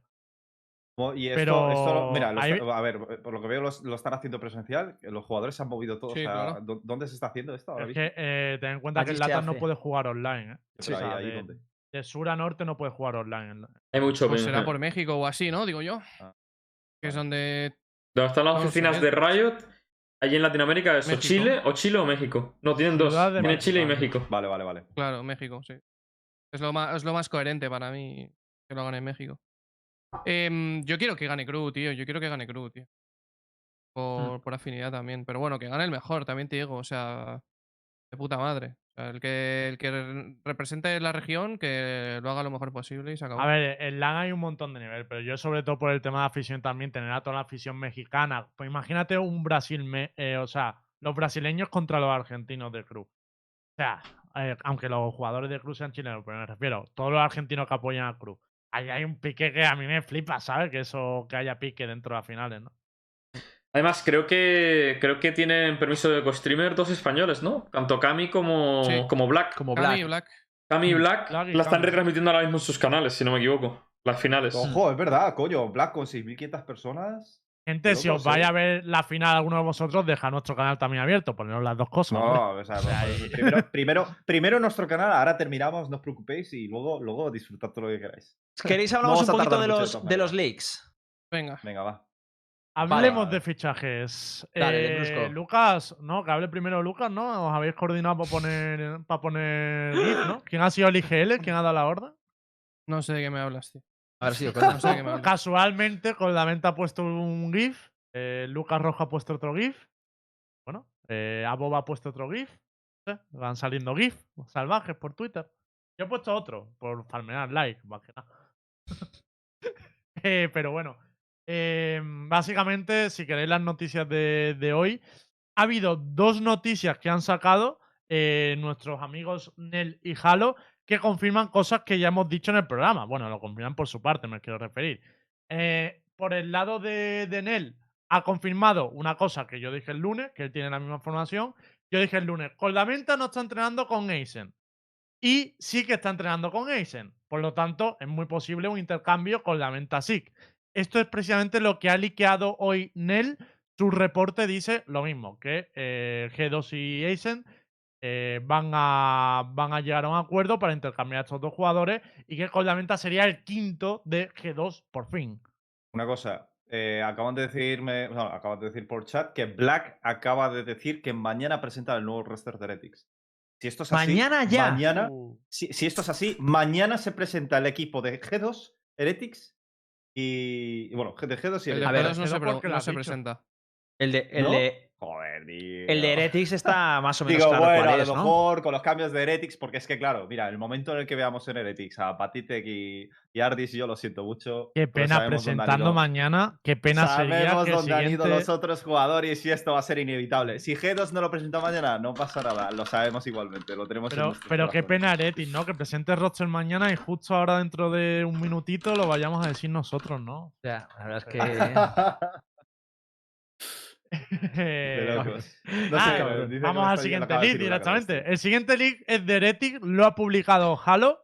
S2: Mo- Y esto,
S6: Pero
S2: esto lo- mira, lo
S6: hay-
S2: está- a ver, eh, por lo que veo lo, lo están haciendo presencial, que los jugadores se han movido todos.
S5: Sí,
S2: o sea,
S5: claro.
S2: ¿dó- ¿Dónde se está haciendo esto ahora
S6: es
S2: mismo?
S6: que eh, ten en cuenta
S3: Allí
S6: que en
S3: se
S6: Latam no
S3: hace.
S6: puedes jugar online. ¿eh?
S2: Pero
S6: O
S2: ahí-
S6: sea,
S2: ahí
S6: de,
S2: dónde.
S6: de sur a norte no puedes jugar online. en la-
S4: Hay mucho
S5: Pues
S4: ping,
S5: será
S4: ¿eh?
S5: por México o así, ¿no? Digo yo.
S2: Ah,
S5: Que es donde.
S4: Donde están las
S5: Vamos a
S4: oficinas de
S5: ver.
S4: Riot, allí en Latinoamérica, eso,
S5: México.
S4: Chile o Chile o México. No, tienen dos.
S6: Ciudad de
S4: Tiene
S6: México,
S4: Chile y
S6: vale.
S4: México.
S2: Vale, vale, vale.
S5: Claro, México, sí. Es lo más, es lo más coherente para mí que lo hagan en México. Em, yo quiero que gane Crew, tío. Yo quiero que gane Crew, tío. Por, por afinidad también. Pero bueno, que gane el mejor, también te digo. O sea, de puta madre. O sea, el que, el que re- represente la región, que lo haga lo mejor posible y se acabó.
S6: A ver, en LAN hay un montón de nivel, pero yo sobre todo por el tema de afición también, tener a toda la afición mexicana. Pues imagínate un Brasil, me- eh, o sea, los brasileños contra los argentinos de Cruz. O sea, eh, aunque los jugadores de Cruz sean chilenos, pero me refiero, todos los argentinos que apoyan a Cruz. Ahí hay un pique que a mí me flipa, ¿sabes? Que eso, que haya pique dentro de las finales, ¿no?
S4: Además, creo que creo que tienen permiso de co-streamer dos españoles, ¿no? Tanto Cami como,
S5: Sí.
S4: como Black.
S3: Como
S5: Cami
S3: Black.
S5: y Black.
S4: Cami y
S6: Mm,
S4: Black
S6: Black y
S4: la están
S6: Cami.
S4: retransmitiendo ahora mismo en sus canales, si no me equivoco. Las finales.
S2: Ojo, es verdad, coño. Black con 6.500 personas.
S6: Gente, si
S2: Loco,
S6: os vais
S2: sí.
S6: a ver la final alguno de vosotros, deja nuestro canal también abierto, poneros las dos cosas. hombre.
S2: No, o sea, no, primero, primero, primero nuestro canal, ahora terminamos, no os preocupéis y luego, luego disfrutad todo lo que queráis.
S3: ¿Queréis
S2: No
S3: hablamos
S2: vamos a
S3: un poquito
S2: tardar
S3: de
S2: mucho de
S3: los,
S2: todas
S3: de los
S2: maneras.
S3: leaks?
S5: Venga.
S2: Venga, va.
S6: Hablemos
S2: Vale.
S6: de fichajes.
S3: Dale, de
S6: Eh,
S3: Brusco.
S6: Lucas, no, que hable primero Lucas, ¿no? Os habéis coordinado para poner, para poner GIF, ¿no? ¿Quién ha sido el IGL? ¿Quién ha dado la orden?
S5: No sé de qué me hablas, tío.
S3: A
S5: (laughs)
S3: ver, sí,
S5: No sé de qué me hablas.
S6: Casualmente, con la venta ha puesto un GIF. eh, Lucas Roja ha puesto otro GIF. Bueno, eh, Aboba ha puesto otro GIF. no sé, Van saliendo GIF salvajes por Twitter. Yo he puesto otro, por farmear like, más que nada. (laughs) Eh, pero bueno, eh, básicamente, si queréis las noticias de, de hoy, ha habido dos noticias que han sacado eh, nuestros amigos Nel y Halo que confirman cosas que ya hemos dicho en el programa. Bueno, lo confirman por su parte, me quiero referir. Eh, por el lado de, de Nel, ha confirmado una cosa que yo dije el lunes, que él tiene la misma formación. Yo dije el lunes, con la venta no está entrenando con Eisen. Y sí que está entrenando con Aizen. Por lo tanto, es muy posible un intercambio con la venta SIC. Esto es precisamente lo que ha liqueado hoy Nel. Su reporte dice lo mismo, que eh, G2 y Aizen eh, van, a, van a llegar a un acuerdo para intercambiar a estos dos jugadores y que con la venta sería el quinto de G2 por fin.
S2: Una cosa, eh, acaban de decirme, no, acaban de decir por chat que Black acaba de decir que mañana presenta el nuevo roster de Heretics. Si esto es así,
S3: Mañana ya.
S2: mañana-
S6: Uh.
S2: si, si esto es así, mañana se presenta el equipo de G2, Heretics y, y bueno, de G2 y
S5: El de
S2: Heretics.
S3: A ver,
S5: G2 no,
S6: pero
S5: se, pre-
S6: porque lo
S5: no
S6: has
S5: se
S6: dicho.
S5: presenta.
S3: El de, el
S2: ¿No?
S3: de,
S2: Joder, tío.
S3: el de Heretics está más o menos
S2: Digo,
S3: claro
S2: bueno,
S3: cuál
S2: a
S3: es,
S2: lo
S3: ¿no?
S2: mejor con los cambios de Heretics, porque es que, claro, mira, el momento en el que veamos en Heretics a Patitek y, y Ardis, yo lo siento mucho.
S6: Qué
S2: pero
S6: pena
S2: sabemos dónde han
S6: presentando
S2: ido.
S6: mañana. Qué pena sería
S2: Sabemos
S6: que el
S2: dónde han ido
S6: siguiente-
S2: los otros jugadores y esto va a ser inevitable. Si G2 no lo presenta mañana, no pasa nada. Lo sabemos igualmente. Lo tenemos en
S6: Pero,
S2: nuestros
S6: pero qué
S2: corazones.
S6: pena Aretis, ¿no? Que presente roster mañana y justo ahora dentro de un minutito lo vayamos a decir nosotros, ¿no?
S3: O sea, la (laughs) verdad es que.
S2: (laughs) De
S6: Eh,
S2: locos. No
S6: ah,
S2: sé,
S6: cabrón.
S2: dice que
S6: vamos
S2: lo
S6: al
S2: está-
S6: siguiente
S2: acaba de
S6: leak
S2: decir una cabeza.
S6: directamente. El siguiente leak es de Heretic, lo ha publicado Halo.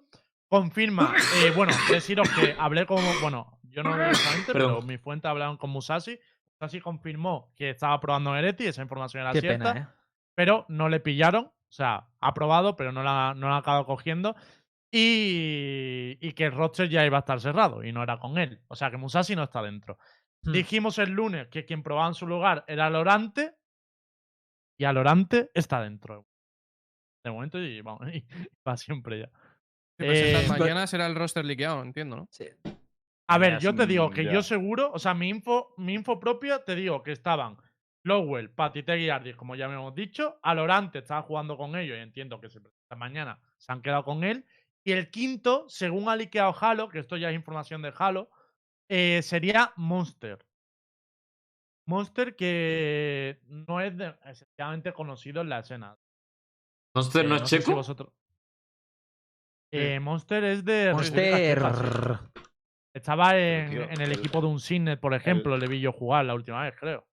S6: Confirma, eh, bueno, deciros que hablé con, bueno, yo no directamente, pero
S4: Perdón.
S6: mis fuentes hablaron con Musashi. Musashi confirmó que estaba probando Heretic, esa información era
S3: Qué
S6: cierta.
S3: pena, ¿eh?
S6: pero no le pillaron. O sea, ha probado, pero no la, no la ha acabado cogiendo. Y, y que el roster ya iba a estar cerrado y no era con él. O sea, que Musashi no está dentro.
S3: Hmm.
S6: Dijimos el lunes que quien probaba en su lugar era Lorante. Y a Lorante está dentro. De momento y vamos, (laughs) y va siempre ya.
S5: Si presentan
S6: Eh,
S5: mañana será el roster liqueado, entiendo, ¿no?
S3: Sí.
S6: A ver,
S2: Ya
S6: yo te digo
S2: son-
S6: que
S2: ya.
S6: yo seguro, o sea, mi info, mi info propia te digo que estaban Lowell, Patitegui y Ardis, como ya hemos dicho, Alorante estaba jugando con ellos y entiendo que se presenta mañana, se han quedado con él. Y el quinto, según ha liqueado Halo, que esto ya es información de Halo, eh, sería Monster. Monster que no es de- excesivamente conocido en la escena.
S4: Monster
S6: Eh,
S4: no es
S6: no sé si
S4: checo.
S6: vosotros- Eh, Monster es de República
S3: Monster.
S6: Checa, sí. Estaba en,
S2: tío,
S6: en el
S2: el-
S6: equipo de un Cisnet, por ejemplo, le vi yo jugar la última vez, creo.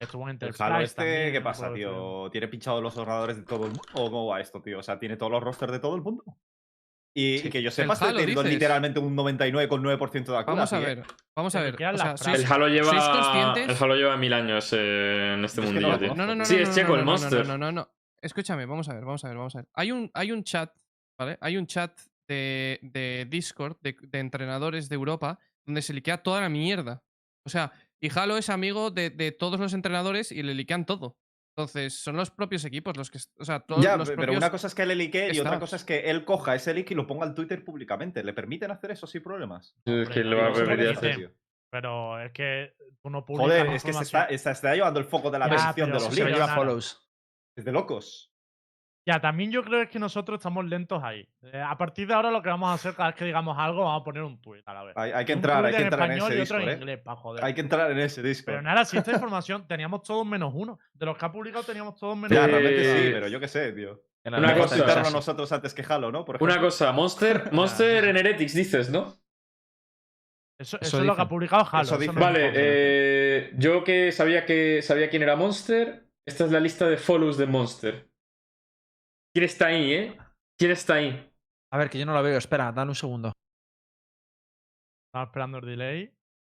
S6: Estuvo en
S2: El
S6: Enterprise
S2: Halo este,
S6: también,
S2: ¿qué
S6: no
S2: pasa,
S6: recuerdo si estuvo-
S2: tío? ¿Tiene pinchado los ordenadores de todo el mundo? ¿O cómo va esto, tío? O sea, ¿tiene todos los rosters de todo el mundo? Y, y que yo sepa, está
S5: Halo,
S2: teniendo
S5: dices.
S2: literalmente un 99,9% de acura.
S5: Vamos a
S2: tío, ¿eh?
S5: ver, vamos a
S6: Pero
S5: ver.
S6: quedan
S5: O sea,
S6: las
S5: sois-
S4: El Halo lleva.
S5: ¿Sois conscientes?
S4: El Halo lleva mil años eh, en este
S2: Es que
S4: mundillo,
S2: no-
S4: tío.
S5: No, no, no.
S4: Sí,
S5: no,
S4: es
S5: no,
S4: checo
S5: no,
S4: el
S5: no, no,
S4: Monster.
S5: No, no, no, no. Escúchame, vamos a ver, vamos a ver, vamos a ver. Hay un, hay un chat, ¿vale? Hay un chat de, de Discord de, de entrenadores de Europa donde se liquea toda la mierda. O sea, y Halo es amigo de, de todos los entrenadores y le liquean todo. Entonces, son los propios equipos los que. est- O sea, todos
S2: Ya,
S5: los
S2: pe- pero
S5: propios.
S2: una cosa es que le lique y otra
S5: estados.
S2: cosa es que él coja ese leak y lo ponga al Twitter públicamente. ¿Le permiten hacer eso sin problemas?
S4: Es que lo va
S6: Hombre,
S4: a
S2: Digo,
S6: tío,
S4: repetir
S6: sí,
S4: así.
S6: sí. Pero es que tú no publicas.
S2: Joder,
S6: la
S2: es que se está,
S6: información.
S2: se está llevando el foco de la
S6: Ya,
S2: decisión
S6: pero
S2: de los
S6: se
S3: Se lo
S6: Leaks.
S3: lleva
S2: líderes.
S3: Follows.
S2: Es de locos.
S6: Ya, también yo creo es que nosotros estamos lentos ahí. Eh, a partir de ahora lo que vamos a hacer cada vez que digamos algo, vamos a poner un tweet a la vez.
S2: Hay, hay que
S6: Un
S2: entrar,
S6: tuit
S2: hay que
S6: en
S2: entrar en
S6: español
S2: ese
S6: y otro
S2: Discord.
S6: en
S2: ¿eh?
S6: inglés, pa' joder.
S2: Hay que entrar en ese Discord.
S6: Pero nada, si esta información teníamos todos menos uno. De los que ha publicado teníamos todos menos
S2: Ya,
S4: Eh,
S6: uno.
S2: realmente sí, pero yo qué sé, tío.
S4: Una
S2: Mejor
S4: cosa-
S2: sentarnos nosotros antes que Halo, ¿no? Por
S4: Una
S2: ejemplo.
S4: cosa, Monster, Monster en Heretics, dices, ¿no?
S3: Eso
S6: Eso, eso es lo que
S3: dicen.
S6: ha publicado Halo.
S2: Eso
S6: eso no
S2: dicen.
S6: lo
S4: Vale,
S6: hemos
S4: eh, yo que sabía que sabía quién era Monster, esta es la lista de follows de Monster. ¿Quién está ahí, eh? ¿Quién está ahí?
S3: A ver, que yo no lo veo. Espera, dale un segundo.
S6: Estaba esperando el delay.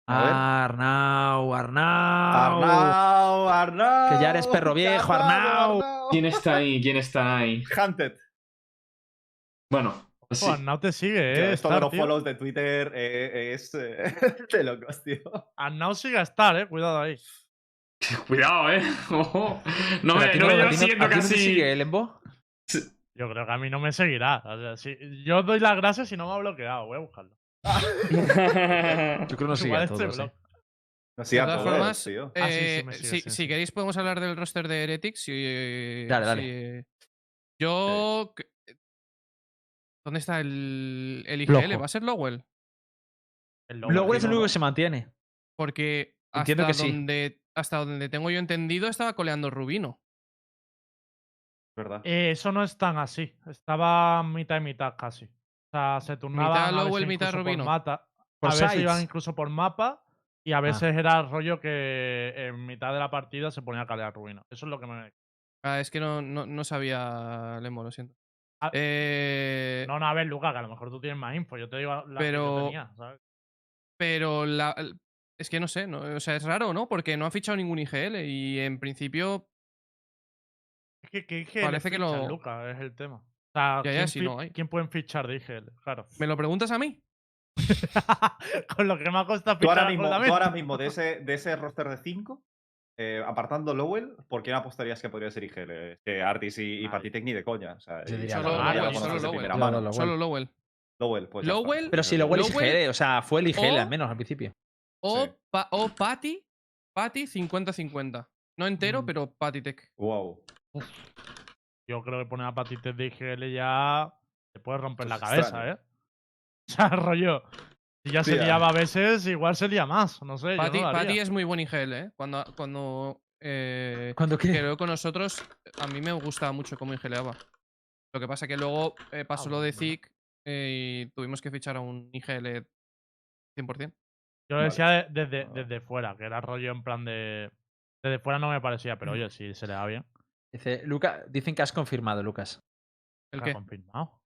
S2: A ver.
S3: Arnau, Arnau.
S2: Arnau, Arnau.
S3: Ah, Que ya eres perro
S2: ¿qué has
S3: viejo,
S2: dado,
S3: Arnau?
S4: ¿Quién está ahí? ¿Quién está ahí?
S2: Hunted.
S4: Bueno, así.
S6: Pues no te sigue,
S2: Tío,
S6: eh.
S2: esto de
S6: Star,
S2: los
S6: tío.
S2: follows de Twitter eh, es eh, (laughs) de locos, tío.
S6: Arnau sigue a estar, eh. Cuidado ahí.
S4: Cuidado, eh. (laughs) Ojo. No
S3: Pero a
S4: me,
S3: ti
S4: no me
S3: a
S4: llevo
S3: ti
S4: siguiendo
S3: a ti no te
S4: casi. (laughs)
S3: sigue eh, el embo?
S6: Yo creo que a mí no me seguirá. O sea, si- yo os doy las gracias si no me ha bloqueado. Voy a buscarlo.
S3: Yo creo que no sigue
S6: Igual
S3: a
S6: este
S3: todos. eh.
S6: blog.
S2: No siga
S5: De todas
S2: todos,
S5: formas,
S2: tío.
S6: Ah, sí, sí,
S5: Eh,
S6: me sigue, sí,
S5: si, si
S6: sí.
S5: queréis podemos hablar del roster de Heretics y...
S3: Dale, dale.
S5: si- Yo... que- eh, ¿Dónde está el, el IGL?
S3: Loco.
S5: ¿Va a ser Lowell?
S6: El logo,
S3: Luego es el
S6: tío.
S3: único que se mantiene.
S5: Porque hasta,
S3: Entiendo que sí.
S5: donde, hasta donde tengo yo entendido estaba coleando Rubino.
S2: ¿Verdad?
S6: Eh, eso no es tan así. Estaba mitad y mitad casi. O sea, se turnaban a
S5: Lowell,
S6: veces
S5: mitad
S6: incluso por
S5: Rubino.
S6: mata-
S3: Por Ah.
S6: a veces
S3: sides.
S6: iban incluso por mapa y a veces era rollo que en mitad de la
S3: Eh.
S6: partida se ponía a calear Rubino. Eso es lo que me.
S5: Ah, es que no, no, no sabía, Lembo, lo siento.
S6: Ah,
S5: Eh,
S6: No, no, a ver, Lucas, que a lo mejor tú tienes más info. Yo te digo la que yo
S5: Pero-
S6: tenía, ¿sabes?
S5: Pero la, el- es que no sé, no, o sea, es raro, ¿no? Porque no ha fichado ningún IGL y en principio,
S6: Es que, que IGL
S5: Parece que
S6: fichan,
S5: lo-
S6: Lucas, es el tema. O sea,
S5: Ya, ya,
S6: ¿quién
S5: si
S6: fi-
S5: no hay.
S6: ¿quién pueden fichar de IGL?
S5: (laughs)
S6: Claro. (laughs)
S5: ¿me lo preguntas a mí?
S6: Con lo que me ha costado
S2: Tú
S6: fichar
S2: ahora
S6: a
S2: mismo,
S6: Gordamel.
S2: tú ahora mismo de, ese, de ese roster de 5, apartando Lowell, ¿por quién apostarías que podría ser IGL? Es Que Artis y, y
S6: Nadie.
S2: Patitec ni de coña. O sea,
S3: Yo
S2: y-
S3: diría
S2: y
S5: Solo
S2: ya
S5: Lowell,
S2: lo conoces
S5: solo
S2: de
S5: Lowell.
S2: primera
S3: Yo
S2: mano.
S3: Lowell.
S5: Solo Lowell.
S2: Lowell, pues ya está.
S5: Lowell-
S3: Pero si Lowell es
S5: Lowell
S3: IGL, o sea, fue el IGL
S5: o-
S3: al menos al (laughs) principio.
S5: O,
S2: Sí.
S5: Pa- o Patty, Patty 50-50. No entero,
S6: Mm.
S5: pero Patty Tech.
S2: Wow.
S6: Yo creo que poner a patites de IGL ya te puede romper la
S2: Esto es
S6: cabeza,
S2: extraño.
S6: ¿eh? (laughs) O sea, rollo. Si ya se
S2: Hostia.
S6: liaba a veces, igual se lía más. No sé. yo
S5: Patty,
S6: no lo haría.
S5: Patty es muy buen IGL, ¿eh? Cuando, cuando
S3: (laughs)
S5: eh,
S3: Cuando que
S5: quedó con nosotros, a mí me gustaba mucho cómo IGLaba. Lo que pasa que luego eh, pasó lo
S6: bueno,
S5: de
S6: bueno.
S5: Zig eh, y tuvimos que fichar a un IGL 100%.
S6: Yo lo
S2: Vale.
S6: decía de- desde,
S2: Ah.
S6: desde fuera, que era rollo en plan de. Desde fuera no me parecía,
S5: Mm.
S6: pero oye, si se le da bien.
S3: Dice, Luca, dicen que has confirmado, Lucas.
S5: ¿El
S6: está
S5: qué?
S6: confirmado.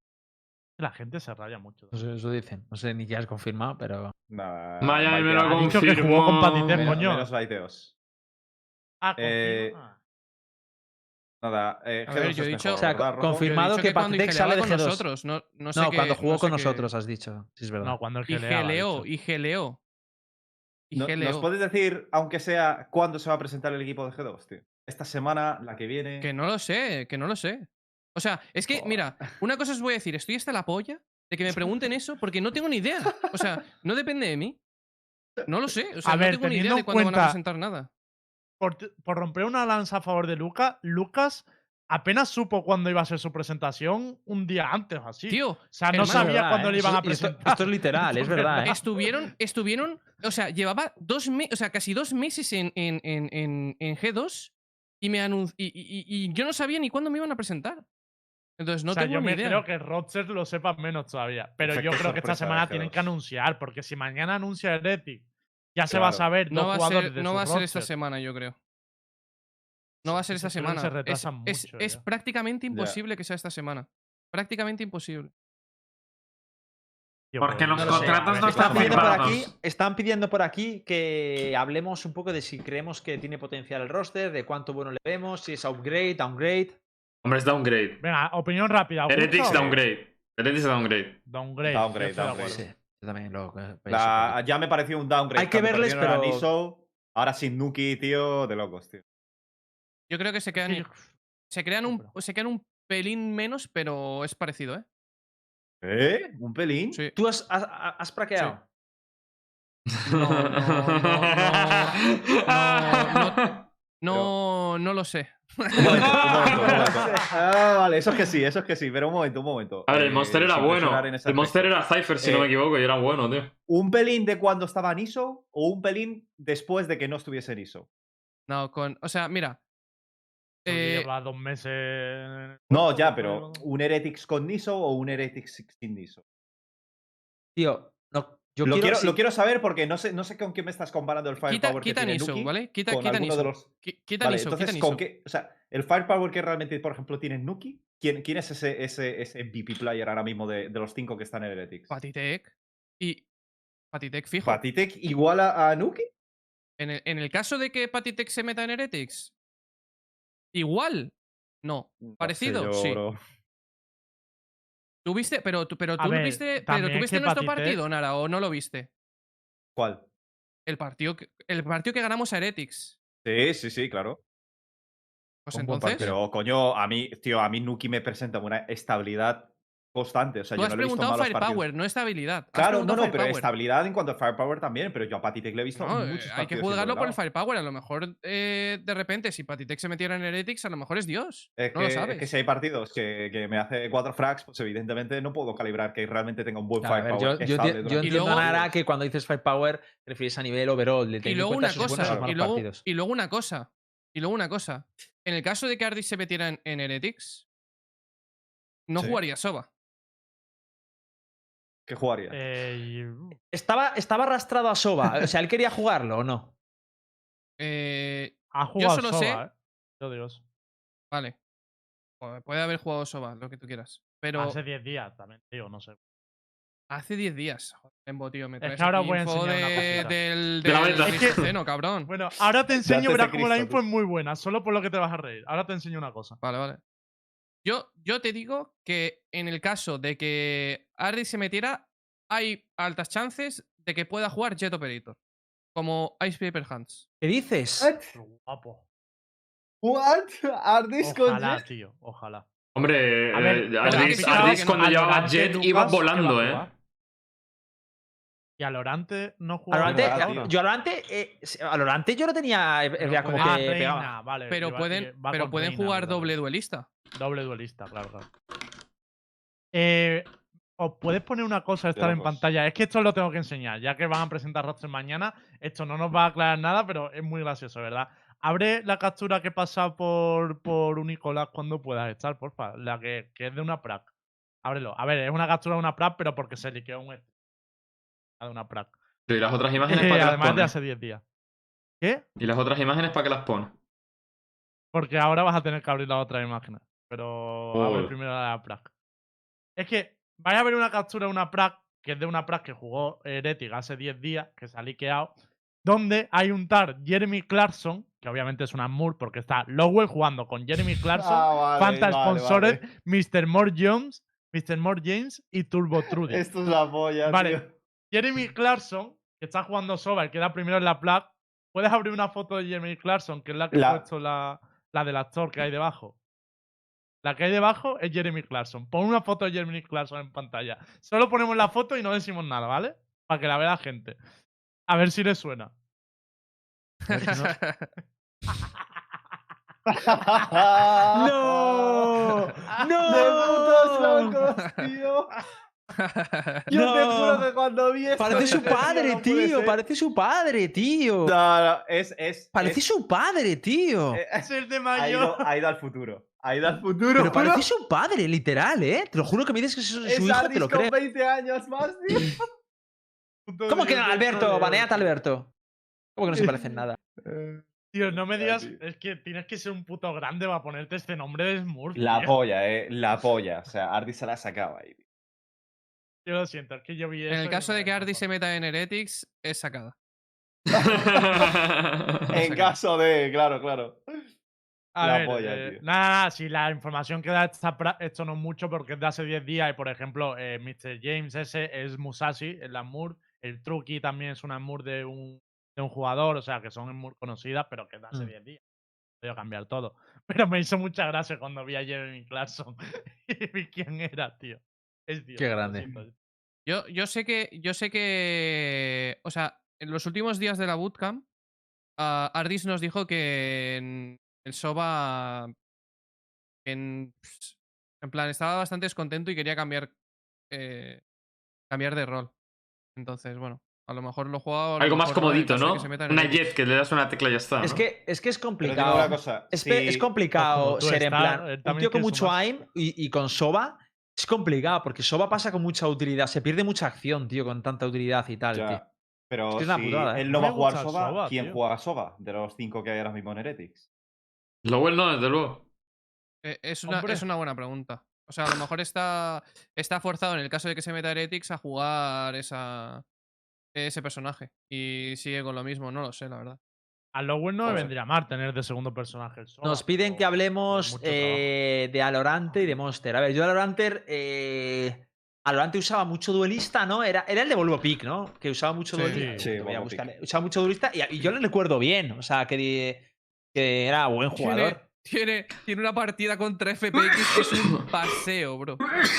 S6: La gente se raya mucho.
S3: No sé, eso dicen. No sé ni qué has confirmado, pero.
S2: Nada.
S4: Miami me
S2: baiteado.
S4: lo
S6: Ha dicho que jugó con Patitec,
S4: confirmó.
S6: coño.
S2: Menos baiteos.
S6: Ah,
S2: Eh,
S6: confirma.
S2: Nada, eh,
S5: A ver,
S2: G2
S5: yo he
S2: es
S5: dicho-
S2: mejor,
S5: O
S3: sea,
S2: ¿verdad, Rojo?
S3: confirma- Confirmado
S5: Yo he dicho
S3: que
S5: cuando
S3: Patidec sale de
S5: IGLaba con
S3: G2.
S5: nosotros. No, no, sé
S3: No,
S5: qué-
S3: cuando jugó
S5: no sé
S3: con
S5: qué-
S3: nosotros, has dicho. Sí, es verdad.
S6: No, cuando el GLA.
S5: IGLO, IGLO.
S2: No- ¿Nos
S5: IGLO.
S2: podéis decir, aunque sea, cuándo se va a presentar el equipo de G2, tío? Esta semana, la que viene.
S5: Que no lo sé, que no lo sé. O sea, es que,
S2: Joder.
S5: mira, una cosa os voy a decir, estoy hasta la polla de que me pregunten eso porque no tengo ni idea. O
S6: (laughs)
S5: sea, no depende de mí. No lo sé. O sea,
S6: A ver,
S5: no tengo ni idea
S6: teniendo
S5: de
S6: en
S5: cuándo van
S6: cuenta-
S5: a presentar nada.
S6: por, t- por romper una lanza a favor de Lucas, Lucas apenas supo cuándo iba a ser su presentación un día antes o así. (laughs)
S5: Tío,
S6: o sea, no
S5: hermano,
S6: sabía
S3: cuando
S6: cuándo le iban a
S3: ¿eh? esto,
S6: presentar.
S3: esto es (laughs) literal, es verdad, ¿eh?
S5: estuvieron, estuvieron, o sea, llevaba dos meses, o sea, casi dos meses en, en, en- en- en G2 y me anun- y, y- y- y yo no sabía ni cuándo me iban a presentar. Entonces no
S6: o sea,
S5: tengo
S6: yo
S5: ni
S6: me
S5: idea.
S6: creo que Rodgers lo sepa menos todavía. Pero yo
S2: Efecto
S6: creo que esta
S2: sorpresa de
S6: semana tienen que
S2: G2.
S6: anunciar, porque si mañana anuncia Heretic, ya se va a
S2: Claro.
S6: saber dos
S5: no va a
S6: jugadores
S5: ser,
S6: de
S5: no
S6: su
S5: va a ser esta
S6: roster.
S5: semana, yo creo. No va a ser
S6: Ese
S5: esta
S6: creo que
S5: semana.
S6: se
S5: es,
S6: retrasan
S5: es-
S6: mucho
S5: es
S6: ya.
S5: prácticamente
S2: Ya.
S5: imposible que sea esta semana. Prácticamente imposible.
S6: Tío,
S4: Porque
S6: pues,
S4: los
S6: lo sé,
S4: contratos
S6: a ver,
S4: no
S6: esta
S4: están
S3: Están pidiendo, por
S6: semana-
S4: firmados.
S3: aquí, están pidiendo por aquí que hablemos un poco de si creemos que tiene potencial el roster, de cuánto bueno le vemos, si es upgrade, downgrade.
S4: Hombre, es downgrade.
S6: Venga, opinión rápida. ¿os gusta
S4: Heretics
S6: o-
S4: downgrade. Heretics downgrade.
S2: Downgrade,
S6: Downgrade. yo estoy de
S2: downgrade.
S6: acuerdo.
S3: Sí, yo también lo pienso.
S2: La- ya me pareció un downgrade.
S3: pues Hay que
S2: cuando
S3: verles,
S2: perdieron a
S3: pero-
S2: Niso, ahora sin Nuki, tío, de locos, tío.
S5: Yo creo que se quedan,
S6: Sí, yo-
S5: se crean
S6: sí,
S5: un, se quedan un pelín menos, pero es parecido, ¿eh?
S2: ¿Eh? ¿Un pelín?
S5: Sí.
S3: ¿Tú has, has, has praqueado?
S5: No, no, no,
S4: (laughs)
S5: no, no. No, no lo sé.
S2: Un momento, un momento,
S5: (laughs)
S2: un momento. Ah, vale, eso es que sí, eso es que sí, pero un momento, un momento.
S4: A ver, el
S2: Eh,
S4: Monster era
S2: sin
S4: bueno.
S2: presionar en ese
S4: El Monster
S2: aspecto.
S4: era Cypher, si
S2: Eh,
S4: no me equivoco, y era bueno, tío.
S2: ¿Un pelín de cuando estaba Niso o un pelín después de que no estuviese Niso?
S5: No, con. O sea, mira.
S6: Porque
S5: eh,
S6: lleva dos meses. en el
S2: No,
S6: puesto,
S2: ya,
S6: pues,
S2: pero
S6: bueno.
S2: ¿un Heretics con Niso o un Heretics sin Niso?
S3: Tío, no, yo
S2: Lo
S3: quiero,
S2: quiero,
S3: sí,
S2: lo quiero saber porque no sé, no sé con quién me estás comparando el Firepower
S5: Quita,
S2: que
S5: quitan
S2: tiene
S5: ISO,
S2: Nuki
S5: ¿vale? Quita,
S2: con
S5: quitan
S2: alguno
S5: ISO.
S2: de los
S5: qui- Quitan
S2: Vale,
S5: ISO,
S2: entonces,
S5: quitan
S2: ¿con
S5: ISO.
S2: qué? O sea, el firepower que realmente, por ejemplo, tiene Nuki, ¿quién, quién es ese, ese, ese MVP player ahora mismo de, de los cinco que están en Heretics?
S5: Patitec. Y. Patitec fijo.
S2: ¿Patitek igual a, a Nuki?
S5: En el, en el caso de que Patitec se meta en Heretics, igual. No.
S2: No sé
S5: Parecido,
S2: yo,
S5: sí.
S2: bro.
S5: ¿Tú viste, pero, tú- pero
S6: A
S5: tú
S6: ver,
S5: no viste, pero
S6: también
S5: tú
S6: es
S5: viste
S6: que
S5: nuestro
S6: Patitec-
S5: partido, Nara, o no lo viste?
S2: ¿Cuál?
S5: El partido que, el partido que ganamos a Heretics.
S2: Sí, sí, sí, claro.
S5: Pues
S2: Un buen par-
S5: entonces,
S2: Pero, coño, a mí, tío, a mí Nuki me presenta una estabilidad constante. O sea,
S5: tú
S2: yo
S5: has
S2: no le he visto
S5: preguntado
S2: malos partidos.
S5: Firepower, no estabilidad. Has
S2: Claro, no,
S5: preguntado
S2: no, pero
S5: firepower.
S2: estabilidad en cuanto a firepower también. Pero yo a Patitek le he visto
S5: No, eh,
S2: muchos
S5: hay que
S2: partidos
S5: juzgarlo por el
S2: enrolados.
S5: Firepower. A lo mejor eh, de repente, si Patitec se metiera en Heretics, a lo mejor es Dios.
S2: Es
S5: no
S2: que,
S5: lo
S2: es
S5: sabes.
S2: que si hay partidos que, que me hace cuatro frags, pues evidentemente no puedo calibrar que realmente tenga un buen
S3: Claro, a ver,
S2: firepower.
S3: yo, yo
S2: estable
S3: enti- yo
S2: durante
S5: Y
S3: entiendo,
S5: luego-
S3: Nara, que cuando dices firepower te refieres a nivel overall. de
S5: y
S3: tener en
S5: luego
S3: cuenta
S5: una
S3: sus buenos y sus
S5: cosa, y
S3: malos
S5: luego,
S3: partidos.
S5: y luego una cosa, y luego una cosa. En el caso de que Ardis se metiera en, en Heretics, no
S2: Sí.
S5: jugaría Soba.
S2: ¿Qué jugaría?
S6: Eh, y-
S3: Estaba, estaba arrastrado a Soba. O sea, él quería jugarlo o no.
S5: Eh,
S6: Ha jugado
S5: solo
S6: Soba,
S5: sé-
S6: ¿eh? Yo digo eso.
S5: vale. Joder, Puede haber jugado Soba, lo que tú quieras. Pero
S6: Hace 10 días también, tío, no sé.
S5: hace 10 días. Joder, Embo, tío, me
S6: Es que
S5: traes
S6: ahora
S5: aquí
S6: voy a
S5: info
S6: enseñar una
S5: de-
S6: cosita.
S5: del,
S4: De la
S5: del
S4: beta.
S6: Es que-
S5: Pleistoceno,
S6: (laughs)
S5: cabrón.
S6: Bueno, ahora te
S2: antes
S6: enseño,
S2: de
S6: verás cómo la
S2: Cristo,
S6: info
S2: tú.
S6: es muy buena, solo por lo que te vas a reír. Ahora te enseño una cosa.
S5: Vale, vale. Yo, yo te digo que en el caso de que Hardy se metiera, hay altas chances de que pueda jugar Jet Operator. Como Ice Paper Hands.
S3: ¿Qué dices?
S2: ¿What?
S6: Pero Guapo.
S2: ¿What? ¿Are this
S6: Ojalá,
S2: con-
S6: tío, ojalá.
S4: Hombre,
S6: A ver,
S4: eh,
S6: pero
S4: Ardis-
S5: que-
S4: Ardis
S5: que no-
S4: cuando
S6: al
S4: llevaba a
S6: volante
S4: Jet
S6: Lucas,
S4: iba
S6: ¿qué va a
S4: volando, ¿eh?
S6: jugar? Y Alorante no jugó.
S3: Alorante,
S2: Ojalá,
S3: yo-
S2: tío.
S3: yo Alorante, eh, Alorante yo lo tenía eh, eh, ya como
S6: Ah,
S3: que
S6: Reina,
S3: pegaba.
S6: vale.
S5: Pero
S6: iba-
S5: pueden,
S6: va
S5: pero
S6: con
S5: pueden
S6: Reina,
S5: jugar
S6: ¿verdad?
S5: doble duelista.
S6: Doble duelista, claro, claro. Eh, ¿Os puedes poner una cosa estar en
S2: Veamos.
S6: pantalla? Es que esto lo tengo que enseñar, ya que van a presentar roster mañana. Esto no nos va a aclarar nada, pero es muy gracioso, ¿verdad? Abre la captura que pasa por, por Unicolas cuando puedas estar, porfa. La que, que es de una prac. Ábrelo. A ver, es una captura de una prac, pero porque se liqueó un... est- de una prac.
S4: Y las otras
S6: (laughs)
S4: imágenes para que las
S6: Además de
S4: pones.
S6: hace 10 días. ¿Qué?
S4: Y las otras imágenes para que las pones.
S6: Porque ahora vas a tener que abrir la otra imagen. Pero abre
S4: Joder.
S6: primero la Prac. Es que vais a ver una captura de una Prac, que es de una Prac que jugó Heretic hace 10 días, que se ha liqueado, donde hay un tar Jeremy Clarkson, que obviamente es un Amur, porque está Lowell jugando
S2: (laughs)
S6: con Jeremy Clarkson,
S2: Ah, vale,
S6: Fanta
S2: vale, vale.
S6: Sponsored, Mr. More Jones, Mr. More James y Turbo Trudy.
S2: Esto es la polla,
S6: Vale.
S2: tío.
S6: Jeremy Clarkson, que está jugando Soba, el que da primero en la plaque. ¿Puedes abrir una foto de Jeremy Clarkson, que es la que
S2: La-
S6: ha puesto la, la del actor que hay debajo? La que hay debajo es Jeremy Clarkson. Pon una foto de Jeremy Clarkson en pantalla. Solo ponemos la foto y no decimos nada, ¿vale? Para que la vea la gente. A ver si
S2: (laughs)
S6: le suena.
S3: (laughs)
S2: (laughs)
S3: ¡No!
S2: ¡De putos
S3: ¡No!
S2: locos,
S5: (laughs)
S2: tío! Yo te juro que cuando vi esto...
S3: Parece su padre,
S2: (laughs) no puede
S3: tío.
S2: ser.
S3: Parece su padre, tío.
S2: No, no, es... es
S3: Parece
S2: es-
S3: su padre, tío.
S2: eh,
S6: Es el de
S2: ha,
S6: mayor.
S2: ido, ha ido al futuro. Ha ido al futuro.
S3: Pero parece su padre, literal, ¿eh? Te lo juro que me dices que es su,
S2: Es
S3: su hijo, te
S2: Addis
S3: lo
S2: con
S3: creo.
S2: 20 años (laughs) más, tío.
S3: ¿Cómo que no,
S6: Dios,
S3: Alberto?
S6: joder.
S3: Baneate, Alberto. ¿Cómo que no
S2: (laughs)
S3: se parecen nada?
S6: Tío, no me
S2: Ya,
S6: digas.
S2: tío.
S6: Es que tienes que ser un puto grande para ponerte este nombre de Smurf.
S2: La
S6: tío.
S2: polla, eh. La polla. O sea, Ardi se la sacaba ahí.
S6: Yo lo siento, es que yo vi
S5: En el caso de que Hardy se meta en Heretics, es sacada.
S2: En caso de, claro, claro.
S6: A
S2: La
S6: ver,
S2: polla,
S6: eh,
S2: tío.
S6: Nada, nada, si la información que da esta pra- esto no es mucho porque es de hace 10 días y, por ejemplo, eh, Mr. James ese es Musashi, el Amur, el Truqui también es un Amur de un, de un jugador, o sea, que son Amur conocidas, pero que es de hace
S3: Mm.
S6: 10 días. Puedo cambiar todo. (laughs) Pero me hizo mucha gracia cuando vi a Jeremy Clarkson (laughs) y vi quién era, tío. Es Dios.
S3: Qué
S6: lo
S3: grande.
S6: siento. eh.
S5: Yo, yo sé que. Yo sé que. O sea, en los últimos días de la bootcamp, ah, Ardis nos dijo que en el Soba. En, pues, en plan, estaba bastante descontento y quería cambiar. eh, cambiar de rol. Entonces, bueno, a lo mejor lo jugaba.
S4: (laughs) Algo más comodito, ¿no? Una
S5: Jet
S4: Jet que le das una tecla y ya está.
S3: Es
S4: ¿no?
S3: que es, que es
S2: Pero digo una
S3: complicado.
S2: cosa.
S3: Es,
S2: si-
S3: pe- es complicado
S6: como tú
S3: ser en
S6: estás,
S3: plan.
S6: él
S2: eh,
S3: Un
S6: también
S3: tío con
S6: quiere
S3: mucho
S6: sumar.
S3: aim y, y con Soba es complicado porque Soba pasa con mucha utilidad. Se pierde mucha acción, tío, con tanta utilidad y tal,
S2: ya,
S3: tío.
S2: Pero
S3: Es una
S2: si
S3: putada, ¿eh?
S2: él no
S6: No
S2: va a
S6: me
S2: jugar
S6: gusta el
S2: Soba,
S6: Soba,
S2: ¿quién
S6: tío.
S2: juega Soba? De los cinco que hay ahora mismo en Heretics.
S4: Lowell no, desde luego.
S5: Eh, Es una,
S6: Hombre.
S5: es una buena pregunta. O sea, a lo mejor está, está forzado en el caso de que se meta Heretics a jugar esa, ese personaje. Y sigue con lo mismo, no lo sé, la verdad. (laughs)
S6: A lo bueno me
S2: Joder.
S6: vendría mal tener de segundo personaje el Soba,
S3: Pues, eh, Nos piden
S6: pero
S3: que hablemos
S6: mucho
S3: eh, de Alorante y de Monster. A ver, yo de Alorante. eh, Alorante usaba mucho duelista, ¿no? Era, era el de Volvo Pick, ¿no? Que usaba mucho
S5: Sí.
S3: duelista.
S2: Sí,
S3: Te voy a
S2: Volvo Pick.
S3: buscar. Usaba mucho duelista y, y yo le recuerdo bien. O sea, que, di- que era buen
S5: Tiene,
S3: jugador.
S5: tiene, tiene una partida contra FPX que es un paseo, bro.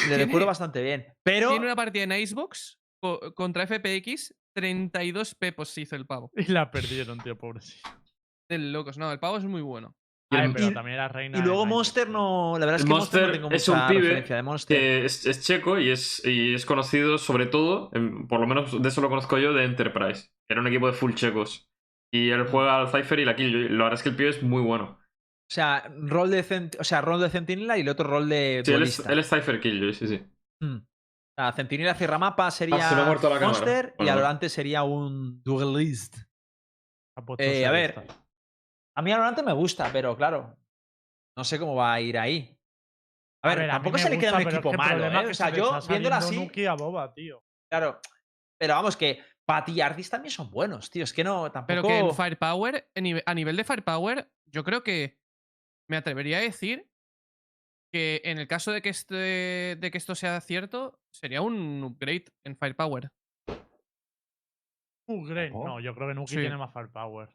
S3: Le recuerdo bastante bien. Pero.
S5: Tiene una partida en Icebox co- contra FPX, 32 pepos se hizo el pavo.
S6: (laughs) Y la perdieron, tío, pobrecito.
S5: De locos, no, el pavo es muy bueno.
S4: Y el-
S6: Ay, pero
S3: y-
S6: también era reina.
S3: Y
S6: de
S3: luego
S6: Minecraft,
S3: Monster
S6: tío.
S3: no. La verdad es
S4: El
S3: que Monster, no
S4: Monster
S3: tengo
S4: es un
S3: mucha
S4: pibe
S3: referencia de Monster.
S4: Que es, es checo y es, y es conocido sobre todo, em, por lo menos de eso lo conozco yo, de Enterprise. Era un equipo de full checos. Y él juega al Cypher y la Killjoy. La verdad es que el pibe es muy bueno.
S3: O sea, rol de cent- o sea, rol de centinela y el otro rol de
S4: Sí, él es,
S3: duelista.
S4: él es Cypher Killjoy, sí, sí.
S3: Mm. O sea, centinela cierra mapa sería
S4: Ah, se me ha muerto la cámara.
S3: Monster y
S4: Bueno.
S3: Alorante sería un duelist.
S6: Ha puesto
S3: Eh, a ver.
S6: sadista.
S3: A mí Alorante me gusta, pero claro, no sé cómo va a ir ahí. A ver,
S6: a mí
S3: tampoco
S6: me
S3: se le queda un
S6: gusta, pero es
S3: equipo
S6: que el
S3: malo,
S6: problema
S3: ¿eh?
S6: es que
S3: O sea,
S6: se le
S3: yo
S6: está
S3: viéndolo
S6: saliendo
S3: así,
S6: Nuki a Boba, tío.
S3: claro. Pero vamos, que Pati y Ardis también son buenos, tío. Es que no,
S5: Pero
S3: tampoco.
S5: que en Firepower, en nive- a nivel de Firepower, yo creo que me atrevería a decir que en el caso de que, este, de que esto sea cierto, sería un upgrade en Firepower.
S6: Uh, Grey. No, yo creo que Nuki
S5: Sí.
S6: tiene más firepower.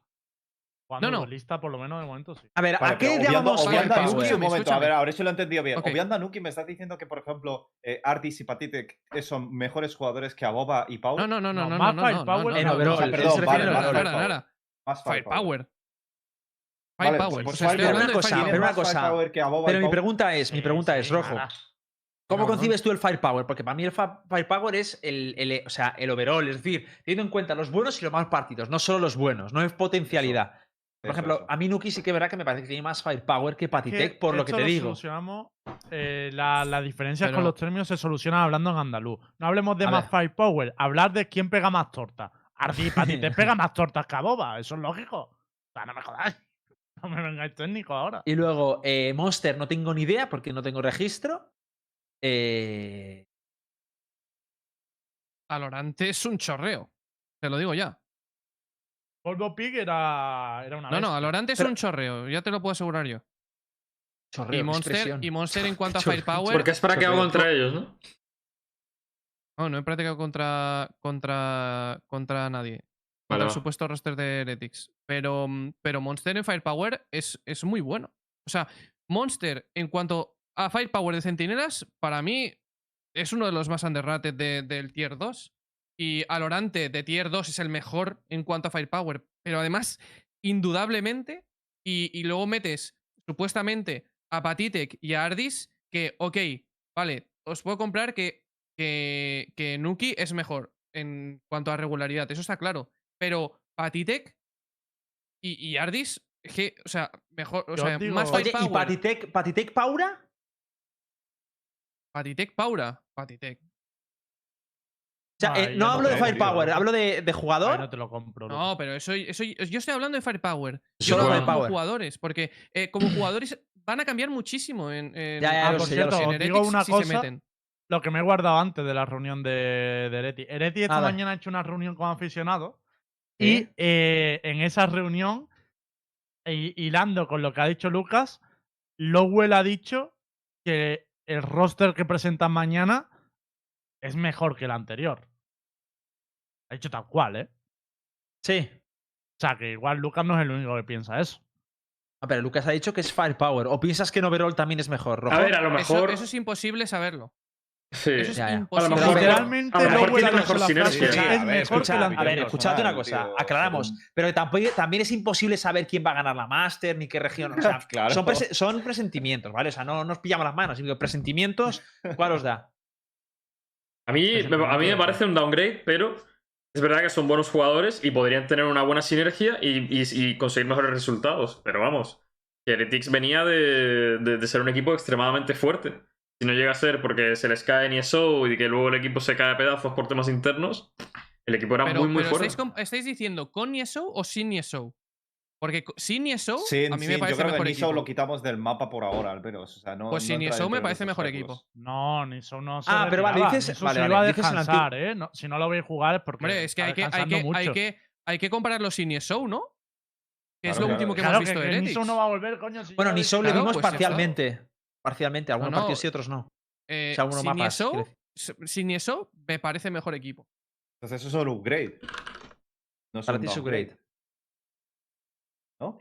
S6: Cuando
S5: no.
S6: lista, por lo menos de momento, sí.
S3: A ver,
S2: Vale, pero
S3: ¿a qué
S2: obviando,
S3: llamamos
S2: obviando a
S5: Firepower?
S2: Nuki,
S5: Escúchame,
S2: un momento, a ver,
S5: escúchame.
S2: a ver si lo he entendido bien.
S5: Ok.
S2: Obviando a Nuki, ¿me estás diciendo que, por ejemplo, eh, Artis y Patitek son mejores jugadores que Aboba y Pau?
S5: No, no, no, no,
S6: No,
S5: no.
S6: más
S5: no, no, no,
S6: firepower
S5: no,
S6: en
S5: no,
S3: overall,
S5: o sea,
S3: él
S5: perdón,
S3: se
S5: vale,
S3: refiere
S5: nada,
S3: a
S5: nada,
S3: overall.
S5: nada, nada.
S2: Más
S5: Firepower.
S2: Vale,
S5: Firepower.
S2: pues
S5: o sea, estoy
S2: Firepower.
S5: hablando de
S3: Una cosa,
S5: Firepower.
S2: Tiene
S3: pero una
S2: más
S3: cosa,
S2: firepower que Aboba y
S3: Pero mi
S2: Pau.
S3: pregunta es, mi
S6: Sí,
S3: pregunta
S6: sí,
S3: es, Rojo.
S6: Eh, nada.
S3: ¿Cómo
S5: Cabrón.
S3: concibes tú el firepower? Porque para mí el fa- firepower es el, el- o sea, el overall, es decir, teniendo en cuenta los buenos y los malos partidos, no solo los buenos, no es potencialidad.
S2: Eso,
S3: Por ejemplo,
S2: eso.
S3: a mí Nuki sí que verá que me parece que tiene más firepower que
S6: Es que
S3: Patitec, por lo que
S6: esto
S3: te digo.
S6: solucionamos, eh, la, las diferencias
S5: Pero-
S6: con los términos se solucionan hablando en andaluz. No hablemos de
S3: A
S6: más
S3: ver.
S6: firepower, hablar de quién pega más tortas. Ardi para ti
S3: (laughs)
S6: te pega más tortas que a Boba, eso es lógico. O sea, no me jodáis. (laughs) No me vengáis técnico ahora.
S3: Y luego, eh, Monster, no tengo ni idea porque no tengo registro. Eh,
S5: Valorante es un chorreo. Te lo digo ya.
S6: Volvo Pig era, era una
S5: No, no,
S6: bestia.
S5: Valorante es
S3: Pero-
S5: un chorreo. Ya te lo puedo asegurar yo.
S3: chorreo,
S5: Y
S3: qué
S5: Monster,
S3: expresión.
S5: y Monster en cuanto a
S3: Chorreo,
S5: Firepower.
S4: Porque has para que hago
S3: Chorreo.
S4: contra ellos, ¿no?
S5: oh, No, no he practicado contra, contra, contra nadie.
S4: Vale,
S5: contra el
S4: va.
S5: supuesto roster de Heretics. Pero, mm, pero Monster en Firepower es, es muy bueno. O sea, Monster en cuanto a Firepower de Centinelas, para mí es uno de los más underrated de- del Tier 2. Y Alorante de Tier 2 es el mejor en cuanto a Firepower. Pero además, indudablemente, y, y luego metes supuestamente a Patitek y a Ardis, que, ok, vale, os puedo comprar que, que, que Nuki es mejor en cuanto a regularidad, eso está claro. Pero Patitek y, y Ardis, es que, o sea, mejor, o
S6: Yo
S5: sea,
S6: digo-
S5: más
S3: Oye, ¿y
S5: firepower.
S3: Patitec, Patitec Paura?
S5: Patitek Paura, Patitek.
S3: O sea,
S6: Ay,
S3: eh,
S6: yo
S3: no
S6: no
S3: hablo de
S2: creo, tío.
S3: firepower, hablo de, de
S6: Ay,
S3: jugador.
S6: no te lo compro. Luke.
S5: No, pero eso, eso yo estoy hablando de Firepower.
S4: Yo
S5: Yo
S4: creo-
S5: no hablo como
S3: Firepower.
S5: jugadores, porque eh, como jugadores van a cambiar muchísimo en, en-
S3: Ya, ya,
S5: en
S3: lo
S5: los
S3: sé, ya lo
S5: en
S3: sé.
S6: Ah, Os digo
S5: Heretics
S6: una
S5: si se
S6: cosa,
S5: meten.
S6: Lo que me he guardado antes de la reunión de, de Ereti. Ereti esta
S3: A ver.
S6: mañana ha hecho una reunión con aficionados y
S3: ¿Eh?
S6: eh, en esa reunión, hi- hilando con lo que ha dicho Lucas, Lowell ha dicho que el roster que presentan mañana es mejor que el anterior. Ha dicho tal cual, ¿eh?
S3: Sí.
S6: O sea, que igual Lucas no es el único que piensa eso.
S3: Ah, pero Lucas ha dicho que es firepower. ¿O piensas que en overall también es mejor, Rojo?
S4: A ver, a lo
S5: Eso-
S4: mejor.
S5: Eso, es imposible saberlo.
S4: sí.
S5: Eso es
S3: Ya, ya. A lo
S4: A lo
S5: imposible.
S4: mejor,
S6: Literalmente
S4: a lo mejor
S6: Lowell
S4: tiene
S6: ha dicho
S4: mejor
S6: la frase,
S4: sinergia.
S2: Sí, a
S6: es
S2: ver,
S6: mejor que
S2: escucha,
S6: el
S3: Escucha, a ver,
S6: anterior.
S3: escuchad una
S2: personal,
S3: cosa,
S2: tío,
S3: aclaramos.
S2: según-
S3: Pero que tampoco, también es imposible saber quién va a ganar la Master ni qué región. O sea,
S2: Claro.
S3: son, prese- son presentimientos, ¿vale? O sea, no nos pillamos las manos, sino que presentimientos, ¿cuál os da?
S4: A mí,
S6: Es el
S4: me- a mí me
S6: momento de-
S4: parece un downgrade, pero es verdad que son buenos jugadores y podrían tener una buena sinergia y, y- y conseguir mejores resultados. Pero vamos, que Heretics venía de, de- de ser un equipo extremadamente fuerte. Si no llega a ser porque se les cae en ESO y que luego el equipo se cae a pedazos por temas internos, el equipo era
S5: Pero,
S4: muy, muy
S5: pero
S4: fuerte.
S5: estáis, com- estáis diciendo con Niesou o sin Niesou? Porque co- sin Niesou
S2: Sin-
S5: a mí me
S2: sin,
S5: parece
S2: yo creo
S5: mejor
S2: que Nisou
S5: equipo.
S2: lo quitamos del mapa por ahora, al menos. O sea, no,
S5: Pues
S2: no
S5: sin
S2: entra
S5: Nisou
S2: dentro
S5: me
S2: de
S5: parece
S2: esos
S5: mejor
S2: cálculos.
S5: equipo.
S6: No, ni eso no se
S3: Ah, pero vale,
S6: retiraba,
S3: dices-
S6: Niso
S3: vale,
S6: se
S3: vale,
S6: iba a
S3: dices en la antigua-
S6: descansar, ¿eh? No- si no lo veis jugar es porque
S5: Hombre, es que
S6: está
S5: hay que, hay,
S6: descansando
S5: que, hay,
S6: mucho.
S5: que, hay que compararlo sin Niesou, ¿no? Que
S2: Claro,
S5: es lo
S2: claro.
S5: último que
S6: Claro
S5: hemos visto
S6: que,
S5: de
S6: que
S5: Heretics.
S6: Niso no va a volver, coño. si
S3: Bueno,
S6: ya
S3: ni
S6: lo
S3: solo
S5: Claro,
S3: le vimos
S5: pues ya está.
S3: parcialmente. Parcialmente, algunos
S5: no,
S3: partidos sí, otros no.
S5: Eh,
S3: O sea, algunos
S5: sin
S3: mapas.
S5: Niesou-
S3: quiero decir.
S5: s- sin Niesou me parece mejor equipo.
S2: Entonces, eso es un upgrade. No es
S3: Para
S2: un
S3: ti es
S2: downgrade,
S3: upgrade.
S2: ¿No?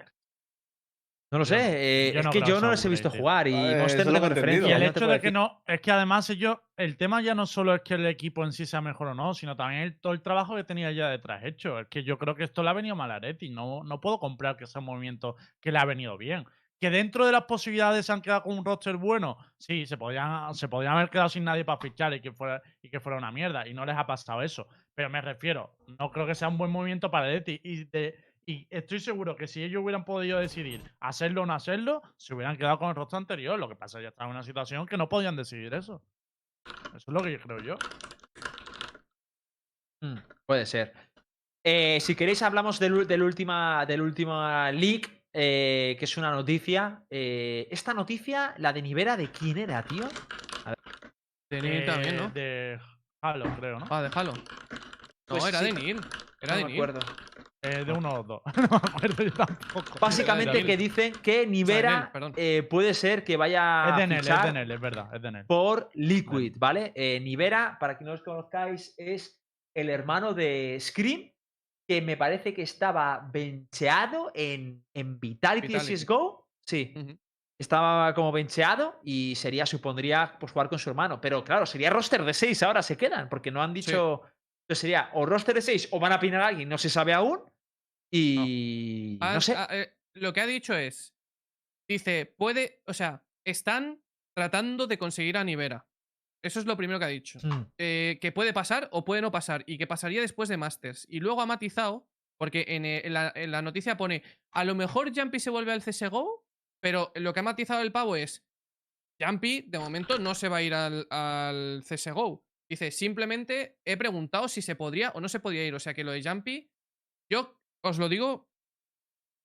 S3: No lo
S6: Yo-
S3: sé, eh,
S6: yo
S3: es
S6: no
S3: que
S6: creo
S3: yo no
S6: que sea
S3: les he
S6: upgrade,
S3: visto
S6: tío.
S3: jugar y
S2: Eh, eso
S3: Monster
S2: es lo
S3: no tengo
S2: que he entendido.
S3: referencia.
S6: Y el
S3: no te
S6: hecho
S3: puedo
S6: de que
S3: decir.
S6: no, es que además ellos, el tema ya no solo es que el equipo en sí sea mejor o no, sino también el- todo el trabajo que tenía ya detrás hecho. Es que yo creo que esto le ha venido mal a Areti. No, no puedo comprar que sea un movimiento que le ha venido bien. Que dentro de las posibilidades se han quedado con un roster bueno. Sí, se podían, se podían haber quedado sin nadie para fichar y que, fuera, y que fuera una mierda. Y no les ha pasado eso. Pero me refiero, no creo que sea un buen movimiento para Areti. Y de- y estoy seguro que si ellos hubieran podido decidir hacerlo o no hacerlo, se hubieran quedado con el rostro anterior. Lo que pasa es que ya estaban en una situación que no podían decidir eso. Eso es lo que yo creo yo.
S3: Mm, puede ser. Eh, si queréis, hablamos del, ul- del última, del última leak eh, que es una noticia. eh, esta noticia, la de Nivera, ¿de quién era, tío?
S5: De Neil
S6: Eh,
S5: también, ¿no?
S6: De Halo, creo, ¿no?
S5: Ah, déjalo. No,
S3: Pues
S5: era
S3: sí.
S5: de Neil. Era
S3: no
S5: de
S3: me
S5: Neil.
S3: acuerdo.
S6: Eh, de uno o dos. (laughs) No me acuerdo yo tampoco.
S3: Básicamente
S5: Daniel.
S3: que dicen que Nivera
S5: perdón.
S3: eh, puede ser que vaya
S6: Es de
S3: a
S6: Nel, es
S3: fichar
S6: de Nel, es verdad, es de Nel.
S3: por Liquid, ¿vale? Eh, Nivera, para que no os conozcáis, es el hermano de Scream, que me parece que estaba bencheado en, en Vitality,
S5: Vitality.
S3: CSGO. Sí,
S5: Ujú.
S3: estaba como bencheado y sería, supondría, pues jugar con su hermano. Pero claro, sería roster de 6 ahora se quedan, porque no han dicho. Entonces sería o roster de 6 o van a pinar a alguien, no se sabe aún. Y no,
S5: Ha-
S3: sé.
S5: ha- eh, lo que ha dicho es. Dice, puede. O sea, están tratando de conseguir a Nivera. Eso es lo primero que ha dicho.
S3: Mm.
S5: eh, que puede pasar o puede no pasar y que pasaría después de Masters. Y luego ha matizado, porque en, eh, en la, en la noticia pone, a lo mejor Jumpy se vuelve al CSGO, pero lo que ha matizado el pavo es, Jumpy de momento no se va a ir al, al CSGO. Dice, simplemente he preguntado si se podría o no se podía ir. O sea que lo de Jumpy, yo os lo digo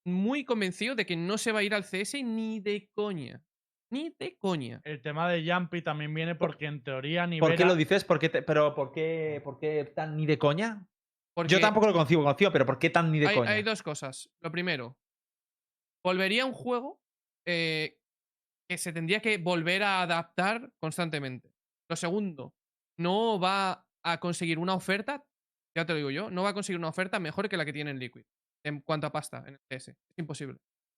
S5: muy convencido de que no se va a ir al CS ni de coña. Ni de coña.
S6: El tema de Jumpy también viene porque en teoría Nivera...
S3: ¿Por qué lo dices? ¿Por qué te- ¿Pero por qué, por qué tan ni de coña?
S5: Porque-
S3: Yo tampoco lo concibo, concibo, pero ¿por qué tan ni de
S5: hay,
S3: coña?
S5: hay dos cosas. Lo primero, volvería a un juego eh, que se tendría que volver a adaptar constantemente. Lo segundo, no va a conseguir una oferta, ya te lo digo yo, no va a conseguir una oferta mejor que la que tiene en Liquid en cuanto a pasta en el CS. Es imposible.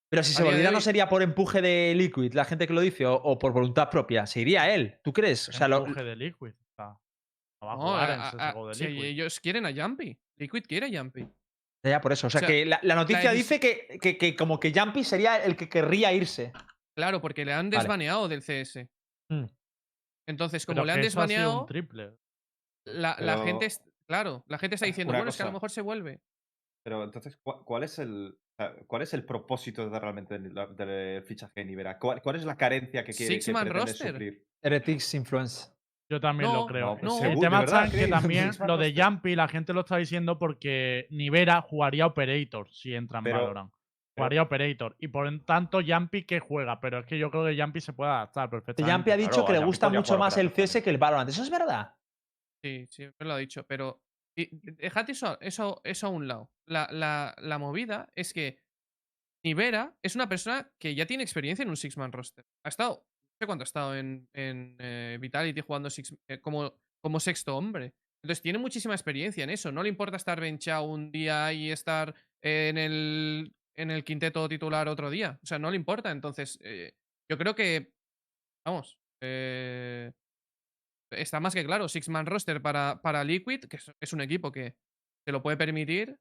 S3: pero si
S5: a
S3: se
S5: día de
S3: volviera no
S5: hoy-
S3: sería por empuje de Liquid, la gente que lo dice, o, o por voluntad propia. Se iría él, ¿tú crees? O sea, lo-
S6: empuje de Liquid. o sea, no va a
S5: No,
S6: jugar
S5: a-
S6: en
S5: a- a-
S6: CSGO de
S5: si
S6: Liquid.
S5: ellos quieren a Jumpy. Liquid quiere a Jumpy.
S3: ya por eso. O sea,
S5: o sea,
S3: que la, la noticia
S5: dis-
S3: dice que, que- que como que Jumpy sería el que querría irse.
S5: Claro, porque le han
S3: Vale.
S5: desbaneado del CS.
S3: Mm.
S5: Entonces, como
S6: Pero
S5: le han
S6: que eso ha sido
S5: desbaneado.
S6: un triple.
S5: La, la
S2: Pero-
S5: gente, es- claro, la gente está diciendo,
S2: Una
S5: bueno, es que a lo
S2: cosa.
S5: mejor se vuelve.
S2: Pero entonces, ¿cuál, cuál es el, o sea, ¿cuál es el propósito de realmente del del fichaje de Nivera? ¿Cuál, cuál es la carencia que quiere que
S5: Six-man
S2: pretende
S5: roster.
S2: suplir?
S3: Heretics Influence.
S6: Yo también
S5: No,
S6: lo creo.
S5: no, pues
S6: el
S5: seguro,
S6: tema
S2: de
S6: está
S2: verdad,
S6: en que
S2: Chris,
S3: (laughs)
S2: (laughs)
S6: también
S2: Chris Van
S6: lo de
S2: Rosten.
S6: Jumpy la gente lo está diciendo porque Nivera jugaría Operator si entra en
S2: Pero-
S6: Valorant.
S2: pero-
S6: Jugaría Operator. Y por en tanto, Jumpy que juega. Pero es que yo creo que Jumpy se puede adaptar perfectamente.
S3: Jumpy ha dicho
S2: claro,
S3: que le
S2: Jumpy
S3: gusta
S2: podría
S3: mucho
S2: jugar
S3: más el
S2: Operator
S3: CS que el Valorant. ¿Eso es verdad?
S5: Sí, sí, me lo ha dicho, pero y- dejad eso, eso, eso a un lado. La, la- la movida es que Nivera es una persona que ya tiene experiencia en un six-man roster. Ha estado, no sé cuánto ha estado en, en, eh, Vitality jugando six- eh, como, como sexto hombre. Entonces tiene muchísima experiencia en eso. No le importa estar benchado un día y estar en el, en el quinteto titular otro día. O sea, no le importa. Entonces, eh, yo creo que, vamos, eh, está más que claro, Six Man Roster para, para Liquid, que es- es un equipo que se lo puede permitir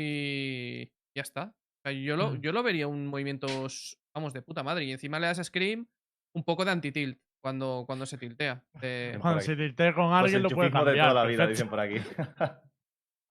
S5: y ya está. O sea, yo, lo,
S3: Mm.
S5: yo lo vería un movimiento, s- vamos, de puta madre. Y encima le das a Scream un poco de anti-tilt cuando, cuando se tiltea. de-
S2: Bueno,
S6: Cuando
S2: por ahí.
S6: se tiltea con
S2: Pues
S6: alguien
S2: el
S6: lo puede
S2: chufismo de
S6: cambiar.
S2: toda la vida,
S6: perfecto.
S2: dicen por aquí. (laughs)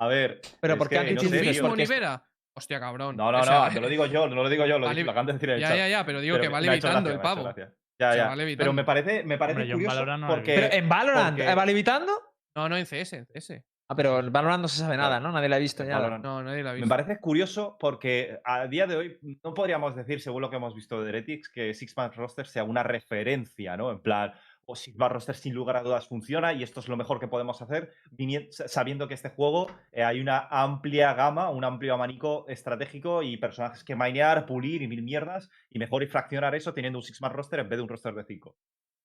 S2: A ver.
S3: Pero
S2: es
S3: ¿por qué
S2: que
S3: antes
S2: no
S3: Sí, dices?
S2: sé,
S5: ¿Chufismo
S2: tío.
S3: porque es-
S5: Nivera? Hostia, cabrón.
S2: No, no,
S5: O sea,
S2: no, no lo digo yo, no lo digo yo, lo,
S5: vale,
S2: digo- lo acaban de decir en el
S5: (laughs) Ya,
S2: chat.
S5: ya, ya, pero digo
S2: Pero
S5: que va
S2: me ha hecho
S5: levitando
S2: gracia,
S5: el
S2: me ha hecho
S5: pavo.
S2: gracia. Ya,
S5: sea,
S2: ya.
S5: va
S2: pero me
S5: levitando.
S2: parece, me parece
S6: Hombre, yo en
S2: curioso
S6: Valorant no lo he
S2: porque...
S6: visto.
S3: ¿Pero en Valorant?
S2: porque-
S3: ¿eh, ¿Va levitando?
S5: No, no, en CS, en CS.
S3: Ah, pero en Valorant no se sabe nada, ¿no? Nadie la ha visto
S2: en
S3: ya.
S2: Valorant-
S5: No, nadie la ha
S2: Me
S5: visto.
S2: parece curioso porque a día de hoy no podríamos decir, según lo que hemos visto de Heretics, que Six Man Roster sea una referencia, ¿no? En plan, o Six Man Roster sin lugar a dudas funciona y esto es lo mejor que podemos hacer, vinien- sa- sabiendo que este juego eh, hay una amplia gama, un amplio abanico estratégico y personajes que minear, pulir y mil mierdas, y mejor y fraccionar eso teniendo un Six Man Roster en vez de un roster de cinco.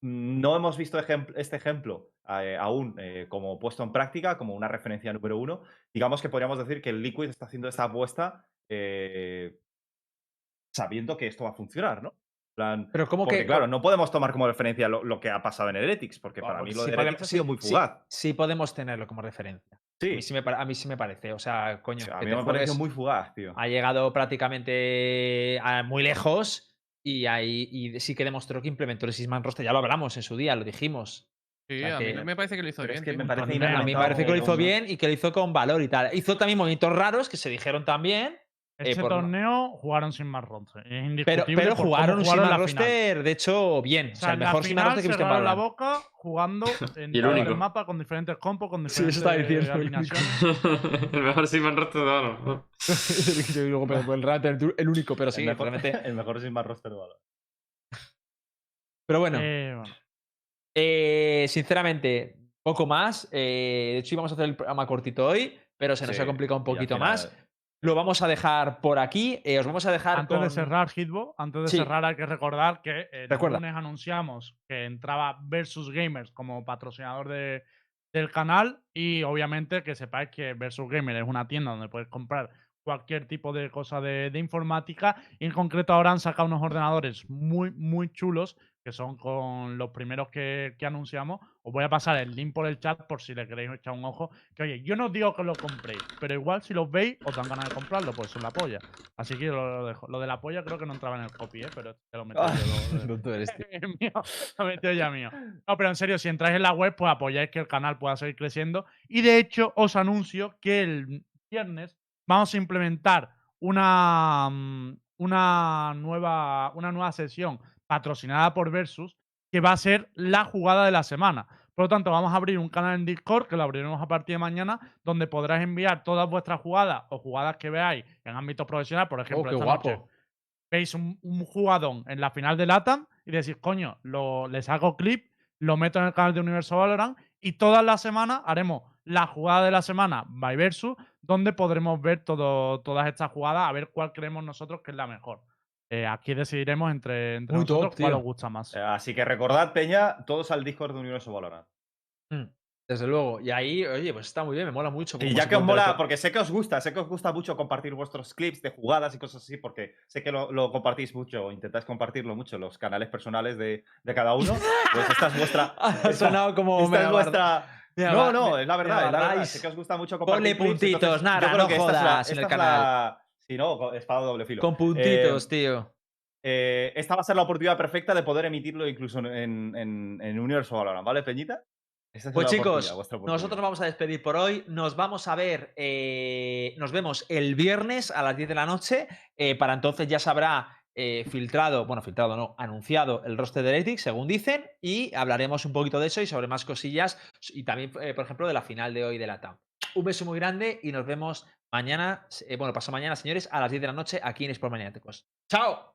S2: Mm, No hemos visto ejem- este ejemplo eh, aún eh, como puesto en práctica, como una referencia número uno, digamos que podríamos decir que el Liquid está haciendo esta apuesta eh, sabiendo que esto va a funcionar, ¿no? En plan,
S3: Pero ¿cómo
S2: porque,
S3: que...?
S2: claro, no podemos tomar como referencia lo, lo que ha pasado en Heretics, porque
S3: Ah,
S2: para
S3: porque
S2: mí lo
S3: sí
S2: de Heretics ha
S3: podemos-
S2: sido
S3: sí,
S2: muy
S3: sí,
S2: fugaz.
S3: Sí, podemos tenerlo como referencia. A,
S2: Sí,
S3: mí sí me, pare- a mí sí me parece. O sea,
S2: o
S3: coño.
S2: sea, a
S3: que
S2: mí
S3: te
S2: me ha parecido
S3: juegues-
S2: muy fugaz, tío.
S3: Ha llegado prácticamente eh, a muy lejos y, ahí, y sí que demostró que implementó el Sisman Roster. Ya lo hablamos en su día, lo dijimos.
S5: Sí,
S3: sea
S5: a mí
S3: que-
S5: no me parece que lo hizo
S2: Pero es
S5: bien.
S2: que
S5: tío.
S2: me parece
S6: mí me-
S3: A mí me
S2: inaguantable,
S3: parece que lo
S2: ¿no?
S3: hizo bien y que lo hizo con valor y tal. Hizo también movimientos raros que se dijeron también, eh,
S6: Ese
S3: por-
S6: torneo jugaron sin más roster. Es
S3: Pero,
S6: indiscutible
S3: pero
S6: por cómo
S3: jugaron un sin
S6: la
S3: más
S6: final.
S3: roster, de hecho, bien. O sea, el
S6: en la
S3: mejor sin más
S6: final
S3: roster que he visto en
S6: cerraron
S3: (laughs)
S6: la
S3: Valorant.
S6: boca
S2: (laughs)
S6: jugando en
S4: Y el
S6: todo
S4: único.
S6: el mapa con diferentes compos, con
S3: Sí, eso
S6: diferentes
S3: estaba diciendo, el único.
S6: alineaciones.
S4: (laughs) el mejor Simon Roster de Valorant.
S3: Yo digo, pero el, Rat, el- el único, pero sí,
S2: el, mejor,
S3: realmente.
S2: (laughs) el mejor sin más roster de valor.
S3: Pero bueno,
S6: Eh, bueno.
S3: eh, sinceramente, poco más. Eh, de hecho, íbamos a hacer el programa cortito hoy, pero se nos
S2: Sí,
S3: ha complicado un
S2: Y al
S3: poquito
S2: final,
S3: más.
S2: (laughs)
S3: Lo vamos a dejar por aquí. eh, os vamos a dejar
S6: Antes de
S3: con-
S6: cerrar Hitbox, antes de
S3: Sí.
S6: cerrar hay que recordar que eh, el
S3: Recuerda.
S6: lunes anunciamos que entraba Versus Gamers como patrocinador de- del canal y obviamente que sepáis que Versus Gamers es una tienda donde puedes comprar cualquier tipo de cosa de, de informática y en concreto ahora han sacado unos ordenadores muy, muy chulos que son con los primeros que, que anunciamos. Os voy a pasar el link por el chat por si le queréis echar un ojo. Que oye, yo no os digo que lo compréis, pero igual si los veis os dan ganas de comprarlo, pues son la polla. Así que lo, lo dejo. Lo de la polla creo que no entraba en el copy, ¿eh? pero te lo metí
S2: Ah,
S6: yo. Lo, lo-
S3: Tonto eres,
S6: (laughs)
S3: tío.
S6: es mío, lo metió ya mío. No, pero en serio, si entráis en la web, pues apoyáis que el canal pueda seguir creciendo. Y de hecho, os anuncio que el viernes vamos a implementar una, mm, una, nueva, una nueva sesión patrocinada por Versus, que va a ser la jugada de la semana. Por lo tanto, vamos a abrir un canal en Discord, que lo abriremos a partir de mañana, donde podrás enviar todas vuestras jugadas o jugadas que veáis en ámbito profesional, por ejemplo,
S3: Oh, qué
S6: esta
S3: guapo.
S6: noche veis un, un jugadón en la final de LATAM y decís, coño, lo, le saco clip, lo meto en el canal de Universo Valorant y todas las semanas haremos la jugada de la semana by Versus, donde podremos ver todo, todas estas jugadas, a ver cuál creemos nosotros que es la mejor. Eh, aquí decidiremos entre, entre
S3: Muy top,
S6: nosotros cuál
S3: tío.
S6: os gusta más.
S2: Eh, Así que recordad, Peña, todos al Discord de Universo Valorant.
S3: Desde luego. Y ahí, oye, pues está muy bien, me mola mucho.
S2: Y
S3: cómo
S2: ya
S3: se
S2: que os
S3: encuentra
S2: mola,
S3: esto.
S2: porque sé que os gusta, sé que os gusta mucho compartir vuestros clips de jugadas y cosas así, porque sé que lo, lo compartís mucho, o intentáis compartirlo mucho en los canales personales de, de cada
S3: (laughs)
S2: uno, pues esta es vuestra...
S3: (laughs) Ha sonado como.
S2: esta es
S3: Megabar-
S2: vuestra...
S3: Mira,
S2: no,
S3: va-
S2: no,
S3: me-
S2: es la verdad, es la verdad.
S3: Megabarrais.
S2: Sé que os gusta mucho compartir
S3: Ponle
S2: clips, entonces
S3: puntitos, nada,
S2: yo creo
S3: no
S2: que esta es la-
S3: jodas
S2: esta
S3: en el
S2: es la-
S3: canal. Eh,
S2: Sí, no, co- espada de doble filo.
S3: Con puntitos, tío.
S2: Eh, esta va a ser la oportunidad perfecta de poder emitirlo incluso en, en, en Universo Valorant, ¿vale, Peñita? Esta es
S3: Pues
S2: la
S3: chicos,
S2: oportunidad, vuestra oportunidad.
S3: nosotros vamos a despedir por hoy. Nos vamos a ver, eh, nos vemos el viernes a las 10 de la noche. Eh, para entonces ya se habrá eh, filtrado, bueno, filtrado no, anunciado el roster de Electric, según dicen, y hablaremos un poquito de eso y sobre más cosillas y también, eh, por ejemplo, de la final de hoy de la TAM. Un beso muy grande y nos vemos mañana, eh, bueno, pasado mañana, señores, a las 10 de la noche aquí en Sport Maniáticos. ¡Chao!